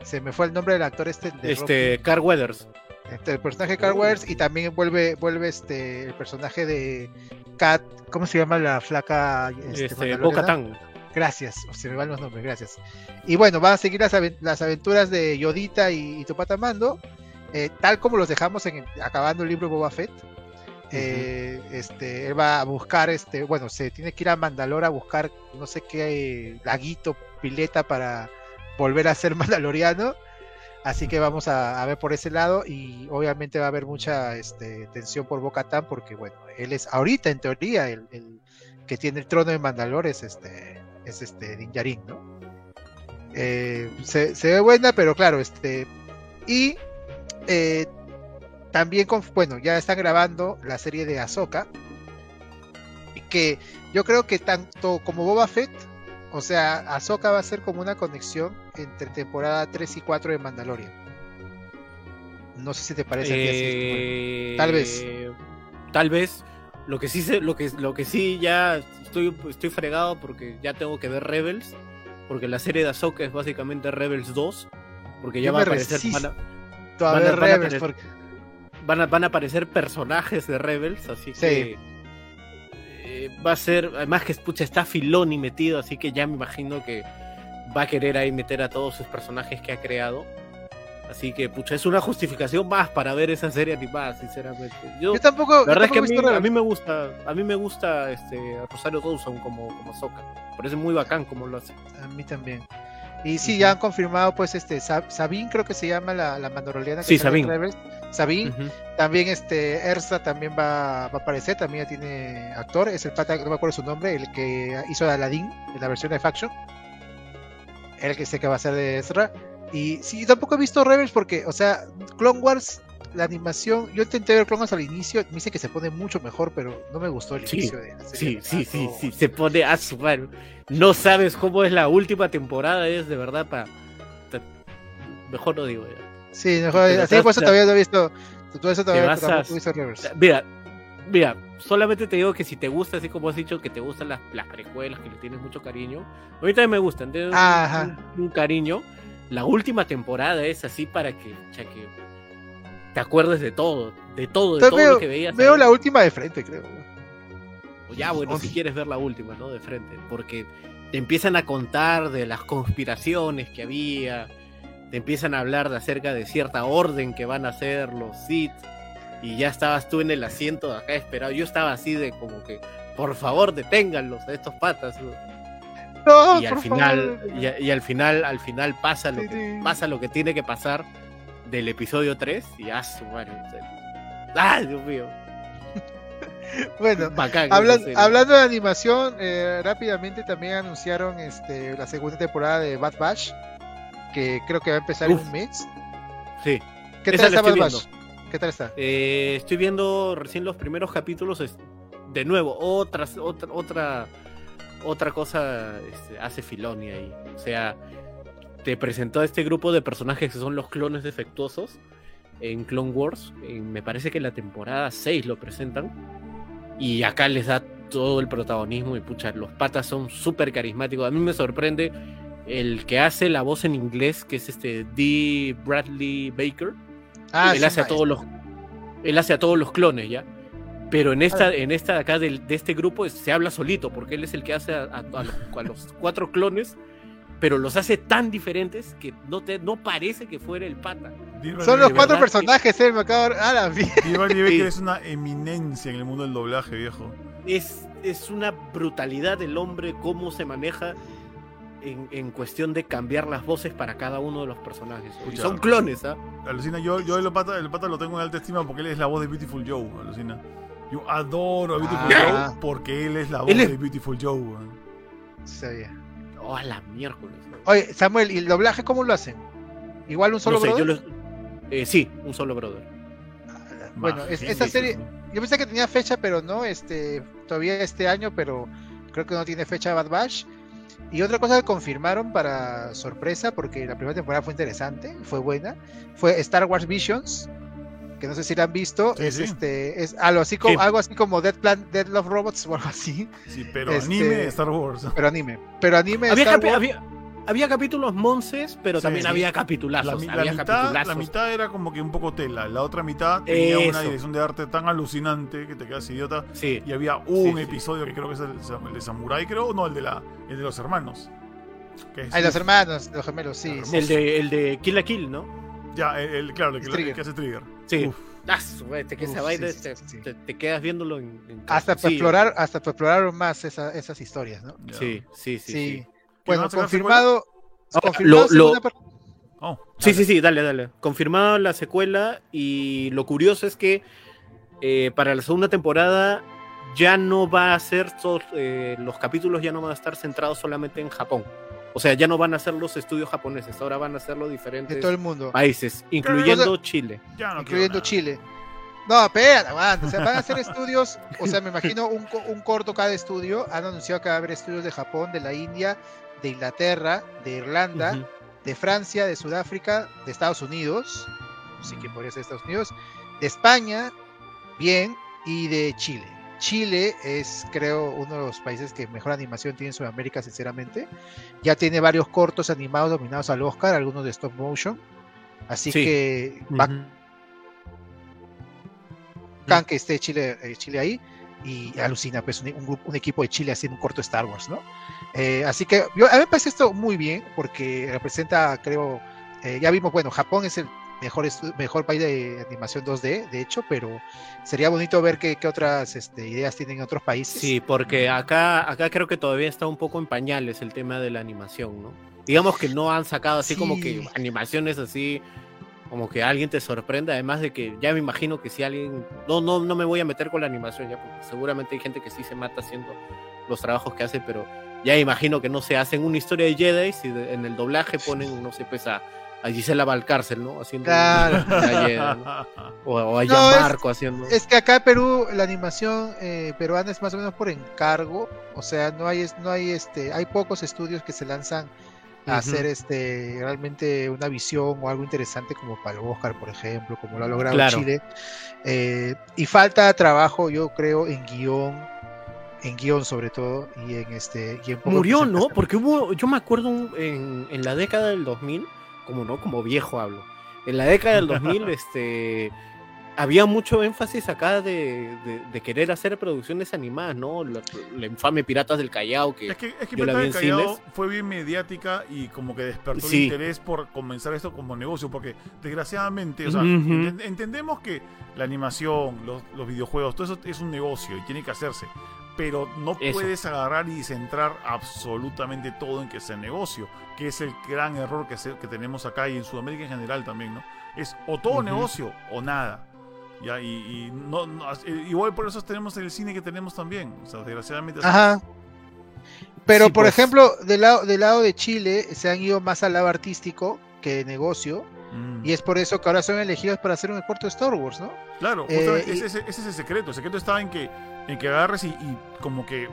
Se me fue el nombre del actor este. de Rocky.
este Carl Weathers
Este, el personaje de Carl Weathers y también vuelve, vuelve este, el personaje de Kat, ¿cómo se llama la flaca? Este,
este
mandaloriana?
Boca Tan
Gracias, se me van los nombres, gracias. Y bueno, van a seguir las, aven- las aventuras de Yodita y, y Topatamando, eh, tal como los dejamos en, acabando el libro de Boba Fett. Eh, este, él va a buscar, este, bueno, se tiene que ir a Mandalor a buscar no sé qué eh, laguito, pileta para volver a ser mandaloriano. Así que vamos a, a ver por ese lado y obviamente va a haber mucha este, tensión por Bocatán porque bueno, él es ahorita en teoría el, el que tiene el trono de Mandalor es este es este Din Djarin, ¿no? Eh, se, se ve buena, pero claro, este y eh, también con, bueno, ya están grabando la serie de Ahsoka que yo creo que tanto como Boba Fett, o sea, Ahsoka va a ser como una conexión entre temporada 3 y 4 de Mandalorian. No sé si te parece a ti así,
Eh,
Samuel. Tal vez.
Tal vez. Lo que sí sé, lo que, lo que sí ya estoy, estoy fregado porque ya tengo que ver Rebels. Porque la serie de Ahsoka es básicamente Rebels 2. Porque ya
Yo
va a
me
aparecer.
resisto.
van a-
Todavía
van a- van a
Rebels,
tener-
porque-
van a, van a aparecer personajes de Rebels, así
Sí.
que eh, va a ser, además que pucha, está Filoni metido, así que ya me imagino que va a querer ahí meter a todos sus personajes que ha creado. Así que, pucha, es una justificación más para ver esa serie animada, sinceramente. Yo,
Yo tampoco.
la verdad es que a mí, a mí
mí
me gusta, a mí me gusta este a Rosario Dawson como, como Soca. Parece muy bacán como lo hace.
A mí también. Y sí, ya han confirmado, pues, este, Sa- Sabine, creo que se llama la, la mandaloriana. que
Sí,
sale en
Sabine.
Rebels. Sabine,
Ujú.
también este, Ersa también va, va a aparecer, también ya tiene actor, es el pata, no me acuerdo su nombre, el que hizo de Aladdin, en la versión de Faction. El que sé que va a ser de Ezra. Y sí, yo tampoco he visto Rebels porque, o sea, Clone Wars, la animación, yo intenté ver Clone Wars al inicio, me dice que se pone mucho mejor, pero no me gustó el
Sí,
inicio de la serie
Sí, sí,
animada,
sí,
no.
sí, se pone a su mano. No sabes cómo es la última temporada, es de verdad para... Mejor no digo ya.
Sí, no,
Pero
así por
estás-
eso todavía no he visto. Todo eso todavía
vas a-
tampoco he visto Rivers.
Eh, Mira, mira, solamente te digo que si te gusta, así como has dicho, que te gustan las, las precuelas, que le tienes mucho cariño. A mí también me gustan, tengo un-
Ajá.
un, un cariño. La última temporada es así para que, cha, que te acuerdes de todo, de todo, de
Entonces
todo
veo-
lo que veías.
Veo
ahí.
la última de frente, creo.
O ya, bueno, si quieres ver la última, ¿no? De frente. Porque te empiezan a contar de las conspiraciones que había. Te empiezan a hablar de acerca de cierta orden que van a hacer los Sith. Y ya estabas tú en el asiento de acá esperado. Yo estaba así de como que, por favor, deténganlos a estos patas. ¿no?
No,
y al
Ah, por
final,
favor.
y, a- y al final, al final pasa lo,
Sí,
que,
sí.
pasa lo que tiene que pasar del episodio 3 y ah, su madre, en serio. ¡Ah, Dios mío!
Bueno,
Bacán, esa
hablan-
serie.
hablando de animación, eh, rápidamente también anunciaron este, la segunda temporada de Bad Batch, que creo que va a empezar en
Uf.
un mes.
Sí.
¿Qué
Esa
tal
la
está Bad
estoy
Batch? ¿Qué tal está?
Eh, estoy viendo recién los primeros capítulos. es- de nuevo, otra, otra, otra, otra cosa este, hace Filoni ahí. O sea, te presentó a este grupo de personajes que son los clones defectuosos en Clone Wars. en- me parece que en la temporada 6 lo presentan. Y acá les da todo el protagonismo. Y pucha, los patas son súper carismáticos. A mí me sorprende el que hace la voz en inglés, que es este D. Bradley Baker él
Ah, sí,
hace a
ma-
todos los él hace a todos los clones ya pero en esta en esta de acá del- de, este grupo es- se habla solito porque él es el que hace a, a- a los, a los cuatro clones pero los hace tan diferentes que no te no parece que fuera el pata
Son los
de
cuatro
verdad
personajes, eh, me acabo de... ¡Ah, la mierda!
que
Sí.
es una eminencia en el mundo del doblaje, viejo.
es es una brutalidad del hombre cómo se maneja en, en cuestión de cambiar las voces para cada uno de los personajes Y
Escucha.
son clones ¿ah?
Alucina, yo, yo el pata, el pata lo tengo en alta estima porque él es la voz de Beautiful Joe, alucina. Yo adoro a Beautiful
Ah.
Joe porque él es la voz
Él es-
de Beautiful Joe. weón.
Sí, sabía.
oh a la miércoles
Oye, Samuel, ¿y el doblaje cómo lo hacen? ¿Igual un solo
No sé, yo
brother?
los- eh, sí un solo brother
Bueno, es-
Imagínate,
esta serie-
weón.
Yo pensé que tenía fecha, pero no, este, todavía este año, pero creo que no tiene fecha Bad Batch. Y otra cosa que confirmaron para sorpresa, porque la primera temporada fue interesante, fue buena, fue Star Wars Visions, que no sé si la han visto,
Sí,
es
sí.
este, es algo así como,
Sí.
algo así como Dead Plan, Dead Love Robots o algo así,
Sí, pero
este-
anime de Star Wars.
pero anime, pero anime
había,
Star
capi-
Wars,
había- había capítulos monces, pero
Sí,
también
sí.
había
La,
capitulazos.
mi- la
había
mitad,
capitulazos.
la mitad era como que un poco tela, la otra mitad tenía una
Eso.
dirección de arte tan alucinante que te quedas idiota.
Sí.
Y había un
sí.
episodio que creo que es el, sam- el de Samurai, creo, no, el de la el de los hermanos. Que es-
Ay, Ah, los hermanos, los gemelos, sí, sí.
El de, el de Kill la Kill, ¿no?
Ya, el, el- claro, el que,
Trigger.
el que hace Trigger.
Sí.
Uf.
Ah, su madre, te, que esa
Uf,
vaina
sí, sí,
te,
sí, sí.
te- te quedas viéndolo en, en casa.
hasta para
Sí,
explorar, hasta para explorar más esa- esas historias, ¿no?
Ya.
Sí, sí, sí.
Sí.
Sí,
van
Bueno,
a sacar
confirmado,
Ahora,
confirmado
Ah, lo- lo-
segunda par-
Oh,
sí, sí, sí, dale, dale. Confirmada la secuela y lo curioso es que eh, para la segunda temporada ya no va a ser, so- eh, los capítulos ya no van a estar centrados solamente en Japón. O sea, ya no van a ser los estudios japoneses, ahora van a ser los
de
diferentes
todo el mundo.
países, incluyendo Chile.
ya Ah, no quiero
incluyendo
nada.
Chile. No, espera, aguanta. O sea, van a hacer estudios, o sea, me imagino un, co- un corto cada estudio. Han anunciado que va a haber estudios de Japón, de la India, de Inglaterra, de Irlanda,
Ujú.
de Francia, de Sudáfrica, de Estados Unidos. Sí que podría ser Estados Unidos. De España, bien, y de Chile. Chile es, creo, uno de los países que mejor animación tiene en Sudamérica, sinceramente. Ya tiene varios cortos animados nominados al Oscar, algunos de stop motion. Así
Sí.
que va
Ujú.
bacán que esté Chile, eh, Chile ahí y alucina pues un, un grupo- un equipo de Chile haciendo un corto Star Wars, ¿no? Eh, así que yo, a mí me parece esto muy bien porque representa, creo, eh, ya vimos, bueno, Japón es el mejor, estu- mejor país de animación 2D, de hecho, pero sería bonito ver qué, qué otras este, ideas tienen otros países.
Sí, porque acá, acá creo que todavía está un poco en pañales el tema de la animación, ¿no? Digamos que no han sacado así como que
Sí.
animaciones así, como que alguien te sorprenda, además de que ya me imagino que si alguien, no, no, no me voy a meter con la animación ya, porque seguramente hay gente que sí se mata haciendo los trabajos que hace, pero ya imagino que no se hacen una historia de Jedi y en el doblaje ponen, no sé, pues a, a Gisela Valcárcel, ¿no? Haciendo
Claro.
una Jedi, ¿no?
Eh,
O, o a
No,
Gianmarco haciendo...
Es que acá en Perú la animación eh, peruana es más o menos por encargo, o sea, no hay es- no hay este hay pocos estudios que se lanzan
Ujú.
a hacer este realmente una visión o algo interesante como para el Oscar, por ejemplo, como lo ha logrado
Claro.
Chile. Eh, y falta trabajo, yo creo, en guión, en guión sobre todo y en este y en poco
Murió, ¿no?
presentación.
Porque hubo, yo me acuerdo un- en, en la década del 2000, como no, como viejo hablo, en la década del 2000, este, había mucho énfasis acá de, de- de querer hacer producciones animadas, ¿no? La, la infame Piratas del Callao, que
Es que, es que
Yo la
Pirata
vi
del
en
Callao
cines.
fue bien mediática y como que despertó
Sí.
el interés por comenzar esto como negocio, porque desgraciadamente, o sea,
Ujú.
enten- entendemos que la animación, los, los videojuegos, todo eso es un negocio y tiene que hacerse, pero no
Eso.
puedes agarrar y centrar absolutamente todo en que sea negocio, que es el gran error que, se- que tenemos acá y en Sudamérica en general también, ¿no? Es o todo
Ujú.
negocio o nada. Ya, y, y no, no- as- eh, igual por eso tenemos el cine que tenemos también. O sea, desgraciadamente así
Ajá. Pero
Sí,
por
pues.
ejemplo, del lado, del lado de Chile se han ido más al lado artístico que de negocio.
Mm.
Y es por eso que ahora son elegidos para hacer un corto de Star Wars, ¿no?
Claro,
Eh,
justamente
y-
ese, ese- ese es el secreto. El secreto estaba en que, en que agarres y, y como que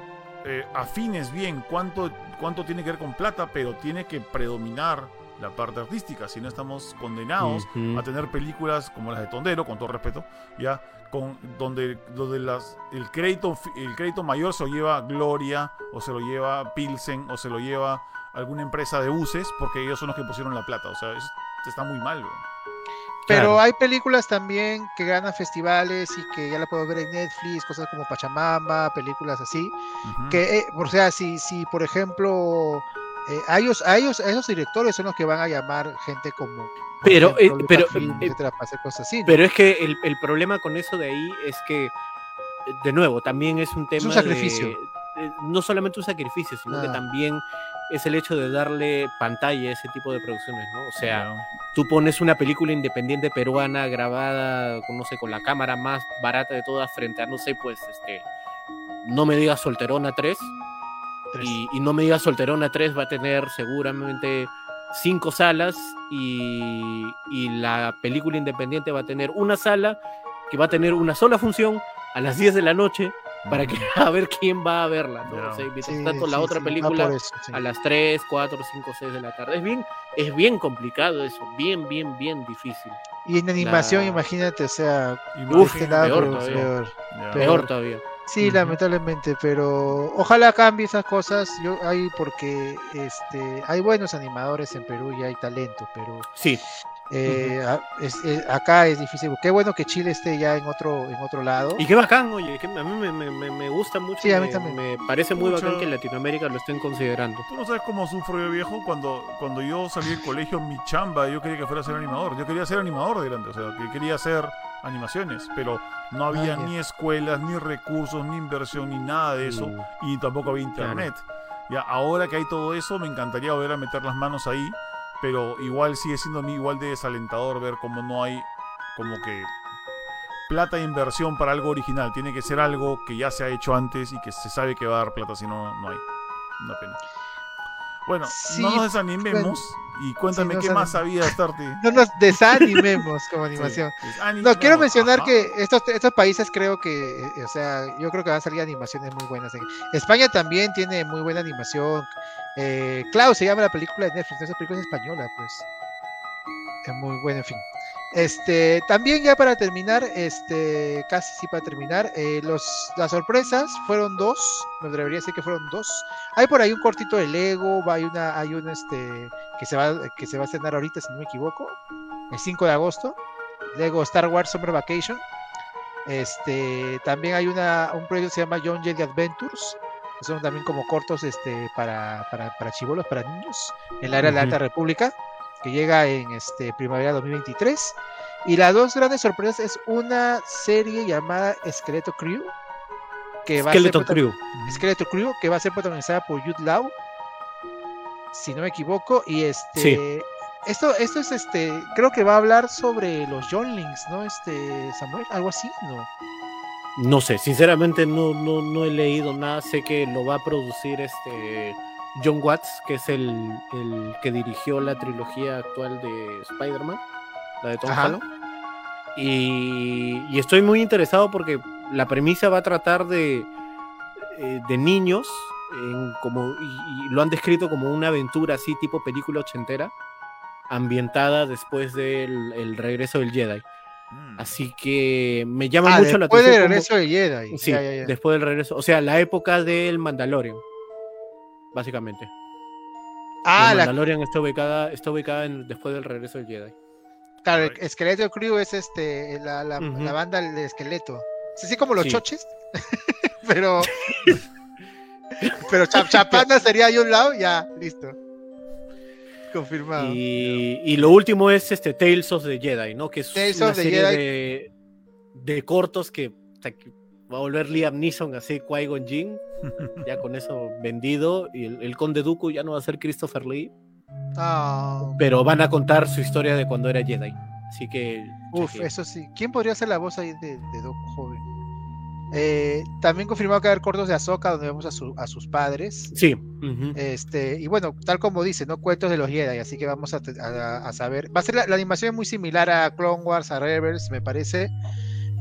eh, afines bien cuánto, cuánto tiene que ver con plata, pero tiene que predominar la parte artística. Si no, estamos condenados
Mm.
Ujú.
a tener películas como las de Tondero, con todo respeto, ya con donde, donde las, el crédito fi- el crédito mayor se lo lleva Gloria o se lo lleva Pilsen o se lo lleva alguna empresa de buses porque ellos son los que pusieron la plata. O sea, es- está muy mal. weón.
Pero
Claro.
hay películas también que ganan festivales y que ya la puedo ver en Netflix, cosas como Pachamama, películas así.
Ujú.
Que, eh, o sea, si, si por ejemplo, eh, a, ellos, a ellos, a esos directores son los que van a llamar gente como. por
Pero, eh,
ejemplo,
pero,
Lucasfilm,
eh,
etcétera, para hacer cosas así. ¿no?
Pero es que el, el problema con eso de ahí es que, eh, de nuevo, también es un tema.
un
de-
sacrificio.
de- no solamente un sacrificio, sino que
Ah.
también es el hecho de darle pantalla a ese tipo de producciones, ¿no? O sea,
Ya.
tú pones una película independiente peruana grabada, con, no sé, con la cámara más barata de todas frente a, no sé, pues, este, no me digas Solterona 3,
Tres.
Y, y no me digas Solterona 3 va a tener seguramente cinco salas y, y la película independiente va a tener una sala que va a tener una sola función a las 10 de la noche para que a ver quién va a verla, ¿no?
Ya.
O sea, mientras
Sí,
tanto la
sí,
otra
sí, va
película
por eso, sí.
a las 3, 4, 5, 6 de la tarde. Es bien, es bien complicado eso, bien, bien, bien difícil.
Y en animación,
la-
imagínate, o sea,
Y
Uf,
Virgen,
la
peor
pro-
todavía.
peor.
ya.
Pero-
Peor todavía.
Sí,
Ujú.
lamentablemente, pero ojalá cambie esas cosas. Yo hay porque este hay buenos animadores en Perú y hay talento, pero
Sí,
eh, a- es- es- acá es difícil. Qué bueno que Chile esté ya en otro en otro lado.
y qué bacán, oye, que a mí me, me- me- me gusta mucho.
Sí, a mí
me,
también.
me parece muy
Mucho.
bacán que en Latinoamérica lo estén considerando.
Tú no sabes cómo sufro yo viejo cuando, cuando yo salí del colegio, mi chamba, yo quería que fuera a ser animador. Yo quería ser animador de grande, o sea, que quería hacer animaciones, pero no había
Ah, ya.
ni escuelas, ni recursos, ni inversión, ni nada de eso,
Mm.
y tampoco había internet. Ya, ahora que hay todo eso, me encantaría volver a meter las manos ahí, pero igual sigue siendo a mí igual de desalentador ver cómo no hay como que plata e inversión para algo original. Tiene que ser algo que ya se ha hecho antes y que se sabe que va a dar plata, si no, no hay. Una pena. Bueno,
Sí,
no nos desanimemos Y
Sí,
cuéntame
no
qué
sale.
más sabías, Tarty.
No nos desanimemos como animación.
Sí, es anime,
No, quiero
claro,
mencionar
ajá.
que estos, estos países creo que, eh, o sea, yo creo que van a salir animaciones muy buenas. En- España también tiene muy buena animación. Eh, Klaus se llama la película de Netflix, ¿no? esa película es española, pues. Es muy buena, en fin. Este, también ya para terminar, este, casi sí para terminar, eh, los, las sorpresas fueron dos, me debería decir que fueron dos. Hay por ahí un cortito de Lego, va- hay una, hay un este, que se va, que se va a estrenar ahorita, si no me equivoco, el 5 de agosto. Lego Star Wars Summer Vacation. Este, también hay una, un proyecto que se llama John Jedi Adventures. que Son también como cortos este, para, para, para chivolos, para niños, en la era de la
Ujú.
Alta República, que llega en este, primavera 2023. Y las dos grandes sorpresas es una serie llamada Esqueleto Crew, que va a ser
Skeleton
prota-
Crew.
Skeleton Crew, que va a ser protagonizada por Jude Law, si no me equivoco, y este
Sí.
esto, esto es este, creo que va a hablar sobre los Johnlings, ¿no? Este Samuel, algo así, ¿no?
No sé, sinceramente no, no, no he leído nada. Sé que lo va a producir este John Watts, que es el, el que dirigió la trilogía actual de Spider-Man, la de Tom
Ajá.
Holland. Y, y estoy muy interesado porque la premisa va a tratar de, eh, de niños en como, y, y lo han descrito como una aventura así, tipo película ochentera, ambientada después del el regreso del Jedi.
Mm.
Así que me llama
Ah,
mucho la
después
atención.
del
cómo-
regreso de Jedi.
Sí,
ya, ya, ya.
después del regreso. O sea, la época del Mandalorian. Básicamente.
Ah,
el
la,
Mandalorian está ubicada, está ubicada en- después del regreso del Jedi.
claro, el Esqueleto Crew es este, la, la,
Ujú.
la banda de esqueleto. Es así como los
Sí.
choches, pero. pero Chap Chapanda sería Jude Law, ya, listo. Confirmado.
Y, y lo último es este Tales of the Jedi, ¿no? Que es
Tales
una
of the
serie
Jedi.
de, de cortos que, o sea, que va a volver Liam Neeson así, Qui-Gon Jinn, ya con eso vendido. Y el, el Conde Dooku ya no va a ser Christopher Lee,
Ah.
pero van a contar su historia de cuando era Jedi. Así que.
Uf,
chequeen.
eso sí. ¿Quién podría ser la voz ahí de, de Doc joven? Eh, también confirmado que va a haber cortos de Azoka donde vemos a, su- a sus padres.
Sí. ujú.
Este, y bueno, tal como dice, ¿no? Cuentos de los Jedi, así que vamos a, te- a- a saber. Va a ser la, la animación es muy similar a Clone Wars, a Rebels, me parece.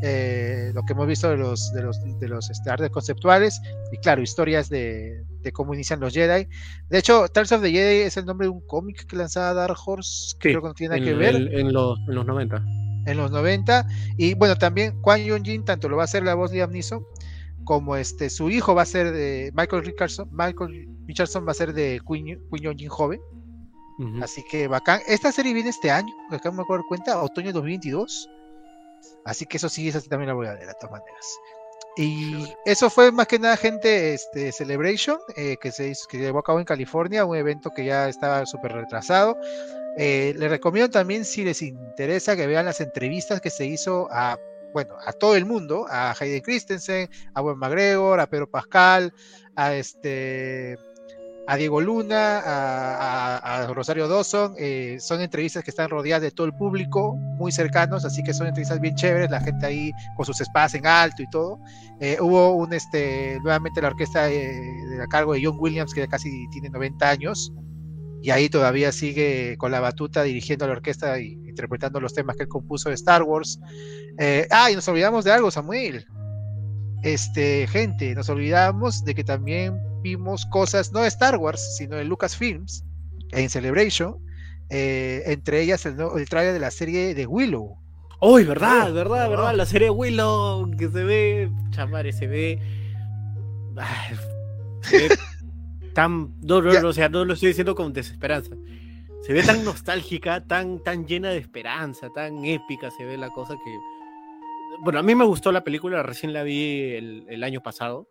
Eh, lo que hemos visto de los, de los, de los este, artes conceptuales. Y claro, historias de, de cómo inician los Jedi. De hecho, Tales of the Jedi es el nombre de un cómic que lanzaba Dark Horse, que
Sí,
creo que no tiene
en,
nada que ver.
en- en los, en los 90.
en los 90. Y bueno, también Kwan Yun Jin, tanto lo va a hacer la voz Liam Neeson, como este, su hijo va a ser de Michael Richardson, Michael Richardson va a ser de Queen Yun Jin joven.
Ujú.
Así que bacán. Esta serie viene este año, acá me acuerdo de cuenta, otoño 2022. Así que eso sí, esa sí también la voy a ver de todas maneras. Y eso fue más que nada, gente, este Celebration, eh, que se hizo- que se llevó a cabo en California, un evento que ya estaba súper retrasado. Eh, les recomiendo también, si les interesa, que vean las entrevistas que se hizo a, bueno, a todo el mundo, a Hayden Christensen, a Buen McGregor, a Pedro Pascal, a este a Diego Luna, a, a- a Rosario Dawson. eh, son entrevistas que están rodeadas de todo el público, muy cercanos, así que son entrevistas bien chéveres, la gente ahí con sus espadas en alto y todo. Eh, hubo un, este, nuevamente la orquesta eh, de- a cargo de John Williams, que ya casi tiene 90 años, y ahí todavía sigue con la batuta dirigiendo la orquesta y interpretando los temas que él compuso de Star Wars. Eh, ah, y nos olvidamos de algo, Samuel. Este, gente, nos olvidamos de que también vimos cosas no de Star Wars, sino de Lucasfilms en Celebration, eh, entre ellas el, no- el trailer de la serie de Willow.
¡Uy, verdad, verdad,
Oh, verdad.
verdad! La serie Willow, que se ve, chamare, se ve. Ay, se ve tan. No, no,
Ya.
no, o sea, no lo estoy diciendo con desesperanza. Se ve tan nostálgica, tan, tan llena de esperanza, tan épica se ve la cosa que. Bueno, a mí me gustó la película, recién la vi el, el año pasado.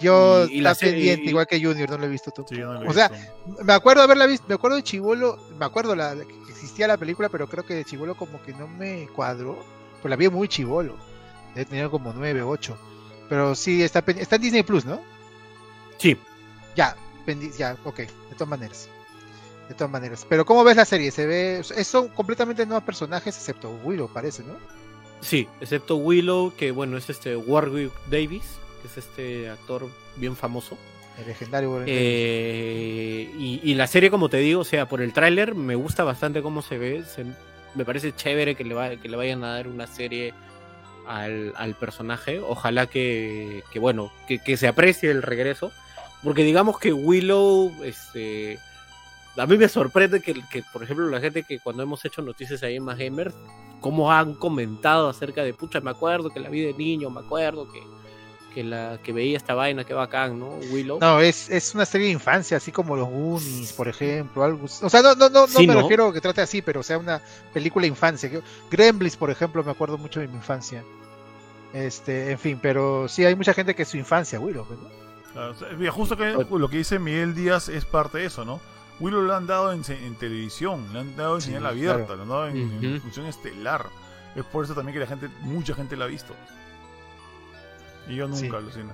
Yo
Y- y la
también,
serie-
bien, igual que Junior, no lo he visto tú.
Sí, yo no lo he
O sea,
visto.
Me acuerdo haberla visto, me acuerdo de Chivolo, me acuerdo la, la- que existía la película, pero creo que de Chivolo como que no me cuadró, pues la vi muy Chivolo, he tenido como 9, 8, pero sí, está, pen- está en Disney Plus, ¿no?
Sí,
Ya, pendi- ya, ok, de todas maneras. De todas maneras. Pero ¿cómo ves la serie? Se ve. es- Son completamente nuevos personajes, excepto Willow, parece, ¿no?
Sí, excepto Willow, que bueno, es este Warwick Davis, que es este actor bien famoso.
El legendario Golden
Eh, y, y la serie, como te digo, o sea, por el tráiler me gusta bastante cómo se ve. se- me parece chévere que le, va- que le vayan a dar una serie al, al personaje. Ojalá que, que, bueno, que, que se aprecie el regreso. Porque digamos que Willow, este... A mí me sorprende que, que, por ejemplo, la gente que cuando hemos hecho noticias ahí en Más Gamers, cómo han comentado acerca de, pucha, me acuerdo que la vi de niño, me acuerdo que, que, la, que veía esta vaina, que bacán, ¿no? Willow.
No, es, es una serie de infancia, así como los Goonies, por ejemplo. Algo, o sea, no, no, no, no
Sí,
me
¿no?
refiero a que trate así, pero sea una película de infancia. que- Gremlins, por ejemplo, me acuerdo mucho de mi infancia. Este, en fin, pero sí hay mucha gente que es su infancia, Willow. pues, ¿no?
Claro, o sea, mira, justo que
Pues
lo que dice Miguel Díaz es parte de eso, ¿no? Willow lo han dado en, se- en televisión, le han dado en
Sí,
señal abierta,
claro.
lo han dado en, en
Ujú.
función estelar. Es por eso también que la gente, mucha gente la ha visto. Y yo nunca,
Sí.
alucino.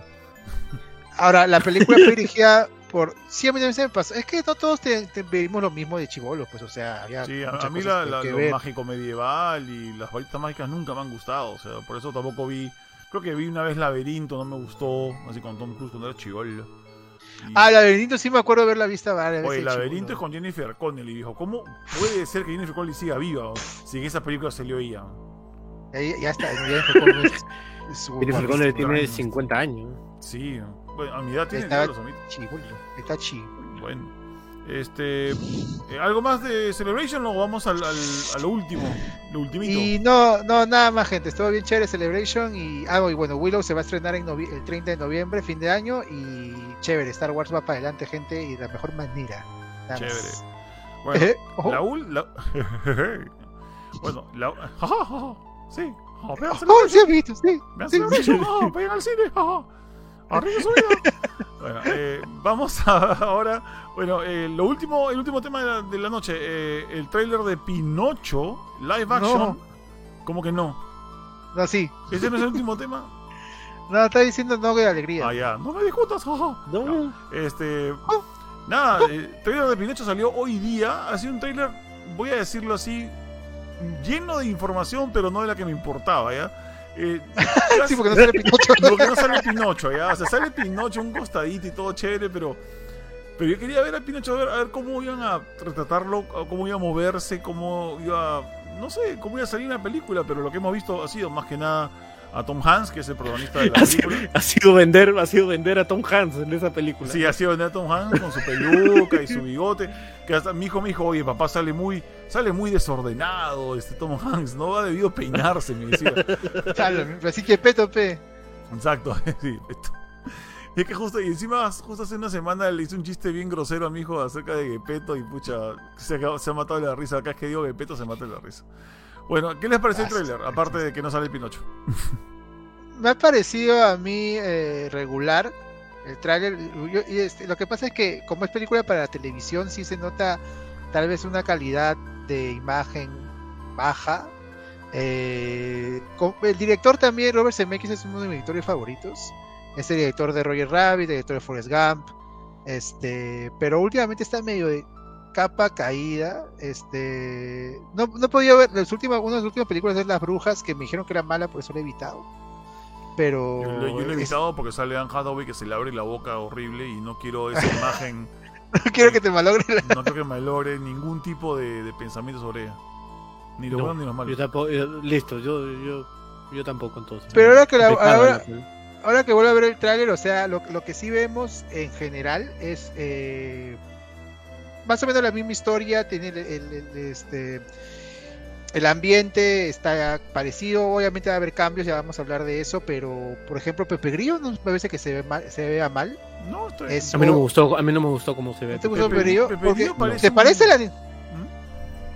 Ahora, la película fue dirigida por. Sí, a mí también se me pasó. Es que no todos te, te vivimos lo mismo de chivolos, pues, o sea, había.
Sí, a,
muchas
a mí
cosas
la,
que-
la-
que
lo
ver.
mágico medieval y las varitas mágicas nunca me han gustado, o sea, por eso tampoco vi. Creo que vi una vez Laberinto, no me gustó, así con Tom Cruise cuando era chivolo. Y-
Ah, Laberinto sí me acuerdo de haberla visto varias veces.
Oye,
de
Laberinto es
chibolo.
con Jennifer Connelly, dijo. ¿Cómo puede ser que Jennifer Connelly siga viva o, si en esa película salió ella?
Ya, ya está, ya fue con- es- es
Jennifer
un
Guardianes
Connelly
de
tiene
Rayos.
50 años.
Sí, bueno, a mi edad tiene
estaba-
los amigos.
chibolo, Está chivo.
Bueno, este. eh, ¿Algo más de Celebration o vamos al, al, a lo último? Lo ultimito.
Y no, no, nada más, gente. Estuvo bien chévere Celebration. Y, ah, y bueno, Willow se va a estrenar en novie- el 30 de noviembre, fin de año. Y chévere, Star Wars va para adelante, gente. Y de la mejor manera. Nada más. Oh,
Chévere. Bueno,
Ojo.
la ul- la- bueno, la. sí. Oh, vean
Oh, sí,
Celebration,
amiguitos, sí.
vean
sí,
Celebration, oh, vayan al cine. oh, arriba su vida. Bueno, eh, vamos a, ahora. Bueno, eh, lo último, el último tema de la, de la noche. eh, el tráiler de Pinocho, live
No.
action. ¿Cómo que no?
No, sí.
¿Ese no es el último tema?
No, está diciendo no de alegría.
Ah, ya. No me discutas. jaja.
No,
Este. Nada, el trailer de Pinocho salió hoy día. Ha sido un trailer, voy a decirlo así, lleno de información, pero no de la que me importaba, ¿ya? Eh,
Sí, porque no sale Pinocho.
lo que no sale Pinocho, ¿ya? O sea, sale Pinocho un costadito y todo chévere, pero. Pero yo quería ver a Pinocho, a ver, a ver cómo iban a retratarlo, o cómo iba a moverse, cómo iba. No sé, cómo iba a salir en la película, pero lo que hemos visto ha sido más que nada a Tom Hanks, que es el protagonista de la
Ha sido,
película.
ha sido vender, ha sido vender a Tom Hanks en esa película.
Sí, así venía Tom Hanks con su peluca y su bigote. Que hasta mi hijo me dijo, oye, papá sale muy, sale muy desordenado este Tom Hanks, no ha debido peinarse, me decía.
Sale, Así que peto, pe.
Exacto, sí. esto. Y es que justo, y encima, justo hace una semana le hice un chiste bien grosero a mi hijo acerca de Gepetto y pucha, se ha, se ha matado de la risa. Acá es que digo Gepetto se mata de la risa. Bueno, ¿qué les pareció el tráiler? Aparte de que no sale Pinocho.
me ha parecido a mí eh, regular el tráiler. Yo- y este, lo que pasa es que como es película para la televisión, sí se nota tal vez una calidad de imagen baja. Eh, con- el director también, Robert Zemeckis, es uno de mis directores favoritos. Es el director de Roger Rabbit, el director de Forrest Gump. Este, pero últimamente está medio de capa caída. Este, no, no he podido ver las últimas, una de las últimas películas es Las Brujas, que me dijeron que era mala, por eso la he evitado. Pero
Yo, lo- yo lo he
Oh, es-
evitado porque sale Anne Hathaway que se le abre la boca horrible y no quiero esa imagen.
no quiero que te malogre la-
No creo que me logre ningún tipo de, de pensamiento sobre ella. Ni lo
No,
bueno ni lo malo.
Yo tampoco, yo- listo, yo, yo, yo tampoco entonces.
Pero ahora que la-
Pecado en
ahora-
película.
Ahora que vuelvo a ver el tráiler, o sea, lo, lo que sí vemos en general es eh, más o menos la misma historia, tiene el, el- el- este, el ambiente está parecido, obviamente va a haber cambios, ya vamos a hablar de eso, pero por ejemplo Pepe Grillo no me parece que se, ve mal- se vea mal.
No, estoy.
Es-
a mí no me gustó, a mí no me gustó cómo se ve.
¿No te gustó
Pepe-
Pepe Grillo?
Pepe
Porque
Grillo parece
se,
un-
parece al, ani-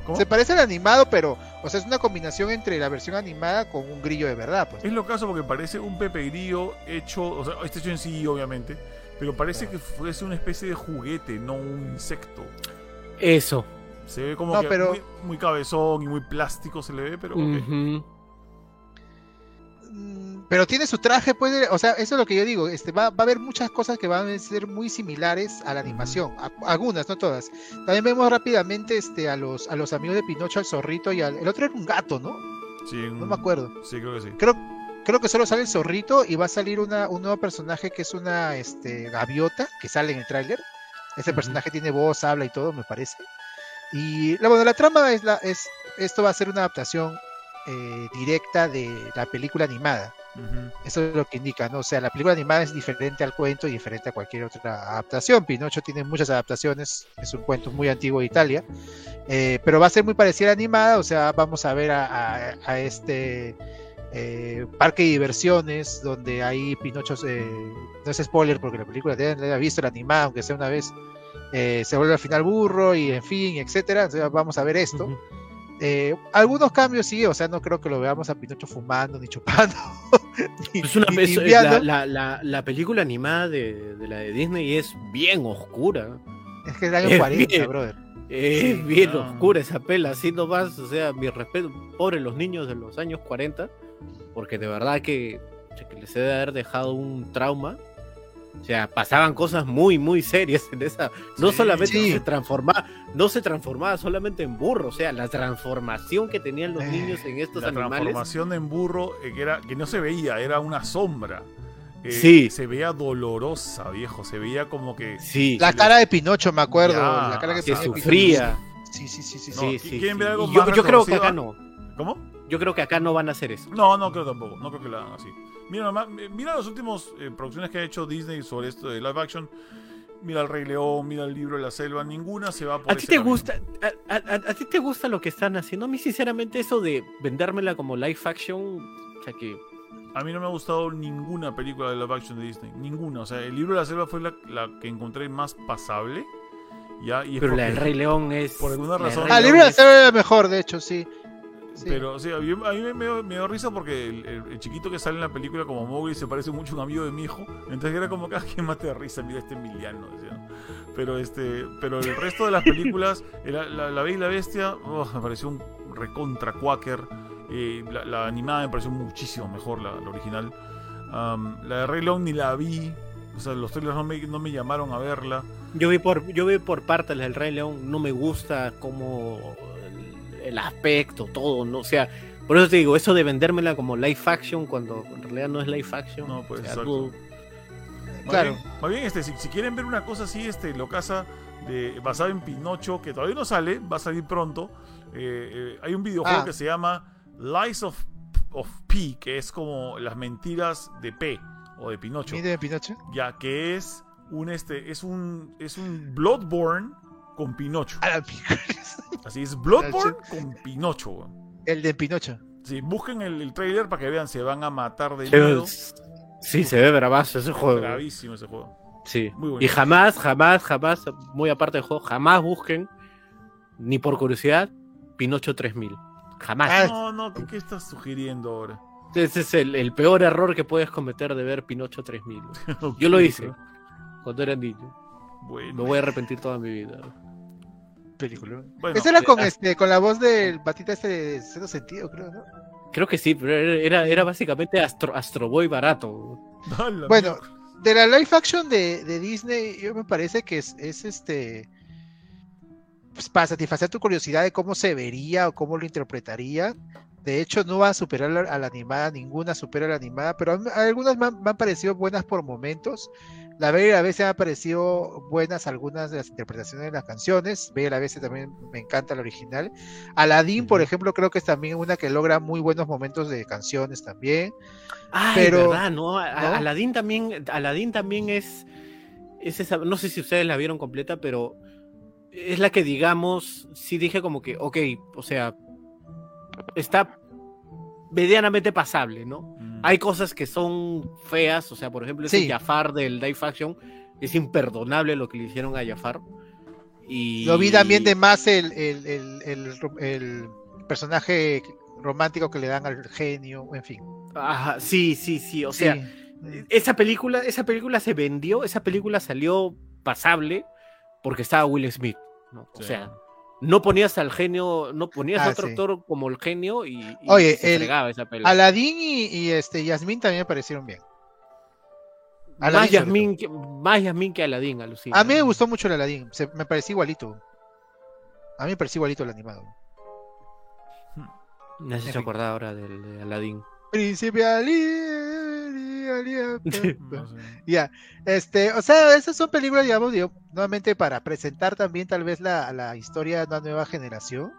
¿Cómo?
se parece al animado, pero o sea, es una combinación entre la versión animada con un grillo de verdad. Pues.
Es lo caso porque parece un Pepe Grillo hecho. O sea, este hecho en sí, obviamente. Pero parece que fuese una especie de juguete, no un insecto.
Eso.
Se ve como
No,
que
pero-
muy, muy cabezón y muy plástico se le ve, pero. ok.
Ujú.
Mm, Pero tiene su traje, puede, o sea, eso es lo que yo digo, este, va, va a haber muchas cosas que van a ser muy similares a la animación, a- algunas, no todas. También vemos rápidamente este, a, los, a los amigos de Pinocho, al zorrito y al... El otro era un gato, ¿no?
Sí,
No
un-
me acuerdo.
sí, creo que sí.
Creo, creo que solo sale el zorrito y va a salir una, un nuevo personaje que es una este, gaviota que sale en el tráiler. Ese personaje tiene voz, habla y todo, me parece. Y la, bueno, la trama es, la, es esto va a ser una adaptación eh, directa de la película animada. Uh -huh. Eso es lo que indica, ¿no? O sea, la película animada es diferente al cuento y diferente a cualquier otra adaptación. Pinocho tiene muchas adaptaciones, es un cuento muy antiguo de Italia, eh, pero va a ser muy parecida a animada, o sea, vamos a ver a, a, a este eh, parque de diversiones donde ahí Pinocho, se, no es spoiler porque la película ya la he visto, la animada, aunque sea una vez, eh, se vuelve al final burro y en fin, etcétera. Entonces vamos a ver esto. Uh -huh. Eh, algunos cambios sí, o sea, no creo que lo veamos a Pinocho fumando ni chupando.
ni, es una, ni es, la, la, la, la, película animada de, de, la de Disney es bien oscura.
Es que es del año es 40, bien, brother.
Es sí, bien no. oscura esa pela, así no vas, o sea, mi respeto, pobre los niños de los años 40, porque de verdad que, que les debe haber dejado un trauma. O sea, pasaban cosas muy, muy serias en esa. No sí, solamente sí. se transformaba, no se transformaba solamente en burro. O sea, la transformación que tenían los niños en estos
la
animales.
La transformación en burro eh, que, era, que no se veía, era una sombra. Eh,
sí.
Se veía dolorosa, viejo. Se veía como que.
Sí.
La cara de Pinocho, me acuerdo. Ya, la cara que,
que sufría.
Sí, sí, sí, sí.
No, ¿Quieren ver algo
yo,
más
yo creo que acá no.
¿Cómo?
Yo creo que acá no van a hacer eso.
No, no creo tampoco. No creo que la hagan así. Mira, nomás, mira las últimas eh, producciones que ha hecho Disney sobre esto de live action. Mira el Rey León, mira el libro de la selva, ninguna se va por
¿A ti te camino. gusta a, a, a, ti te gusta lo que están haciendo? A mí sinceramente eso de vendérmela como live action, o sea que
a mí no me ha gustado ninguna película de live action de Disney, ninguna, o sea, el libro de la selva fue la, la que encontré más pasable. Ya, y
Pero la del Rey León es
por alguna razón.
Ah, el libro de la selva es la mejor, de hecho, sí.
Sí. Pero, o sea, a mí, me, me, me dio risa porque el, el, el, chiquito que sale en la película como Mowgli se parece mucho a un amigo de mi hijo. Entonces era como que, ah, qué mate de risa, mira este Emiliano. Decía. Pero este pero el resto de las películas, la, la, la Bella y la Bestia, oh, me pareció un recontra quacker. Eh, la, la, animada me pareció muchísimo mejor, la, original. Um, la de Rey Long ni la vi. O sea, los trailers no me, no me llamaron a verla.
Yo vi por, yo vi por partes del Rey León, no me gusta como el aspecto, todo, ¿no? O sea, por eso te digo, eso de vendérmela como live action cuando en realidad no es live action.
No, pues.
O sea,
tú... más claro. Bien, más bien, este, si, si, quieren ver una cosa así, este, lo casa de basada en Pinocho, que todavía no sale, va a salir pronto. Eh, eh, hay un videojuego ah. que se llama Lies of, of P, que es como las mentiras de P o de Pinocho.
de Pinocho?
Ya, que es un este, es un, es un Bloodborne con Pinocho.
Ah,
Así es, Bloodborne con Pinocho. Güey.
El de Pinocho.
Sí, busquen el, el, trailer para que vean, se van a matar de miedo.
Sí, se ve bravazo ese juego.
Bravísimo ese juego.
Sí. Muy bueno. Y jamás, jamás, jamás, muy aparte del juego, jamás busquen, ni por curiosidad, Pinocho 3000. Jamás.
Ah, no, no, ¿qué, ¿qué estás sugiriendo ahora?
Ese es el, el, peor error que puedes cometer de ver Pinocho 3000. okay, Yo lo hice cuando era niño. Bueno. Me voy a arrepentir toda mi vida
película. Bueno, Esa era con, era... este, con la voz del patita este de cero sentido, creo, ¿no?
Creo que sí, pero era, era básicamente Astro, Astro Boy barato.
No, bueno, mierda. de la live action de, de, Disney, yo me parece que es, es este. Pues, para satisfacer tu curiosidad de cómo se vería o cómo lo interpretaría. De hecho, no va a superar a la, a la animada, ninguna supera a la animada, pero a, a algunas me han, me han parecido buenas por momentos. La Bella y la Bestia me han parecido buenas algunas de las interpretaciones de las canciones. Bella y la Bestia también me encanta la original. Aladdin, por ejemplo, creo que es también una que logra muy buenos momentos de canciones también.
Ay, pero, verdad, ¿no? A ¿no? Aladdin también, Aladdin también es, es esa, no sé si ustedes la vieron completa, pero es la que digamos, sí dije como que, ok, o sea, está medianamente pasable, ¿no? Mm. Hay cosas que son feas, o sea, por ejemplo, ese sí. Jafar del Life Action es imperdonable lo que le hicieron a Jafar. Y...
Lo vi también de más el, el, el, el personaje romántico que le dan al genio, en fin.
Ajá, sí, sí, sí, o sí. sea, esa película, esa película se vendió, esa película salió pasable porque estaba Will Smith, ¿no? Sí. O sea, no ponías al genio, no ponías ah, a otro sí. actor como el genio y, y
Oye, se el, esa pelea. Aladín y, y, este Yasmín también me parecieron bien.
Aladín más, Yasmín que, más Yasmín que Aladín, alucina.
A mí me gustó mucho el Aladín, se, me pareció igualito. A mí me pareció igualito el animado.
Me has hecho acordar ahora del de Aladín.
Príncipe Ali, Ali, Ali, Ali.
Mm, No sé.
Ya, este, o sea, esas son películas, digamos, digo, nuevamente para presentar también tal vez la, la historia de una nueva generación,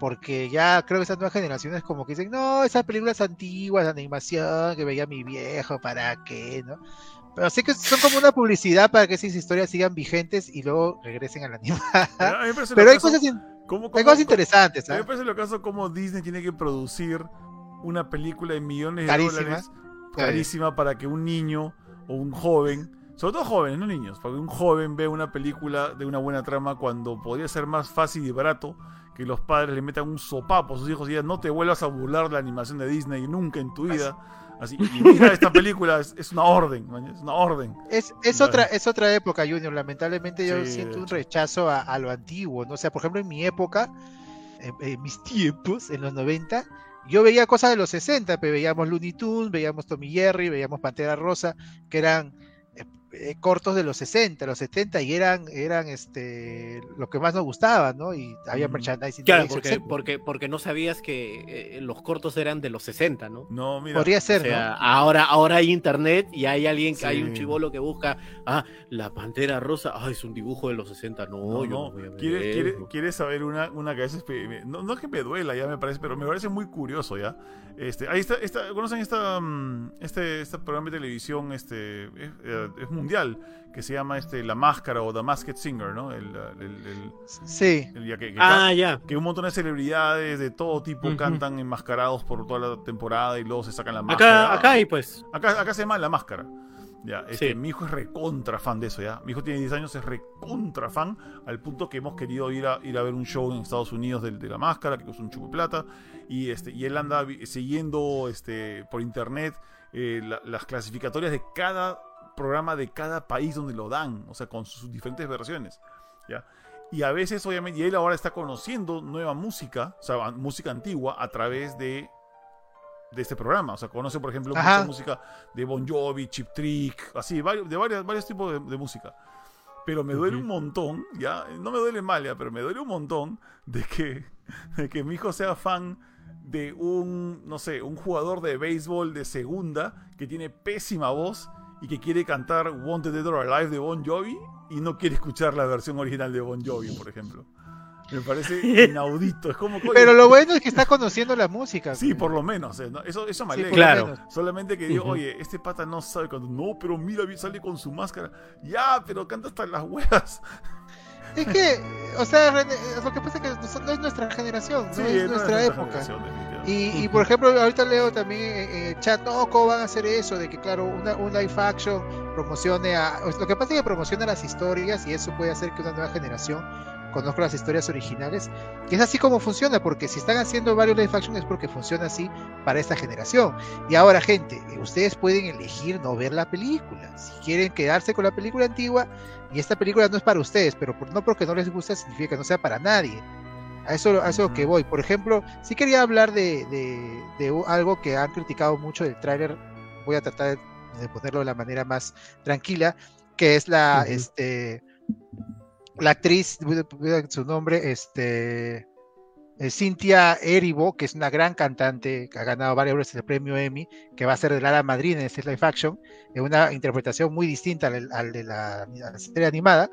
porque ya creo que esas nuevas generaciones como que dicen, no, esas películas antiguas de animación que veía mi viejo, ¿para qué? ¿no? Pero sí que son como una publicidad para que esas historias sigan vigentes y luego regresen a la animada.
a mí me parece
Pero
lo
hay
caso-
cosas, in-
¿cómo-
hay
cómo-
cosas interesantes,
A mí me
¿ah?
parece lo caso como Disney tiene que producir una película de millones de
Carísima.
dólares carísima para que un niño o un joven, sobre todo jóvenes, no niños, para que un joven vea una película de una buena trama cuando podría ser más fácil y barato que los padres le metan un sopapo a sus hijos y digan no te vuelvas a burlar de la animación de Disney nunca en tu vida. Así, y mira esta película, es, es una orden, man, es una orden.
Es, es
Claro.
otra, es otra época, Junior. Lamentablemente yo
Sí, de
siento un
hecho.
rechazo a, a lo antiguo. ¿no? O sea, por ejemplo, en mi época, en, en mis tiempos, en los 90, yo veía cosas de los 60, pero veíamos Looney Tunes, veíamos Tommy Jerry, veíamos Pantera Rosa, que eran eh, eh, cortos de los 60, los 70, y eran, eran este lo que más nos gustaba, ¿no? Y había
Mm.
merchandising. de
Claro,
eso,
porque,
etcétera.
porque, porque no sabías que eh, los cortos eran de los 60, ¿no?
No, mira.
Podría
O
ser,
sea, ahora, ahora hay internet y hay alguien, que hay un
Sí.
chivolo que busca, ah, la pantera rosa, ah, es un dibujo de los 60, no,
No,
yo
no.
no voy a ver
¿Quiere, quiere-
eso.
quiere saber una, una que a veces pe- me- no, no es que me duela, ya me parece, pero me parece muy curioso ya. Este, ahí está, está- ¿conocen esta, mm, este, este programa de televisión? Este, es, eh, es mundial, que se llama este, La Máscara o The Masked Singer, ¿no? El, eh, el- el-
¿no? Sí.
el- ya que- que
Ah, ya.
ca- que un montón de celebridades de todo tipo
Ujú.
cantan enmascarados por toda la temporada y luego se sacan la máscara.
Acá, acá hay pues.
Acá, acá se llama la máscara. Ya, este,
Sí.
Mi hijo es recontra fan de eso, ¿ya? Mi hijo tiene 10 años, es recontra fan, al punto que hemos querido ir a, ir a ver un show en Estados Unidos del- de, la máscara, que es un chupo de plata, y, este, y él anda vi- siguiendo este, por internet eh, la- las clasificatorias de cada programa de cada país donde lo dan, o sea, con sus diferentes versiones, ¿ya? Y a veces, obviamente, y él ahora está conociendo nueva música, o sea, an- música antigua, a través de, de este programa. O sea, conoce, por ejemplo,
Ajá.
mucha música de Bon Jovi, Chip Trick, así, varios, de varias, varios tipos de, de música. Pero me duele
Ujú.
un montón, ya, no me duele mal, ya, pero me duele un montón de que, de que mi hijo sea fan de un, no sé, un jugador de béisbol de segunda que tiene pésima voz y que quiere cantar Wanted Dead or Alive de Bon Jovi y no quiere escuchar la versión original de Bon Jovi, por ejemplo. Me parece inaudito, es como...
Pero lo bueno es que está conociendo la música.
Sí,
pues.
por lo menos. eh, ¿no? Eso, eso me
Sí,
alegra.
por lo
Claro.
menos.
Solamente que digo,
Ujú.
oye, este pata no sabe cuando. No, pero mira, vi- sale con su máscara. Ya, pero canta hasta las huevas.
Es que, o sea, René, eh, lo que pasa es que no, no es nuestra generación, no
Sí,
es
no
nuestra
nuestra
época.
generación, definitivamente.
Y, y, por ejemplo, ahorita leo también en, en el chat, no, ¿cómo van a hacer eso? De que, claro, una, un live action promocione a. o sea, Lo que pasa es que promociona las historias y eso puede hacer que una nueva generación conozca las historias originales. Y es así como funciona, porque si están haciendo varios live action es porque funciona así para esta generación. Y ahora, gente, eh, ustedes pueden elegir no ver la película. Si quieren quedarse con la película antigua, y esta película no es para ustedes, pero por- no porque no les guste significa que no sea para nadie. A eso, a eso
Ujú.
que voy. Por ejemplo, sí quería hablar de, de- de u- algo que han criticado mucho del tráiler. Voy a tratar de, de ponerlo de la manera más tranquila, que es la,
Ujú.
este, la actriz, voy a- voy a- su nombre, este, eh, Cintia Erivo, que es una gran cantante, que ha ganado varias veces el premio Emmy, que va a ser de Lara Madrid en este live action, en una interpretación muy distinta al, al de la, a la serie animada,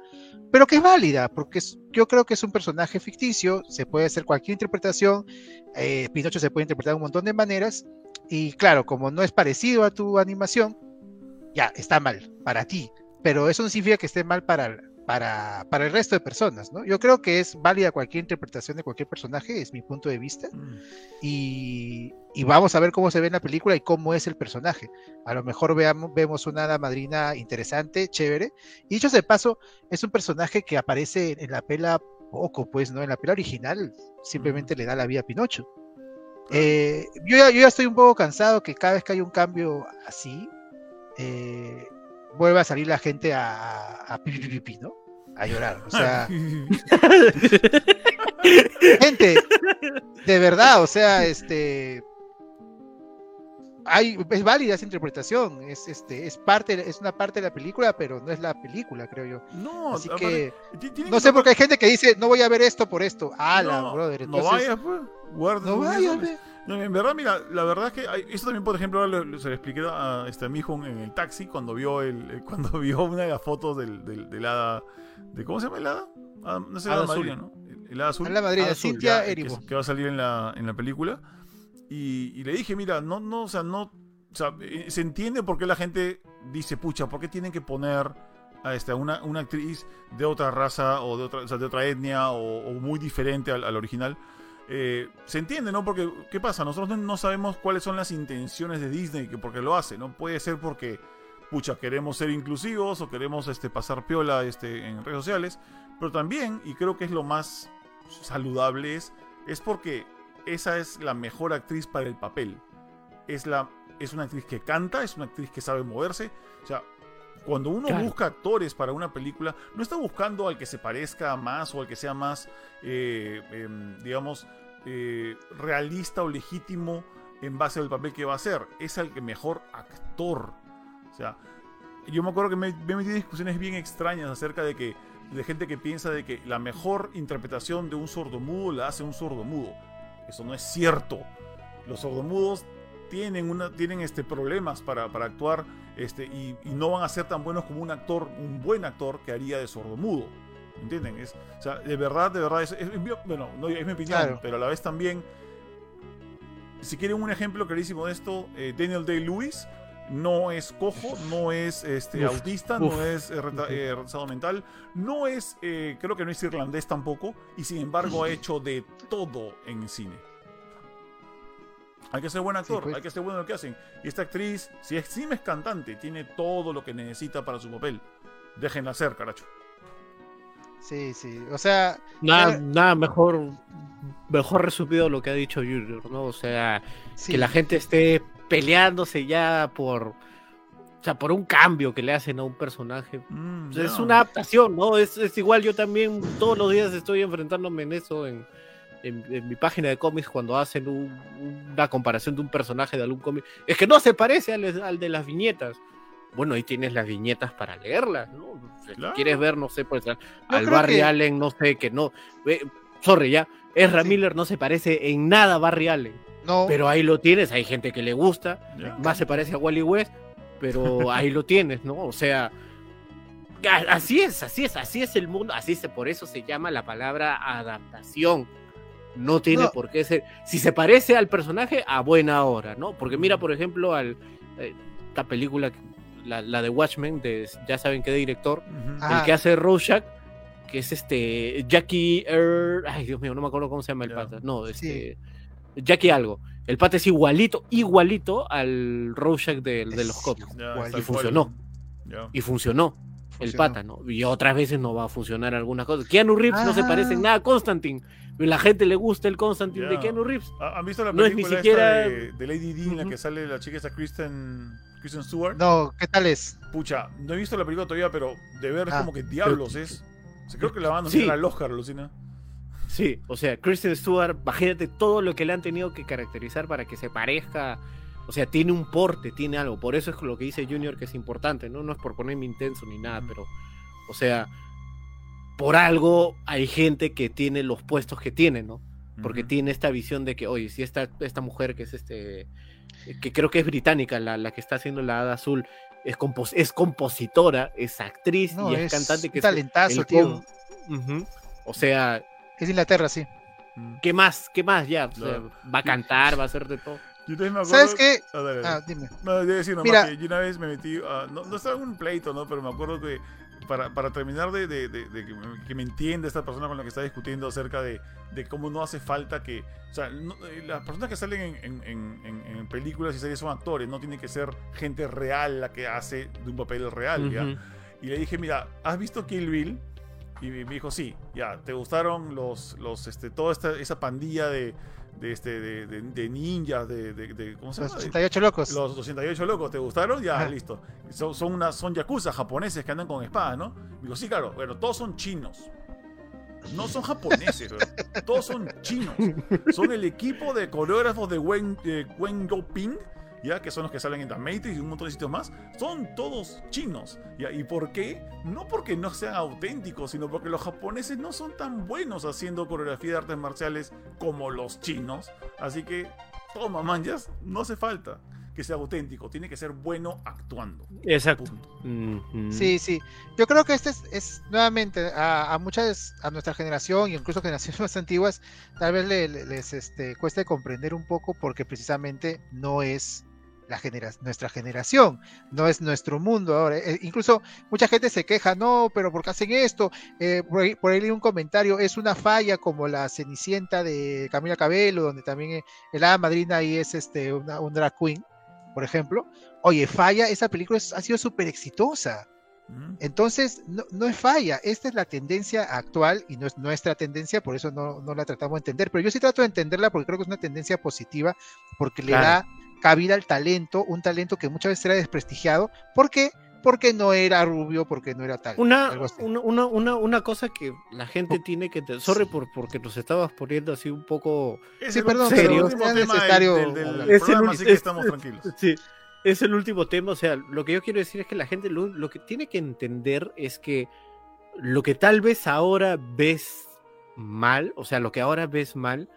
pero que es válida, porque es- yo creo que es un personaje ficticio, se puede hacer cualquier interpretación, eh, Pinocho se puede interpretar de un montón de maneras, y claro, como no es parecido a tu animación, ya está mal para ti, pero eso no significa que esté mal para, para, para el resto de personas, ¿no? Yo creo que es válida cualquier interpretación de cualquier personaje, es mi punto de vista,
Mm.
y, y vamos a ver cómo se ve en la película y cómo es el personaje. A lo mejor veamos, vemos una hada madrina interesante, chévere. Y dicho sea de paso, es un personaje que aparece en la pela poco, pues, ¿no? En la pela original simplemente le da la vida a Pinocho. Eh, yo, ya, yo ya estoy un poco cansado que cada vez que hay un cambio así, eh, vuelva a salir la gente a, a, a pi, pi, pi, pi, ¿no? A llorar. O sea, gente, de verdad, o sea, este hay, es válida esa interpretación, es este, es parte, es una parte de la película, pero no es la película, creo yo.
no,
Así
aparte,
que
ti- tienen
no
que
sé por qué
tocar-
hay gente que dice no voy a ver esto por esto. Ah, la
no,
brother.
no
Entonces,
vayas, pues. Guarda
no
tus
vayas,
millones.
ve.
No, en verdad, mira, la verdad es que hay- eso también, por ejemplo, ahora le- se lo expliqué a, este, a mi hijo en el taxi cuando vio el, eh, cuando vio una de las fotos del, del, del hada. De, ¿Cómo se llama el hada? Ah, no sé, el hada
Hada azul.
madrina, ¿no? El- El hada azul.
Hada madrina,
azul,
Cynthia
ya, que-
Erivo.
Que, va a salir en la, en la película. Y, y le dije, mira, no, no, o sea, no. O sea, eh, se entiende por qué la gente dice, pucha, ¿por qué tienen que poner a esta, una, una actriz de otra raza o de otra, o sea, de otra etnia o, o muy diferente al, al original? Eh, se entiende, ¿no? Porque, ¿qué pasa? Nosotros no, no sabemos cuáles son las intenciones de Disney que porque lo hace, ¿no? Puede ser porque, pucha, queremos ser inclusivos o queremos este, pasar piola este, en redes sociales, pero también, y creo que es lo más saludable, es, es porque esa es la mejor actriz para el papel. Es, la, es una actriz que canta, es una actriz que sabe moverse. O sea, cuando uno
Claro.
busca actores para una película, no está buscando al que se parezca más o al que sea más, eh, em, digamos, eh, realista o legítimo en base al papel que va a hacer. Es al que mejor actor. O sea, yo me acuerdo que me, me he metido en discusiones bien extrañas acerca de que de gente que piensa de que la mejor interpretación de un sordomudo la hace un sordomudo. Eso no es cierto. Los sordomudos tienen una tienen este problemas para, para actuar este y, y no van a ser tan buenos como un actor, un buen actor que haría de sordomudo. ¿Entienden? Es, o sea, de verdad, de verdad, es, es mi- bueno, no, es mi opinión,
Claro.
pero a la vez también, si quieren un ejemplo clarísimo de esto, eh, Daniel Day-Lewis no es cojo, no es este,
Uf,
autista,
uf.
no es eh, reta- eh, retrasado mental, no es, eh, creo que no es irlandés tampoco, y sin embargo ha hecho de todo en cine. Hay que ser buen actor,
pues.
hay que ser bueno en lo que hacen. Y esta actriz, si es, si es cantante, tiene todo lo que necesita para su papel. Déjenla hacer, caracho.
Sí, sí. O sea,
Nada,
Eh.
nada mejor, mejor resumido lo que ha dicho Junior, ¿no? O sea,
sí.
que la gente esté peleándose ya por, o sea, por un cambio que le hacen a un personaje.
Mm,
O sea, Pues Es
ya.
una adaptación, ¿no? Es, es igual, yo también todos los días estoy enfrentándome en eso en, en- en mi página de cómics cuando hacen un- una comparación de un personaje de algún cómic. Es que no se parece al, al de las viñetas. Bueno, ahí tienes las viñetas para leerlas, ¿no? Si
Claro.
quieres ver, no sé, pues al, al
creo
Barry
que-
Allen, no sé, que no. eh, sorry, ya. Ezra
Sí.
Miller no se parece en nada a Barry Allen.
no.
Pero ahí lo tienes, hay gente que le gusta,
Ya.
más se parece a Wally West, pero ahí lo tienes, ¿no? O sea, a- así es, así es, así es el mundo, así se, por eso se llama la palabra adaptación. No tiene
No.
por qué ser. Si se parece al personaje, a buena hora, ¿no? Porque mira, por ejemplo, al eh, esta película, la, la de Watchmen, de ya saben qué director,
Ujú.
Ah,
el que hace Rorschach, que es este Jackie Er- ay Dios mío, no me acuerdo cómo se llama el
Ya.
pata, no,
Sí.
este Jackie algo. El pata es igualito, igualito al Rorschach del- de,
Es
los cómics
Ya,
Igual.
tal
Y funcionó.
cual. Ya.
y funcionó. El
Funcionó.
pata, ¿no? Y otras veces no va a funcionar algunas cosas. Keanu Reeves no se
Ah.
parece en nada a Constantine. La gente le gusta el Constantine de
Ya.
Keanu Reeves.
¿Ha- Ah, ¿Han visto la
No es
película
ni
esta
siquiera-
de, de Lady D en la
Ujú.
que sale la chica esta Kristen, Kristen Stewart?
No, ¿qué tal es?
Pucha, no he visto la película todavía, pero de ver es
Ah,
como que diablos es. O sea, creo que la van a
Sí.
nominar al Oscar, Lucina.
Sí, o sea, Kristen Stewart, imagínate todo lo que le han tenido que caracterizar para que se parezca. O sea, tiene un porte, tiene algo. Por eso es lo que dice Junior que es importante, ¿no? No es por ponerme intenso ni nada,
Ujú.
pero. O sea, por algo hay gente que tiene los puestos que tiene, ¿no? Porque
Ujú.
tiene esta visión de que, oye, si esta, esta mujer que es este. que creo que es británica, la, la que está haciendo la hada azul, es, compos es compositora, es actriz
No,
y es,
es
cantante.
un
que se-
talentazo,
el
tío.
com- Ujú. O sea,
Es Inglaterra, sí.
Mm.
¿Qué más? ¿Qué más ya? O sea,
Claro.
va a cantar, va a hacer de todo.
Yo también me acuerdo.
¿Sabes qué?
Ah, dale, dale.
Ah, dime.
No, debo decir nomás
Mira.
que yo una vez me metí, a- no, no estaba en un pleito, ¿no? Pero me acuerdo que para, para terminar de, de- de- de que, me, que me entienda esta persona con la que está discutiendo acerca de, de cómo no hace falta que... O sea, no- eh, las personas que salen en, en- en- en- en películas y series son actores, no tiene que ser gente real la que hace de un papel real, Ah, ¿ya?
Ujú.
Y le dije, mira, ¿has visto Kill Bill? Y me me dijo, sí, ya, ¿te gustaron los, los, este, toda esta, esa pandilla de, de, este, de, de- de ninjas, de, de- de- ¿cómo se
Los
llama?
88 locos.
Los 88 locos, ¿te gustaron? Ya,
Ajá.
listo. Son, son, una, son yakuza japoneses que andan con espadas, ¿no? Digo, sí, claro, pero todos son chinos. No son japoneses, pero todos son chinos. Son el equipo de coreógrafos de Wen, de Wen Ping, ya que son los que salen en The Matrix y un montón de sitios más. Son todos chinos. ¿ya? ¿Y por qué? No porque no sean auténticos, sino porque los japoneses no son tan buenos haciendo coreografía de artes marciales como los chinos. Así que Toma, manjas, no hace falta que sea auténtico, tiene que ser bueno actuando.
Exacto.
Mm,
mm.
Sí, sí. Yo creo que este es, es nuevamente a, a, muchas, a nuestra generación y incluso generaciones más antiguas, tal vez le- le- les este, cueste comprender un poco porque precisamente no es la genera- nuestra generación, no es nuestro mundo ahora. Eh, incluso mucha gente se queja, no, pero ¿por qué hacen esto? Eh, por, ahí, por ahí leí un comentario, es una falla como la Cenicienta de Camila Cabello, donde también eh, el hada madrina ahí es este, una- un drag queen, por ejemplo. Oye, falla, esa película es- ha sido súper exitosa.
Mm.
Eh, Entonces, no, no es falla, esta es la tendencia actual y no es nuestra tendencia, por eso no, no la tratamos de entender, pero yo sí trato de entenderla porque creo que es una tendencia positiva, porque le
Claro.
da cabida al talento, un talento que muchas veces era desprestigiado, ¿por qué? Porque no era rubio, porque no era tal.
Una,
algo así.
una, una, una, una cosa que la gente tiene que... te- Sorry por, porque nos estabas poniendo así un poco...
Ese
Sí,
es
perdón,
el
pero
último
no sea
tema del-
necesario
del, del
hablar.
Es el
programa,
uni-
así que
es-
estamos tranquilos.
Sí, es el último tema. O sea, lo que yo quiero decir es que la gente lo, lo que tiene que entender es que lo que tal vez ahora ves mal, o sea, lo que ahora ves mal,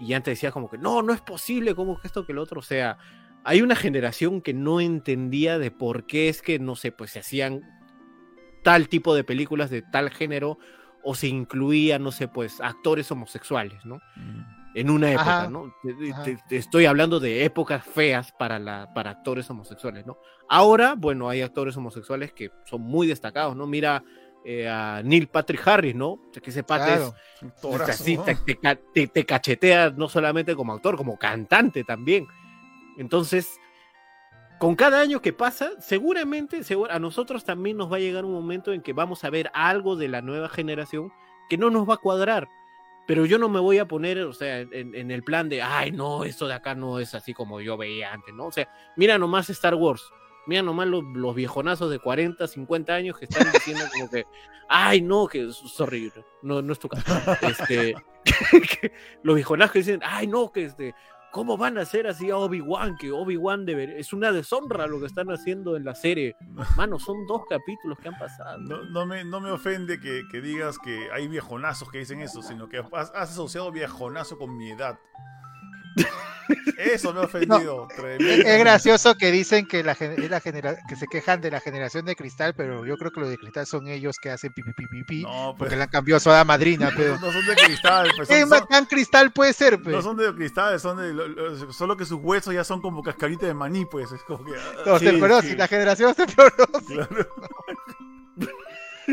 y antes decías como que no, no es posible, como que esto que lo otro, o sea, hay una generación que no entendía de por qué es que, no sé, pues se hacían tal tipo de películas de tal género o se incluía, no sé, pues actores homosexuales, ¿no?
Mm.
en una época,
Ajá,
¿no? Te- te-
ajá.
te- te estoy hablando de épocas feas para, la, para actores homosexuales, ¿no? Ahora, bueno, hay actores homosexuales que son muy destacados, ¿no? Mira eh, a Neil Patrick Harris, ¿no? O sea, Que ese pata
Claro.
es-
Un
o sea,
torazo,
sí,
¿no?
te, te ca- te- te cachetea no solamente como actor, como cantante también. Entonces, con cada año que pasa, seguramente segu- a nosotros también nos va a llegar un momento en que vamos a ver algo de la nueva generación que no nos va a cuadrar. Pero yo no me voy a poner, o sea, en, en el plan de, ay, no, esto de acá no es así como yo veía antes, ¿no? O sea, mira nomás Star Wars, mira nomás los, los viejonazos de 40, 50 años que están diciendo como que, ay, no, que es horrible, no, no es tu caso. Este, que- que los viejonazos que dicen, ay, no, que este, ¿cómo van a hacer así a Obi-Wan? Que Obi-Wan debería, es una deshonra lo que están haciendo en la serie. Mano, son dos capítulos que han pasado.
No, no me, no me ofende que, que digas que hay viejonazos que dicen eso, sino que has, has asociado viejonazo con mi edad. Eso me ha ofendido. tremendamente.
eh, Es gracioso que dicen que la, gen- es la genera- que se quejan de la generación de cristal, pero yo creo que los de cristal son ellos que hacen pipi pipi pipi,
No, pues,
porque la han cambiado a su hada madrina, pero
no son de cristal. pues, son-
¿qué más
son-
tan cristal puede ser? Pues, pe?
no son de cristal, son de, lo- lo- solo que sus huesos ya son como cascarita de maní, pues. Es como que. ah,
Los
Sí,
osteoporosis,
sí.
la generación osteoporosis.
claro.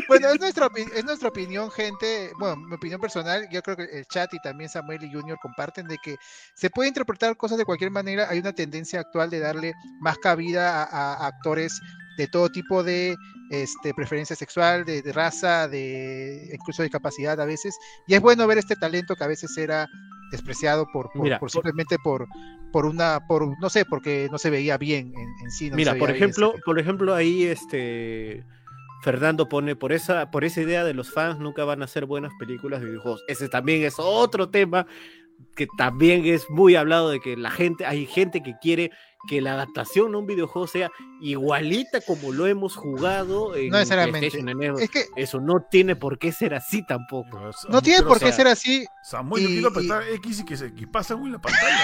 Bueno, es nuestra, opi- es nuestra opinión, gente. Bueno, mi opinión personal, yo creo que el chat y también Samuel y Junior comparten de que se puede interpretar cosas de cualquier manera. Hay una tendencia actual de darle más cabida a, a actores de todo tipo de este, preferencia sexual, de, de raza, de incluso de capacidad a veces. Y es bueno ver este talento que a veces era despreciado por, por-
Mira, por-
por simplemente por por una por no sé porque no se veía bien en, en sí no
Mira,
se
por
veía bien,
ejemplo,
etcétera.
por ejemplo, ahí este Fernando pone por esa, por esa idea de los fans nunca van a ser buenas películas de videojuegos. Ese también es otro tema que también es muy hablado de que la gente, hay gente que quiere que la adaptación a un videojuego sea igualita como lo hemos jugado en
No necesariamente.
PlayStation, en Xbox.
es que
Eso no tiene por qué ser así tampoco.
no tiene
Pero
por qué
Sa-
ser así
Samuel, yo
Y-
quiero
y-
apretar X y que, se, que pasa algo en la pantalla.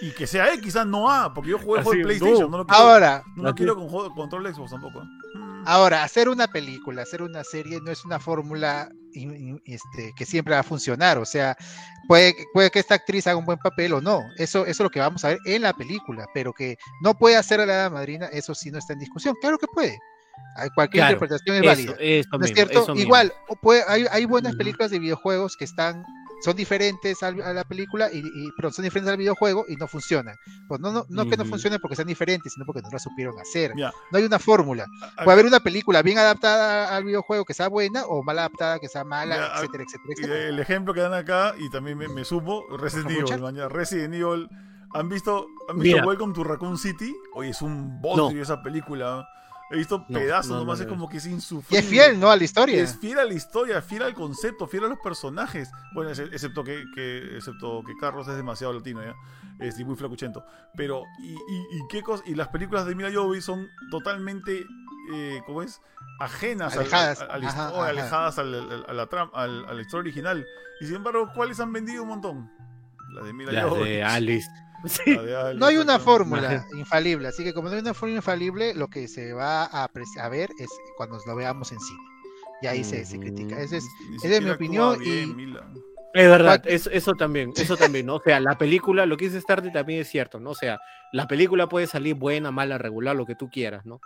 y que sea X, ah, no A, porque yo jugué el juego de
Así,
PlayStation. No,
no.
lo quiero,
ahora
no lo
Así.
quiero con juego- control de Xbox tampoco. Mm.
Ahora, hacer una película, hacer una serie no es una fórmula in- in- este, que siempre va a funcionar. O sea, puede, que- puede que esta actriz haga un buen papel o no. Eso, eso es lo que vamos a ver en la película. Pero que no puede hacer a la hada madrina, eso sí no está en discusión. Claro que puede. Hay- Cualquier
Claro,
interpretación es válida.
Eso, eso
¿No es
mismo,
cierto?
eso mismo.
Igual, o puede- hay, hay buenas
Ujú.
películas de videojuegos que están, son diferentes al- a la película, y, y- pero son diferentes al videojuego y no funcionan. Pues no, no, no que no
Ujú.
funcionen porque sean diferentes, sino porque no la supieron hacer.
Ya.
No hay una fórmula.
a-
Puede haber una película bien adaptada al videojuego que sea buena o mal adaptada que sea mala,
Ya, a-
etcétera, etcétera,
Y
etcétera.
el ejemplo que dan acá, y también me, me sumo, Resident
¿Por favor,
Evil,
chat?
mañana. Resident Evil. ¿Han visto, han visto
Mira.
Welcome to Raccoon City? Oye, es un bodrio esa película. ¿eh? He visto
No,
pedazos
no, no,
nomás,
no,
es
no.
como que es
Y
insufrible.
es fiel, ¿no? A la historia.
Es fiel a la historia, fiel al concepto, fiel a los personajes. Bueno, ex- excepto que, que- excepto que Carlos es demasiado latino, ¿ya? Es y muy flacuchento. Pero, y, y- y qué cos- y las películas de Mila Jovovich son totalmente, eh, ¿cómo es? Ajenas al-
Alejadas.
a, a la
Ajá,
historia,
ajá.
alejadas al- al- a la, tram- al- a la historia original. Y sin embargo, ¿cuáles han vendido un montón? la de Mila
La
Jovovich,
de Alice. Sí.
la de Alice,
No hay una
exacto.
fórmula infalible, así que como no hay una fórmula infalible, lo que se va a, apreci- a ver es cuando lo veamos en cine. Y ahí se, se critica. Ese es,
Ni
es de mi
siquiera actúa
opinión
bien,
y-
Mila.
Es verdad,
Fuck.
eso, eso también, eso también, ¿no? O sea, la película, lo que dice Stardy también es cierto, ¿no? O sea, la película puede salir buena, mala, regular, lo que tú quieras, ¿no?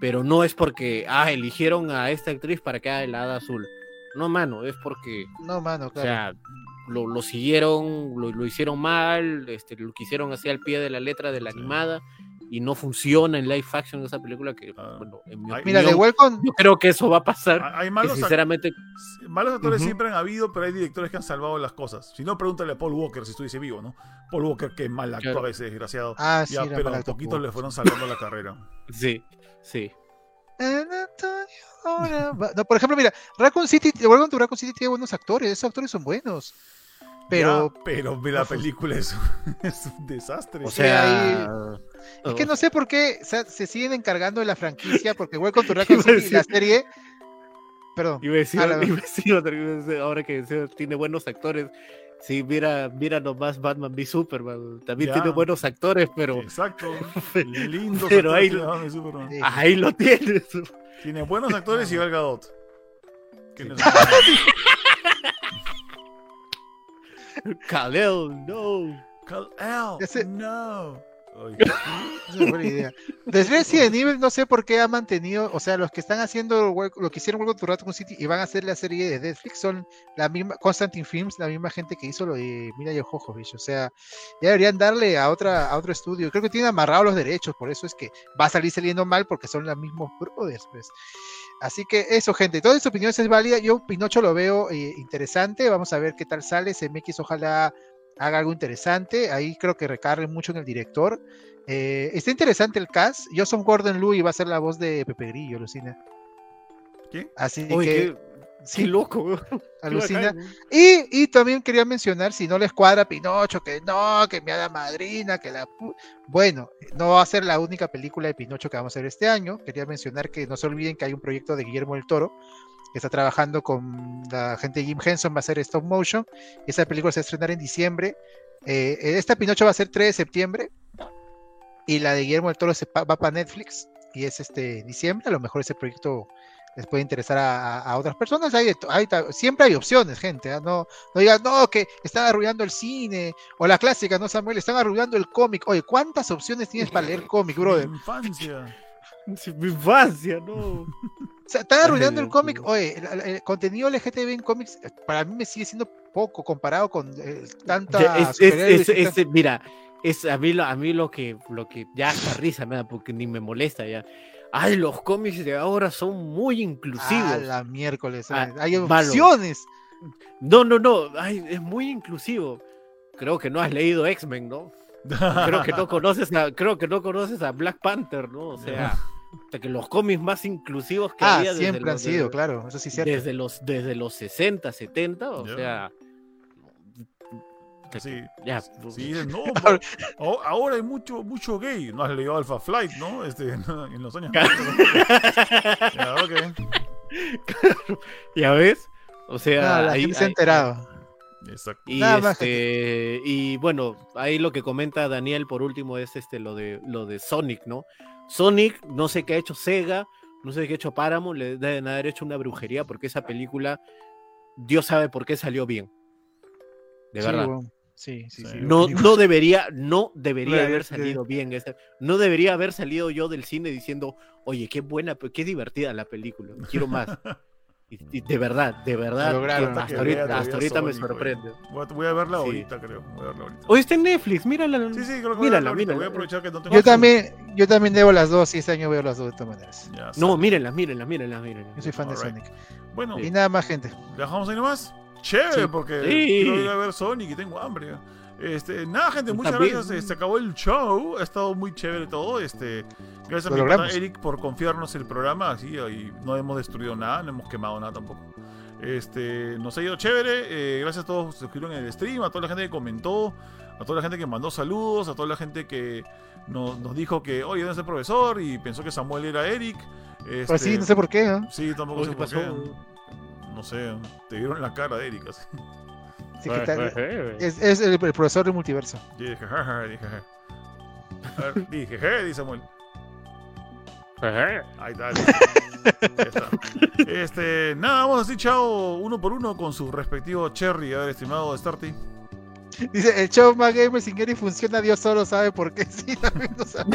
Pero no es porque, ah, eligieron a esta actriz para que haga el hada azul. No, mano, es porque,
no, mano,
o
claro.
sea, lo, lo siguieron, lo, lo hicieron mal, este, lo quisieron hacer al pie de la letra de la
Sí.
animada y no funciona en live action esa película que,
Ah.
bueno, en mi
Ay,
Mira, de Ah,
opinión,
Welcome,
yo creo que eso va a pasar.
Hay
que
malos, ac-
sinceramente,
malos actores
Ujú.
siempre han habido, pero hay directores que han salvado las cosas. Si no, pregúntale a Paul Walker si estuviese vivo, ¿no? Paul Walker, que mal actúa
Claro.
ese desgraciado.
Ah, sí,
ya,
era
pero
para
a
Octopo.
poquito le fueron salvando la carrera.
sí, sí.
An Antonio ahora va- No, por ejemplo, mira, Raccoon City, Welcome to Raccoon City tiene buenos actores, esos actores son buenos. Pero
Ya, pero ve la película es un, es un desastre.
O
Sí, ahí-
sea,
es que
o-
no sé por qué o sea, se siguen encargando de la franquicia, porque Welcome to Raccoon
Iba a
City, la
decir-
serie. Perdón,
Iba a decir,
A la-
iba a decir otra cosa, ahora que se- tiene buenos actores. Sí, mira, mira nomás Batman v Superman. También
Ya.
tiene buenos actores, pero
Exacto. Lindo.
Pero ahí-
Sí.
ahí lo tienes.
Tiene buenos actores y Gal Gadot. Que no es-
Kalel, no.
Kal-El,
Ese-
no. Ay,
es una buena idea. Desde Resident Evil, no sé por qué ha mantenido, o sea, los que están haciendo Wel- lo que hicieron Welcome to Raccoon City y van a hacer la serie de Netflix son la misma, Constantine Films, la misma gente que hizo lo de Mila Jovovich, o sea, ya deberían darle a otra a otro estudio. Creo que tienen amarrados los derechos, por eso es que va a salir saliendo mal porque son los mismos brothers, pues. Así que eso, gente, todas sus opiniones es válida. Yo Pinocho lo veo eh, interesante, vamos a ver qué tal sale. CMX ojalá haga algo interesante. Ahí creo que recargue mucho en el director. Eh, está interesante el cast. Joseph Gordon Louis va a ser la voz de Pepe Grillo, alucina.
¿Qué?
Así que,
Oye, qué,
sí,
qué loco. weón. Qué
alucina.
bacán, weón.
Y, y también quería mencionar, si no les cuadra Pinocho, que no, que me haga madrina, que la... pu- Bueno, no va a ser la única película de Pinocho que vamos a ver este año. Quería mencionar que no se olviden que hay un proyecto de Guillermo del Toro, que está trabajando con la gente de Jim Henson, va a ser stop motion. Esa película se va a estrenar en diciembre. Eh, eh, esta Pinocho va a ser 3 de septiembre. Y la de Guillermo del Toro se pa- va para Netflix. Y es este diciembre. A lo mejor ese proyecto les puede interesar a, a- a otras personas. Hay de to- hay ta- siempre hay opciones, gente. ¿ah? No, no digan, no, que están arruinando el cine. O la clásica, ¿no, Samuel? Están arruinando el cómic. Oye, ¿cuántas opciones tienes para leer cómic, brother?
Mi infancia.
Sí, Mi infancia, no.
O sea, están
Ay,
arruinando el
Dios
cómic.
mío.
Oye, el, el contenido LGTB en cómics eh, para mí me sigue siendo poco comparado con eh, tanta.
Ya, es- es-
superhéroe
es-
que está-
es- mira, es a mí lo, a mí lo que lo que ya hasta risa me da porque ni me molesta ya. Ay, los cómics de ahora son muy
Ah,
inclusivos.
la miércoles.
Ah,
eh, hay
malo.
opciones.
No, no, no, ay, es muy inclusivo. Creo que no has leído X-Men, ¿no? Creo que no conoces a, creo que no conoces a Black Panther, ¿no? O sea, hasta que los cómics más inclusivos que
Ah,
había desde
siempre han
los-
sido,
desde-
claro. Eso sí es cierto.
desde los desde los 60, 70, o
Ya.
sea,
Sí.
ya,
Sí, dicen, no, bro, ahora- ahora hay mucho, mucho gay. No has leído Alpha Flight, ¿no? Este, en los años. Ya, ok.
ya ves? O sea,
Ah, la
ahí-
gente se ha
ahí-
enterado.
Exacto.
Y,
Nada más,
este, y bueno, ahí lo que comenta Daniel por último es este lo de lo de Sonic, ¿no? Sonic, no sé qué ha hecho Sega, no sé qué ha hecho Paramount, le deben haber hecho una brujería porque esa película, Dios sabe por qué salió bien. De
Sí,
verdad.
weón. Sí, sí, sí.
Sí.
No, no debería, no debería
Debería-
haber salido bien. esa- no debería haber salido yo del cine diciendo, oye, qué buena, pe- qué divertida la película, quiero más. Y, y de verdad, de verdad,
Lo lograron.
hasta
Que
ahorita,
vea eh.
hasta
todavía
ahorita me
Sonic, oye.
sorprende.
Voy a, voy a verla
Sí.
ahorita, creo. Voy a verla ahorita.
Hoy está en Netflix, mírala.
Sí, sí, creo que voy a verla
Mírala,
ahorita.
mírala.
Voy a aprovechar que no tengo.
Yo también, yo también debo las dos y este año veo las dos de todas maneras.
Ya,
No, mírenla, mírenla, mírenla, mírenla.
Yo soy fan de
Alright.
Sonic.
Bueno,
Y nada más, gente.
¿Dejamos ahí nomás? Chévere,
Sí.
porque
Sí.
quiero ir a ver Sonic y tengo hambre. Este, nada, gente, muchas
También.
gracias. eh, Se acabó el show. Ha estado muy chévere todo. Este, gracias a
Lo
mi
logramos.
pata Eric por confiarnos el programa. Así, ahí no hemos destruido nada, no hemos quemado nada tampoco. Este, nos ha ido chévere. eh, gracias a todos los que estuvieron en el stream, a toda la gente que comentó, a toda la gente que mandó saludos, a toda la gente que nos, nos dijo que, oye, ¿dónde está el profesor? Y pensó que Samuel era Eric. Este,
Pues sí, no sé por qué, ¿no?
sí, tampoco
Uy,
sé
¿qué
por
pasó?
eh, qué. No sé, te vieron la cara de Erika.
Así que está- es, es el, el profesor del multiverso.
Yo dije, ja, ja, dije, ja. A ver, dije, je, dice Samuel. Ahí está. Ya está. Este, nada, vamos así, chao, uno por uno con su respectivo cherry. A ver, estimado Starty.
Dice, el show más gamer sin Gary funciona, Dios solo sabe por qué. Sí, también no sabe.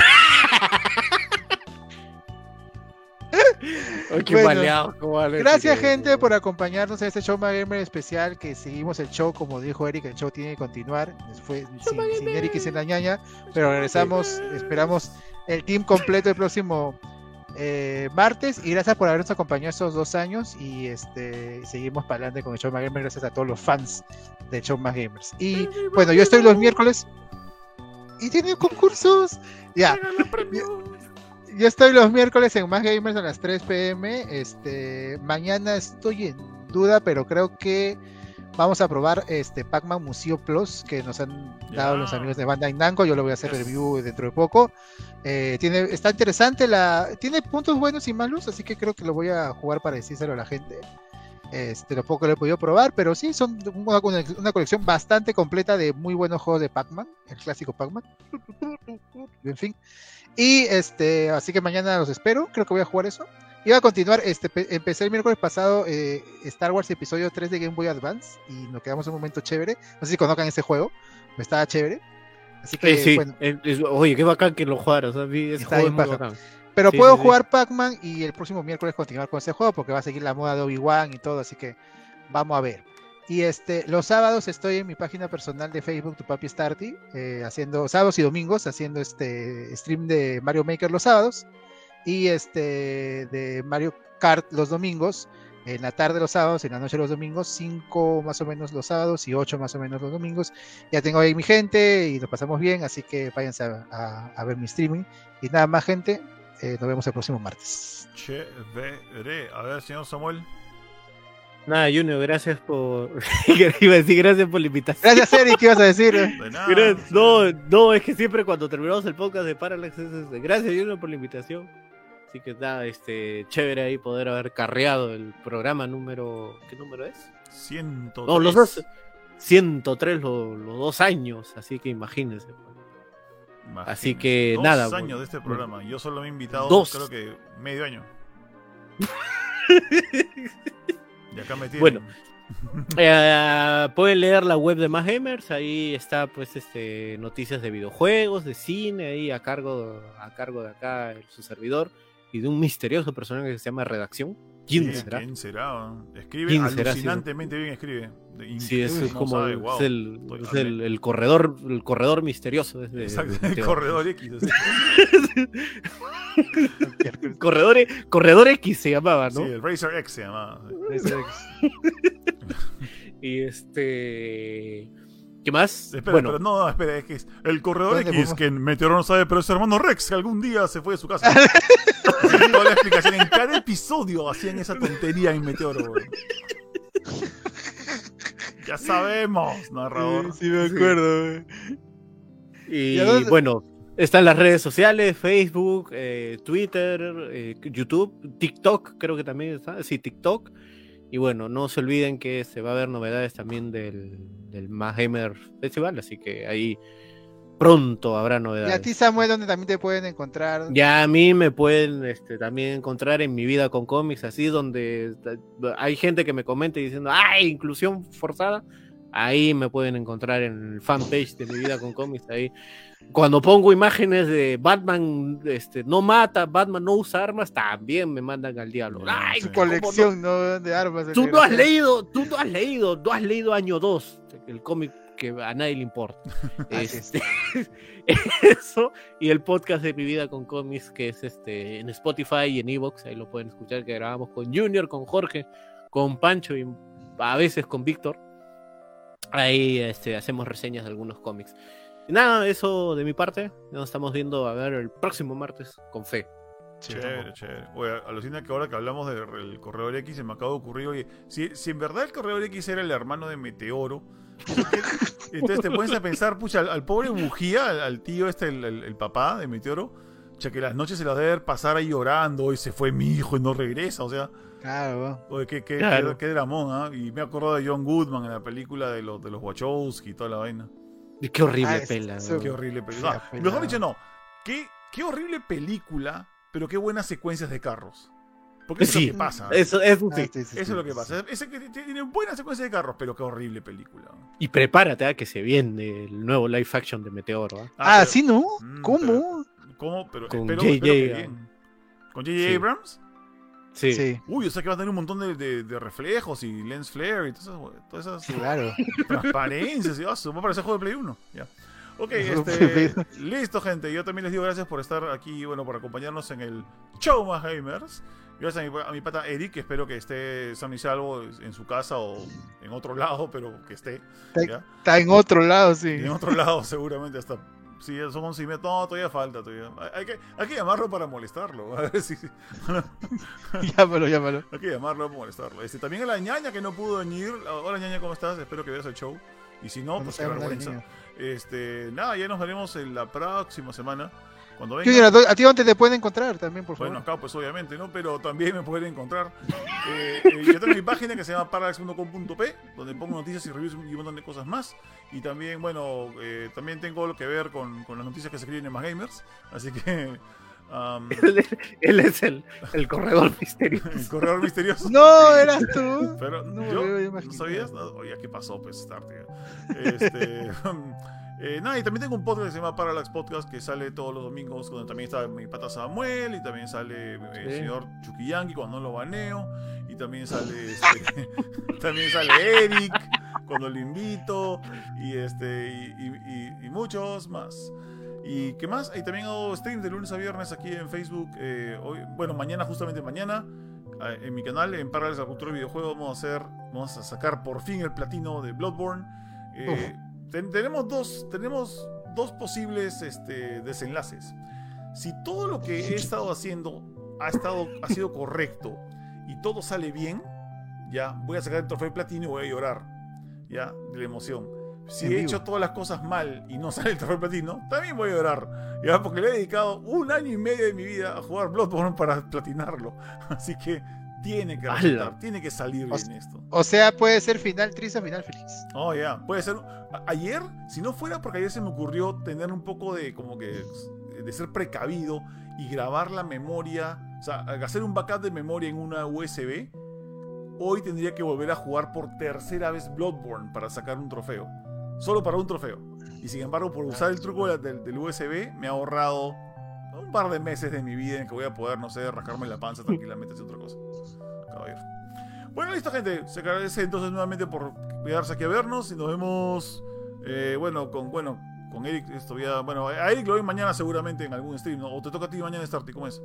Ay, qué
Bueno.
maleado, cómo vale,
Gracias,
tío.
gente, por acompañarnos en este show más gamer especial que seguimos el show. Como dijo Eric, el show tiene que continuar. Fue sin, sin Eric y sin la ñaña. Pero regresamos, esperamos el team completo el próximo eh, martes. Y gracias por habernos acompañado estos dos años. Y este seguimos para adelante con el show más gamer. Gracias a todos los fans del show más gamers. Y bueno, yo estoy los miércoles. Y tiene concursos. Ya. Yo estoy los miércoles en Más Gamers a las 3 pm. Este, mañana estoy en duda, pero creo que vamos a probar este Pac-Man Museo Plus que nos han dado
Ya.
los amigos de Bandai Namco. Yo lo voy a hacer
Yes.
review dentro de poco. Eh, tiene, está interesante la, tiene puntos buenos y malos, así que creo que lo voy a jugar para decírselo a la gente. Este, lo poco lo he podido probar, pero sí, son una, una colección bastante completa de muy buenos juegos de Pac-Man, el clásico Pac-Man. En fin. Y este, así que mañana los espero, creo que voy a jugar eso. Iba a continuar, este, pe- empecé el miércoles pasado eh, Star Wars Episodio 3 de Game Boy Advance y nos quedamos en un momento chévere. No sé si conozcan ese juego, pero estaba chévere. Así que,
Eh, sí,
bueno,
eh, es- oye, qué bacán que lo jugaras. a mí ese
Está
juego es
bien
muy
paja.
bacán.
pero
sí,
puedo
sí, sí.
jugar Pac-Man y el próximo miércoles continuar con ese juego porque va a seguir la moda de Obi-Wan y todo, así que vamos a ver. Y este, los sábados estoy en mi página personal de Facebook, Tu Papi Starty, eh, haciendo sábados y domingos, haciendo este stream de Mario Maker los sábados y este de Mario Kart los domingos, en la tarde los sábados, en la noche los domingos, 5 más o menos los sábados y 8 más o menos los domingos. Ya tengo ahí mi gente y lo pasamos bien, así que váyanse a, a- a ver mi streaming. Y nada más, gente, eh, nos vemos el próximo martes.
Chévere. A ver, señor Samuel.
Nada, Junior, gracias por. Iba a decir gracias por la invitación.
Gracias, Eric, ¿qué ibas a decir?
De nada.
Mira, No, no, es que siempre cuando terminamos el podcast de Parallax es este. Gracias, Junior, por la invitación. Así que nada, este, chévere ahí poder haber carreado el programa número. ¿Qué número es?
Ciento.
No, los
tres.
dos. 103 lo- los dos años, así que imagínense. pues.
Imagínate,
Así que,
dos
nada,
años
bueno.
de este programa. Yo solo me he invitado,
Dos.
creo que medio año. y acá me tienen.
Bueno. Eh, pueden leer la web de Más Gamers, ahí está pues este noticias de videojuegos, de cine, ahí a cargo, a cargo de acá su servidor y de un misterioso personaje que se llama Redacción. ¿Quién
Sí,
será?
¿Quién será? Escribe
¿Quién será, sí,
alucinantemente bien, escribe. De-
Sí, es
increíble, no
como
sabe,
es
guau.
el,
estoy
es el- el corredor, el corredor misterioso es de-
Exacto,
de-
el
de-
corredor X. así.
corredor, E, corredor X se llamaba,
Sí,
Ah, ¿no?
el Razer X se llamaba.
Y este ¿qué más?
Espera,
bueno,
pero no, no, espera, es que es el corredor
¿Dónde
X
podemos-
que en Meteoro no sabe, pero es su hermano Rex que algún día se fue de su casa. Así, Toda la explicación, en cada episodio hacían esa tontería en Meteoro. güey. ya sabemos, narrador.
Sí, me acuerdo.
Y
¿Y a dónde-
bueno, están las redes sociales, Facebook, eh, Twitter, eh, YouTube, TikTok, creo que también está. Sí, TikTok. Y bueno, no se olviden que se va a ver novedades también del, del Más Gamer Festival, así que ahí pronto habrá
Y a ti,
novedades.
Samuel, ¿dónde también te pueden encontrar?
Ya a mí me pueden este, también encontrar en mi vida con cómics, así donde ta- hay gente que me comenta diciendo, ¡ay, inclusión forzada! Ahí me pueden encontrar en el fanpage de mi vida con cómics. Ahí, cuando pongo imágenes de Batman este, no mata, Batman no usa armas, también me mandan al diablo. ¡Ay,
Sí.
Tu
cómo no!
colección, ¿no? De armas. el
Tú no has
desgraciado.
leído, tú no has leído, no has leído Año 2, el cómic que a nadie le importa.
Así
Este, eso, y el podcast de mi vida con cómics, que es este en Spotify y en Evox, ahí lo pueden escuchar, que grabamos con Junior, con Jorge, con Pancho y a veces con Víctor. Ahí este, hacemos reseñas de algunos cómics. Y Nada, eso de mi parte. Nos estamos viendo a ver el próximo martes con fe.
Chévere, chévere. Oye, alucina que ahora que hablamos del el corredor X se me acaba de ocurrir, oye, si, si en verdad el corredor X era el hermano de Meteoro, entonces te pones a pensar, pucha, al, al pobre Bujía, al, al tío este, el, el- el papá de Meteoro, O sea, que las noches se las debe pasar ahí llorando y se fue mi hijo y no regresa, o sea.
Claro.
Oye, qué, qué,
Claro.
qué- qué dramón, ¿ah? Y me acuerdo de John Goodman en la película de los, de los Wachowski y toda la vaina.
Y Qué horrible
Ah, es-
pela.
es-
weón.
Qué horrible película.
Fea
Ah,
pelada.
mejor dicho, no. Qué, qué horrible película, pero qué buenas secuencias de carros. Porque eso es
Sí.
lo que pasa.
Eso,
Eso,
eso
Ah,
sí.
sí, sí, sí,
es lo que
sí.
pasa. Ese que tiene buenas secuencias de carros, pero qué horrible película.
Y prepárate a que se viene el nuevo live action de Meteoro. ¿ah?
Ah,
pero-
sí, ¿no?
Mm,
¿Cómo?
¿Cómo? Pero
Con
espero,
J.J.
espero que
Abrams.
bien. ¿Con J.J.
Sí.
Abrams?
Sí.
Sí,
Uy, o sea que va a tener un montón de, de- de reflejos y lens flare y todas esas, hue- todas esas
claro.
transparencias. Y, ah, su- va a parecer juego de Play 1. Ya. Ok,
Juego de
este,
Play
listo, gente. Yo también les digo gracias por estar aquí, bueno, por acompañarnos en el show más gamers. Gracias a mi, a mi pata Eric, que espero que esté sano y salvo en su casa o en otro lado, pero que esté.
Te-
¿ya?
Está en otro lado, sí.
En otro lado, seguramente, hasta. Si son 11 y media, no, todavía falta. Todavía. Hay- Hay, que, hay que llamarlo para molestarlo. A ver si,
llámalo, llámalo.
hay que llamarlo para molestarlo. Este, también a la ñaña que no pudo venir. Hola ñaña, ¿cómo estás? Espero que veas el show. Y si no,
No
pues
sé
qué
hablar de
vergüenza.
niño.
Este, nada, ya nos veremos en la próxima semana. Cuando venga.
Junior, ¿a dó- ¿a ti dónde te pueden encontrar también, por favor?
Bueno, acá pues obviamente, ¿no? Pero también me pueden encontrar. Eh, eh, yo tengo mi página que se llama parallax.com.p, donde pongo noticias y reviews y un montón de cosas más. Y también, bueno, eh, también tengo lo que ver con, con las noticias que se escriben en Más Gamers. Así que... am,
Él, él es el, el corredor misterioso.
el corredor misterioso.
No, eras tú.
Pero
No,
yo,
yo
¿no
imaginé.
sabías? No, Oye, ¿qué pasó? Pues esta tarde. Este, eh, nada, y también tengo un podcast que se llama Parallax Podcast que sale todos los domingos, donde también está mi pata Samuel y también sale eh, el
Sí.
señor Chuquillanqui cuando no lo baneo y también sale este, también sale Eric cuando lo invito y este y, y- y- y muchos más. ¿Y qué más? Y también hago stream de lunes a viernes aquí en Facebook. eh, hoy, bueno, mañana, justamente mañana, eh, en mi canal, en Paralelas a la Cultura del Videojuego, vamos a hacer, vamos a sacar por fin el platino de Bloodborne. Eh, ten- tenemos dos, tenemos dos posibles este, desenlaces. Si todo lo que he estado haciendo ha, estado, ha sido correcto y todo sale bien, ya voy a sacar el trofeo de platino y voy a llorar, ya, de la emoción. Si
En
he
vivo.
hecho todas las cosas mal y no sale el trofeo de platino, también voy a llorar, ya, porque le he dedicado un año y medio de mi vida a jugar Bloodborne para platinarlo. Así que tiene que
¡Hala!
resultar, tiene que salir
O sea-
bien esto.
O sea, puede ser final triste o final feliz.
Oh, ya. Puede ser. a- Ayer, si no fuera porque ayer se me ocurrió tener un poco de como que. de ser precavido y grabar la memoria. O sea, hacer un backup de memoria en una USB. Hoy tendría que volver a jugar por tercera vez Bloodborne para sacar un trofeo. Solo para un trofeo. Y sin embargo, por usar el truco de- del, del USB, me ha ahorrado un par de meses de mi vida en que voy a poder, no sé, rascarme la panza tranquilamente hacer otra cosa. Caballero. Bueno, listo, gente. Se agradece entonces nuevamente por quedarse aquí a vernos y nos vemos. eh, bueno, con bueno, con Eric esto ya. Bueno, a Eric lo ven mañana seguramente en algún stream, ¿no? O te toca a ti mañana Starty, ¿cómo es?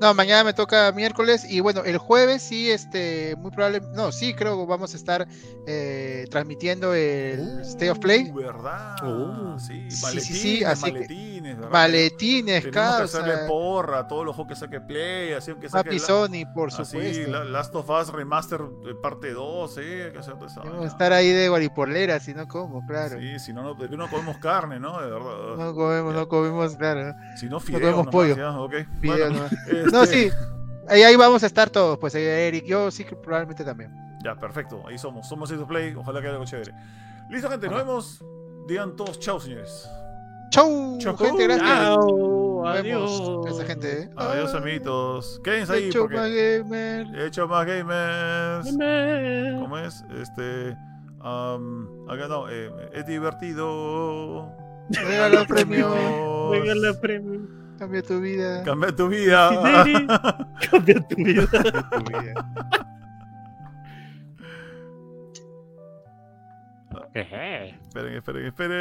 No, mañana me toca miércoles y bueno, el jueves sí, este, muy probable, no, sí creo que vamos a estar eh, transmitiendo el State of Play.
Uh, ¿Verdad?
Oh.
sí,
Sí, sí,
maletines,
sí, así que-
maletines, ¿verdad?
Maletines,
Tenemos que hacerle
causa,
porra a todos los juegos que saque Play, así que saque
ah, Papi
la-
Sony, por
así,
supuesto.
la- Last of Us Remaster eh, parte 2, ¿eh? Hay que hacer toda esa
Vamos a
vaina.
estar ahí de guariporlera, si no como, claro.
Sí, pues, si no, no, de que no comemos carne, ¿no? De verdad.
No comemos, no comemos, claro.
Si no, fideo
comemos
nomás,
pollo.
ya, ok.
Video
Bueno,
nomás.
este-
No, sí. Ahí, ahí vamos a estar todos, pues ahí Eric, yo sí que probablemente también.
Ya, perfecto. Ahí somos. Somos State of Play. Ojalá que haya algo chévere. Listo, gente. Nos vemos. Digan todos chao, señores.
Chau,
Chau.
gente, gracias.
Chao,
Nos
adiós.
vemos, esa gente. ¿eh?
Adiós,
Ah,
amiguitos. Quédense ahí
Hecho
porque...
gamer.
Hecho más gamers.
Dime.
¿Cómo es? Este... am, acá no. eh, es divertido.
Regala premio.
Juega la premio.
Cambia tu vida.
Cambia tu vida.
Cambia tu vida.
esperen, esperen, esperen.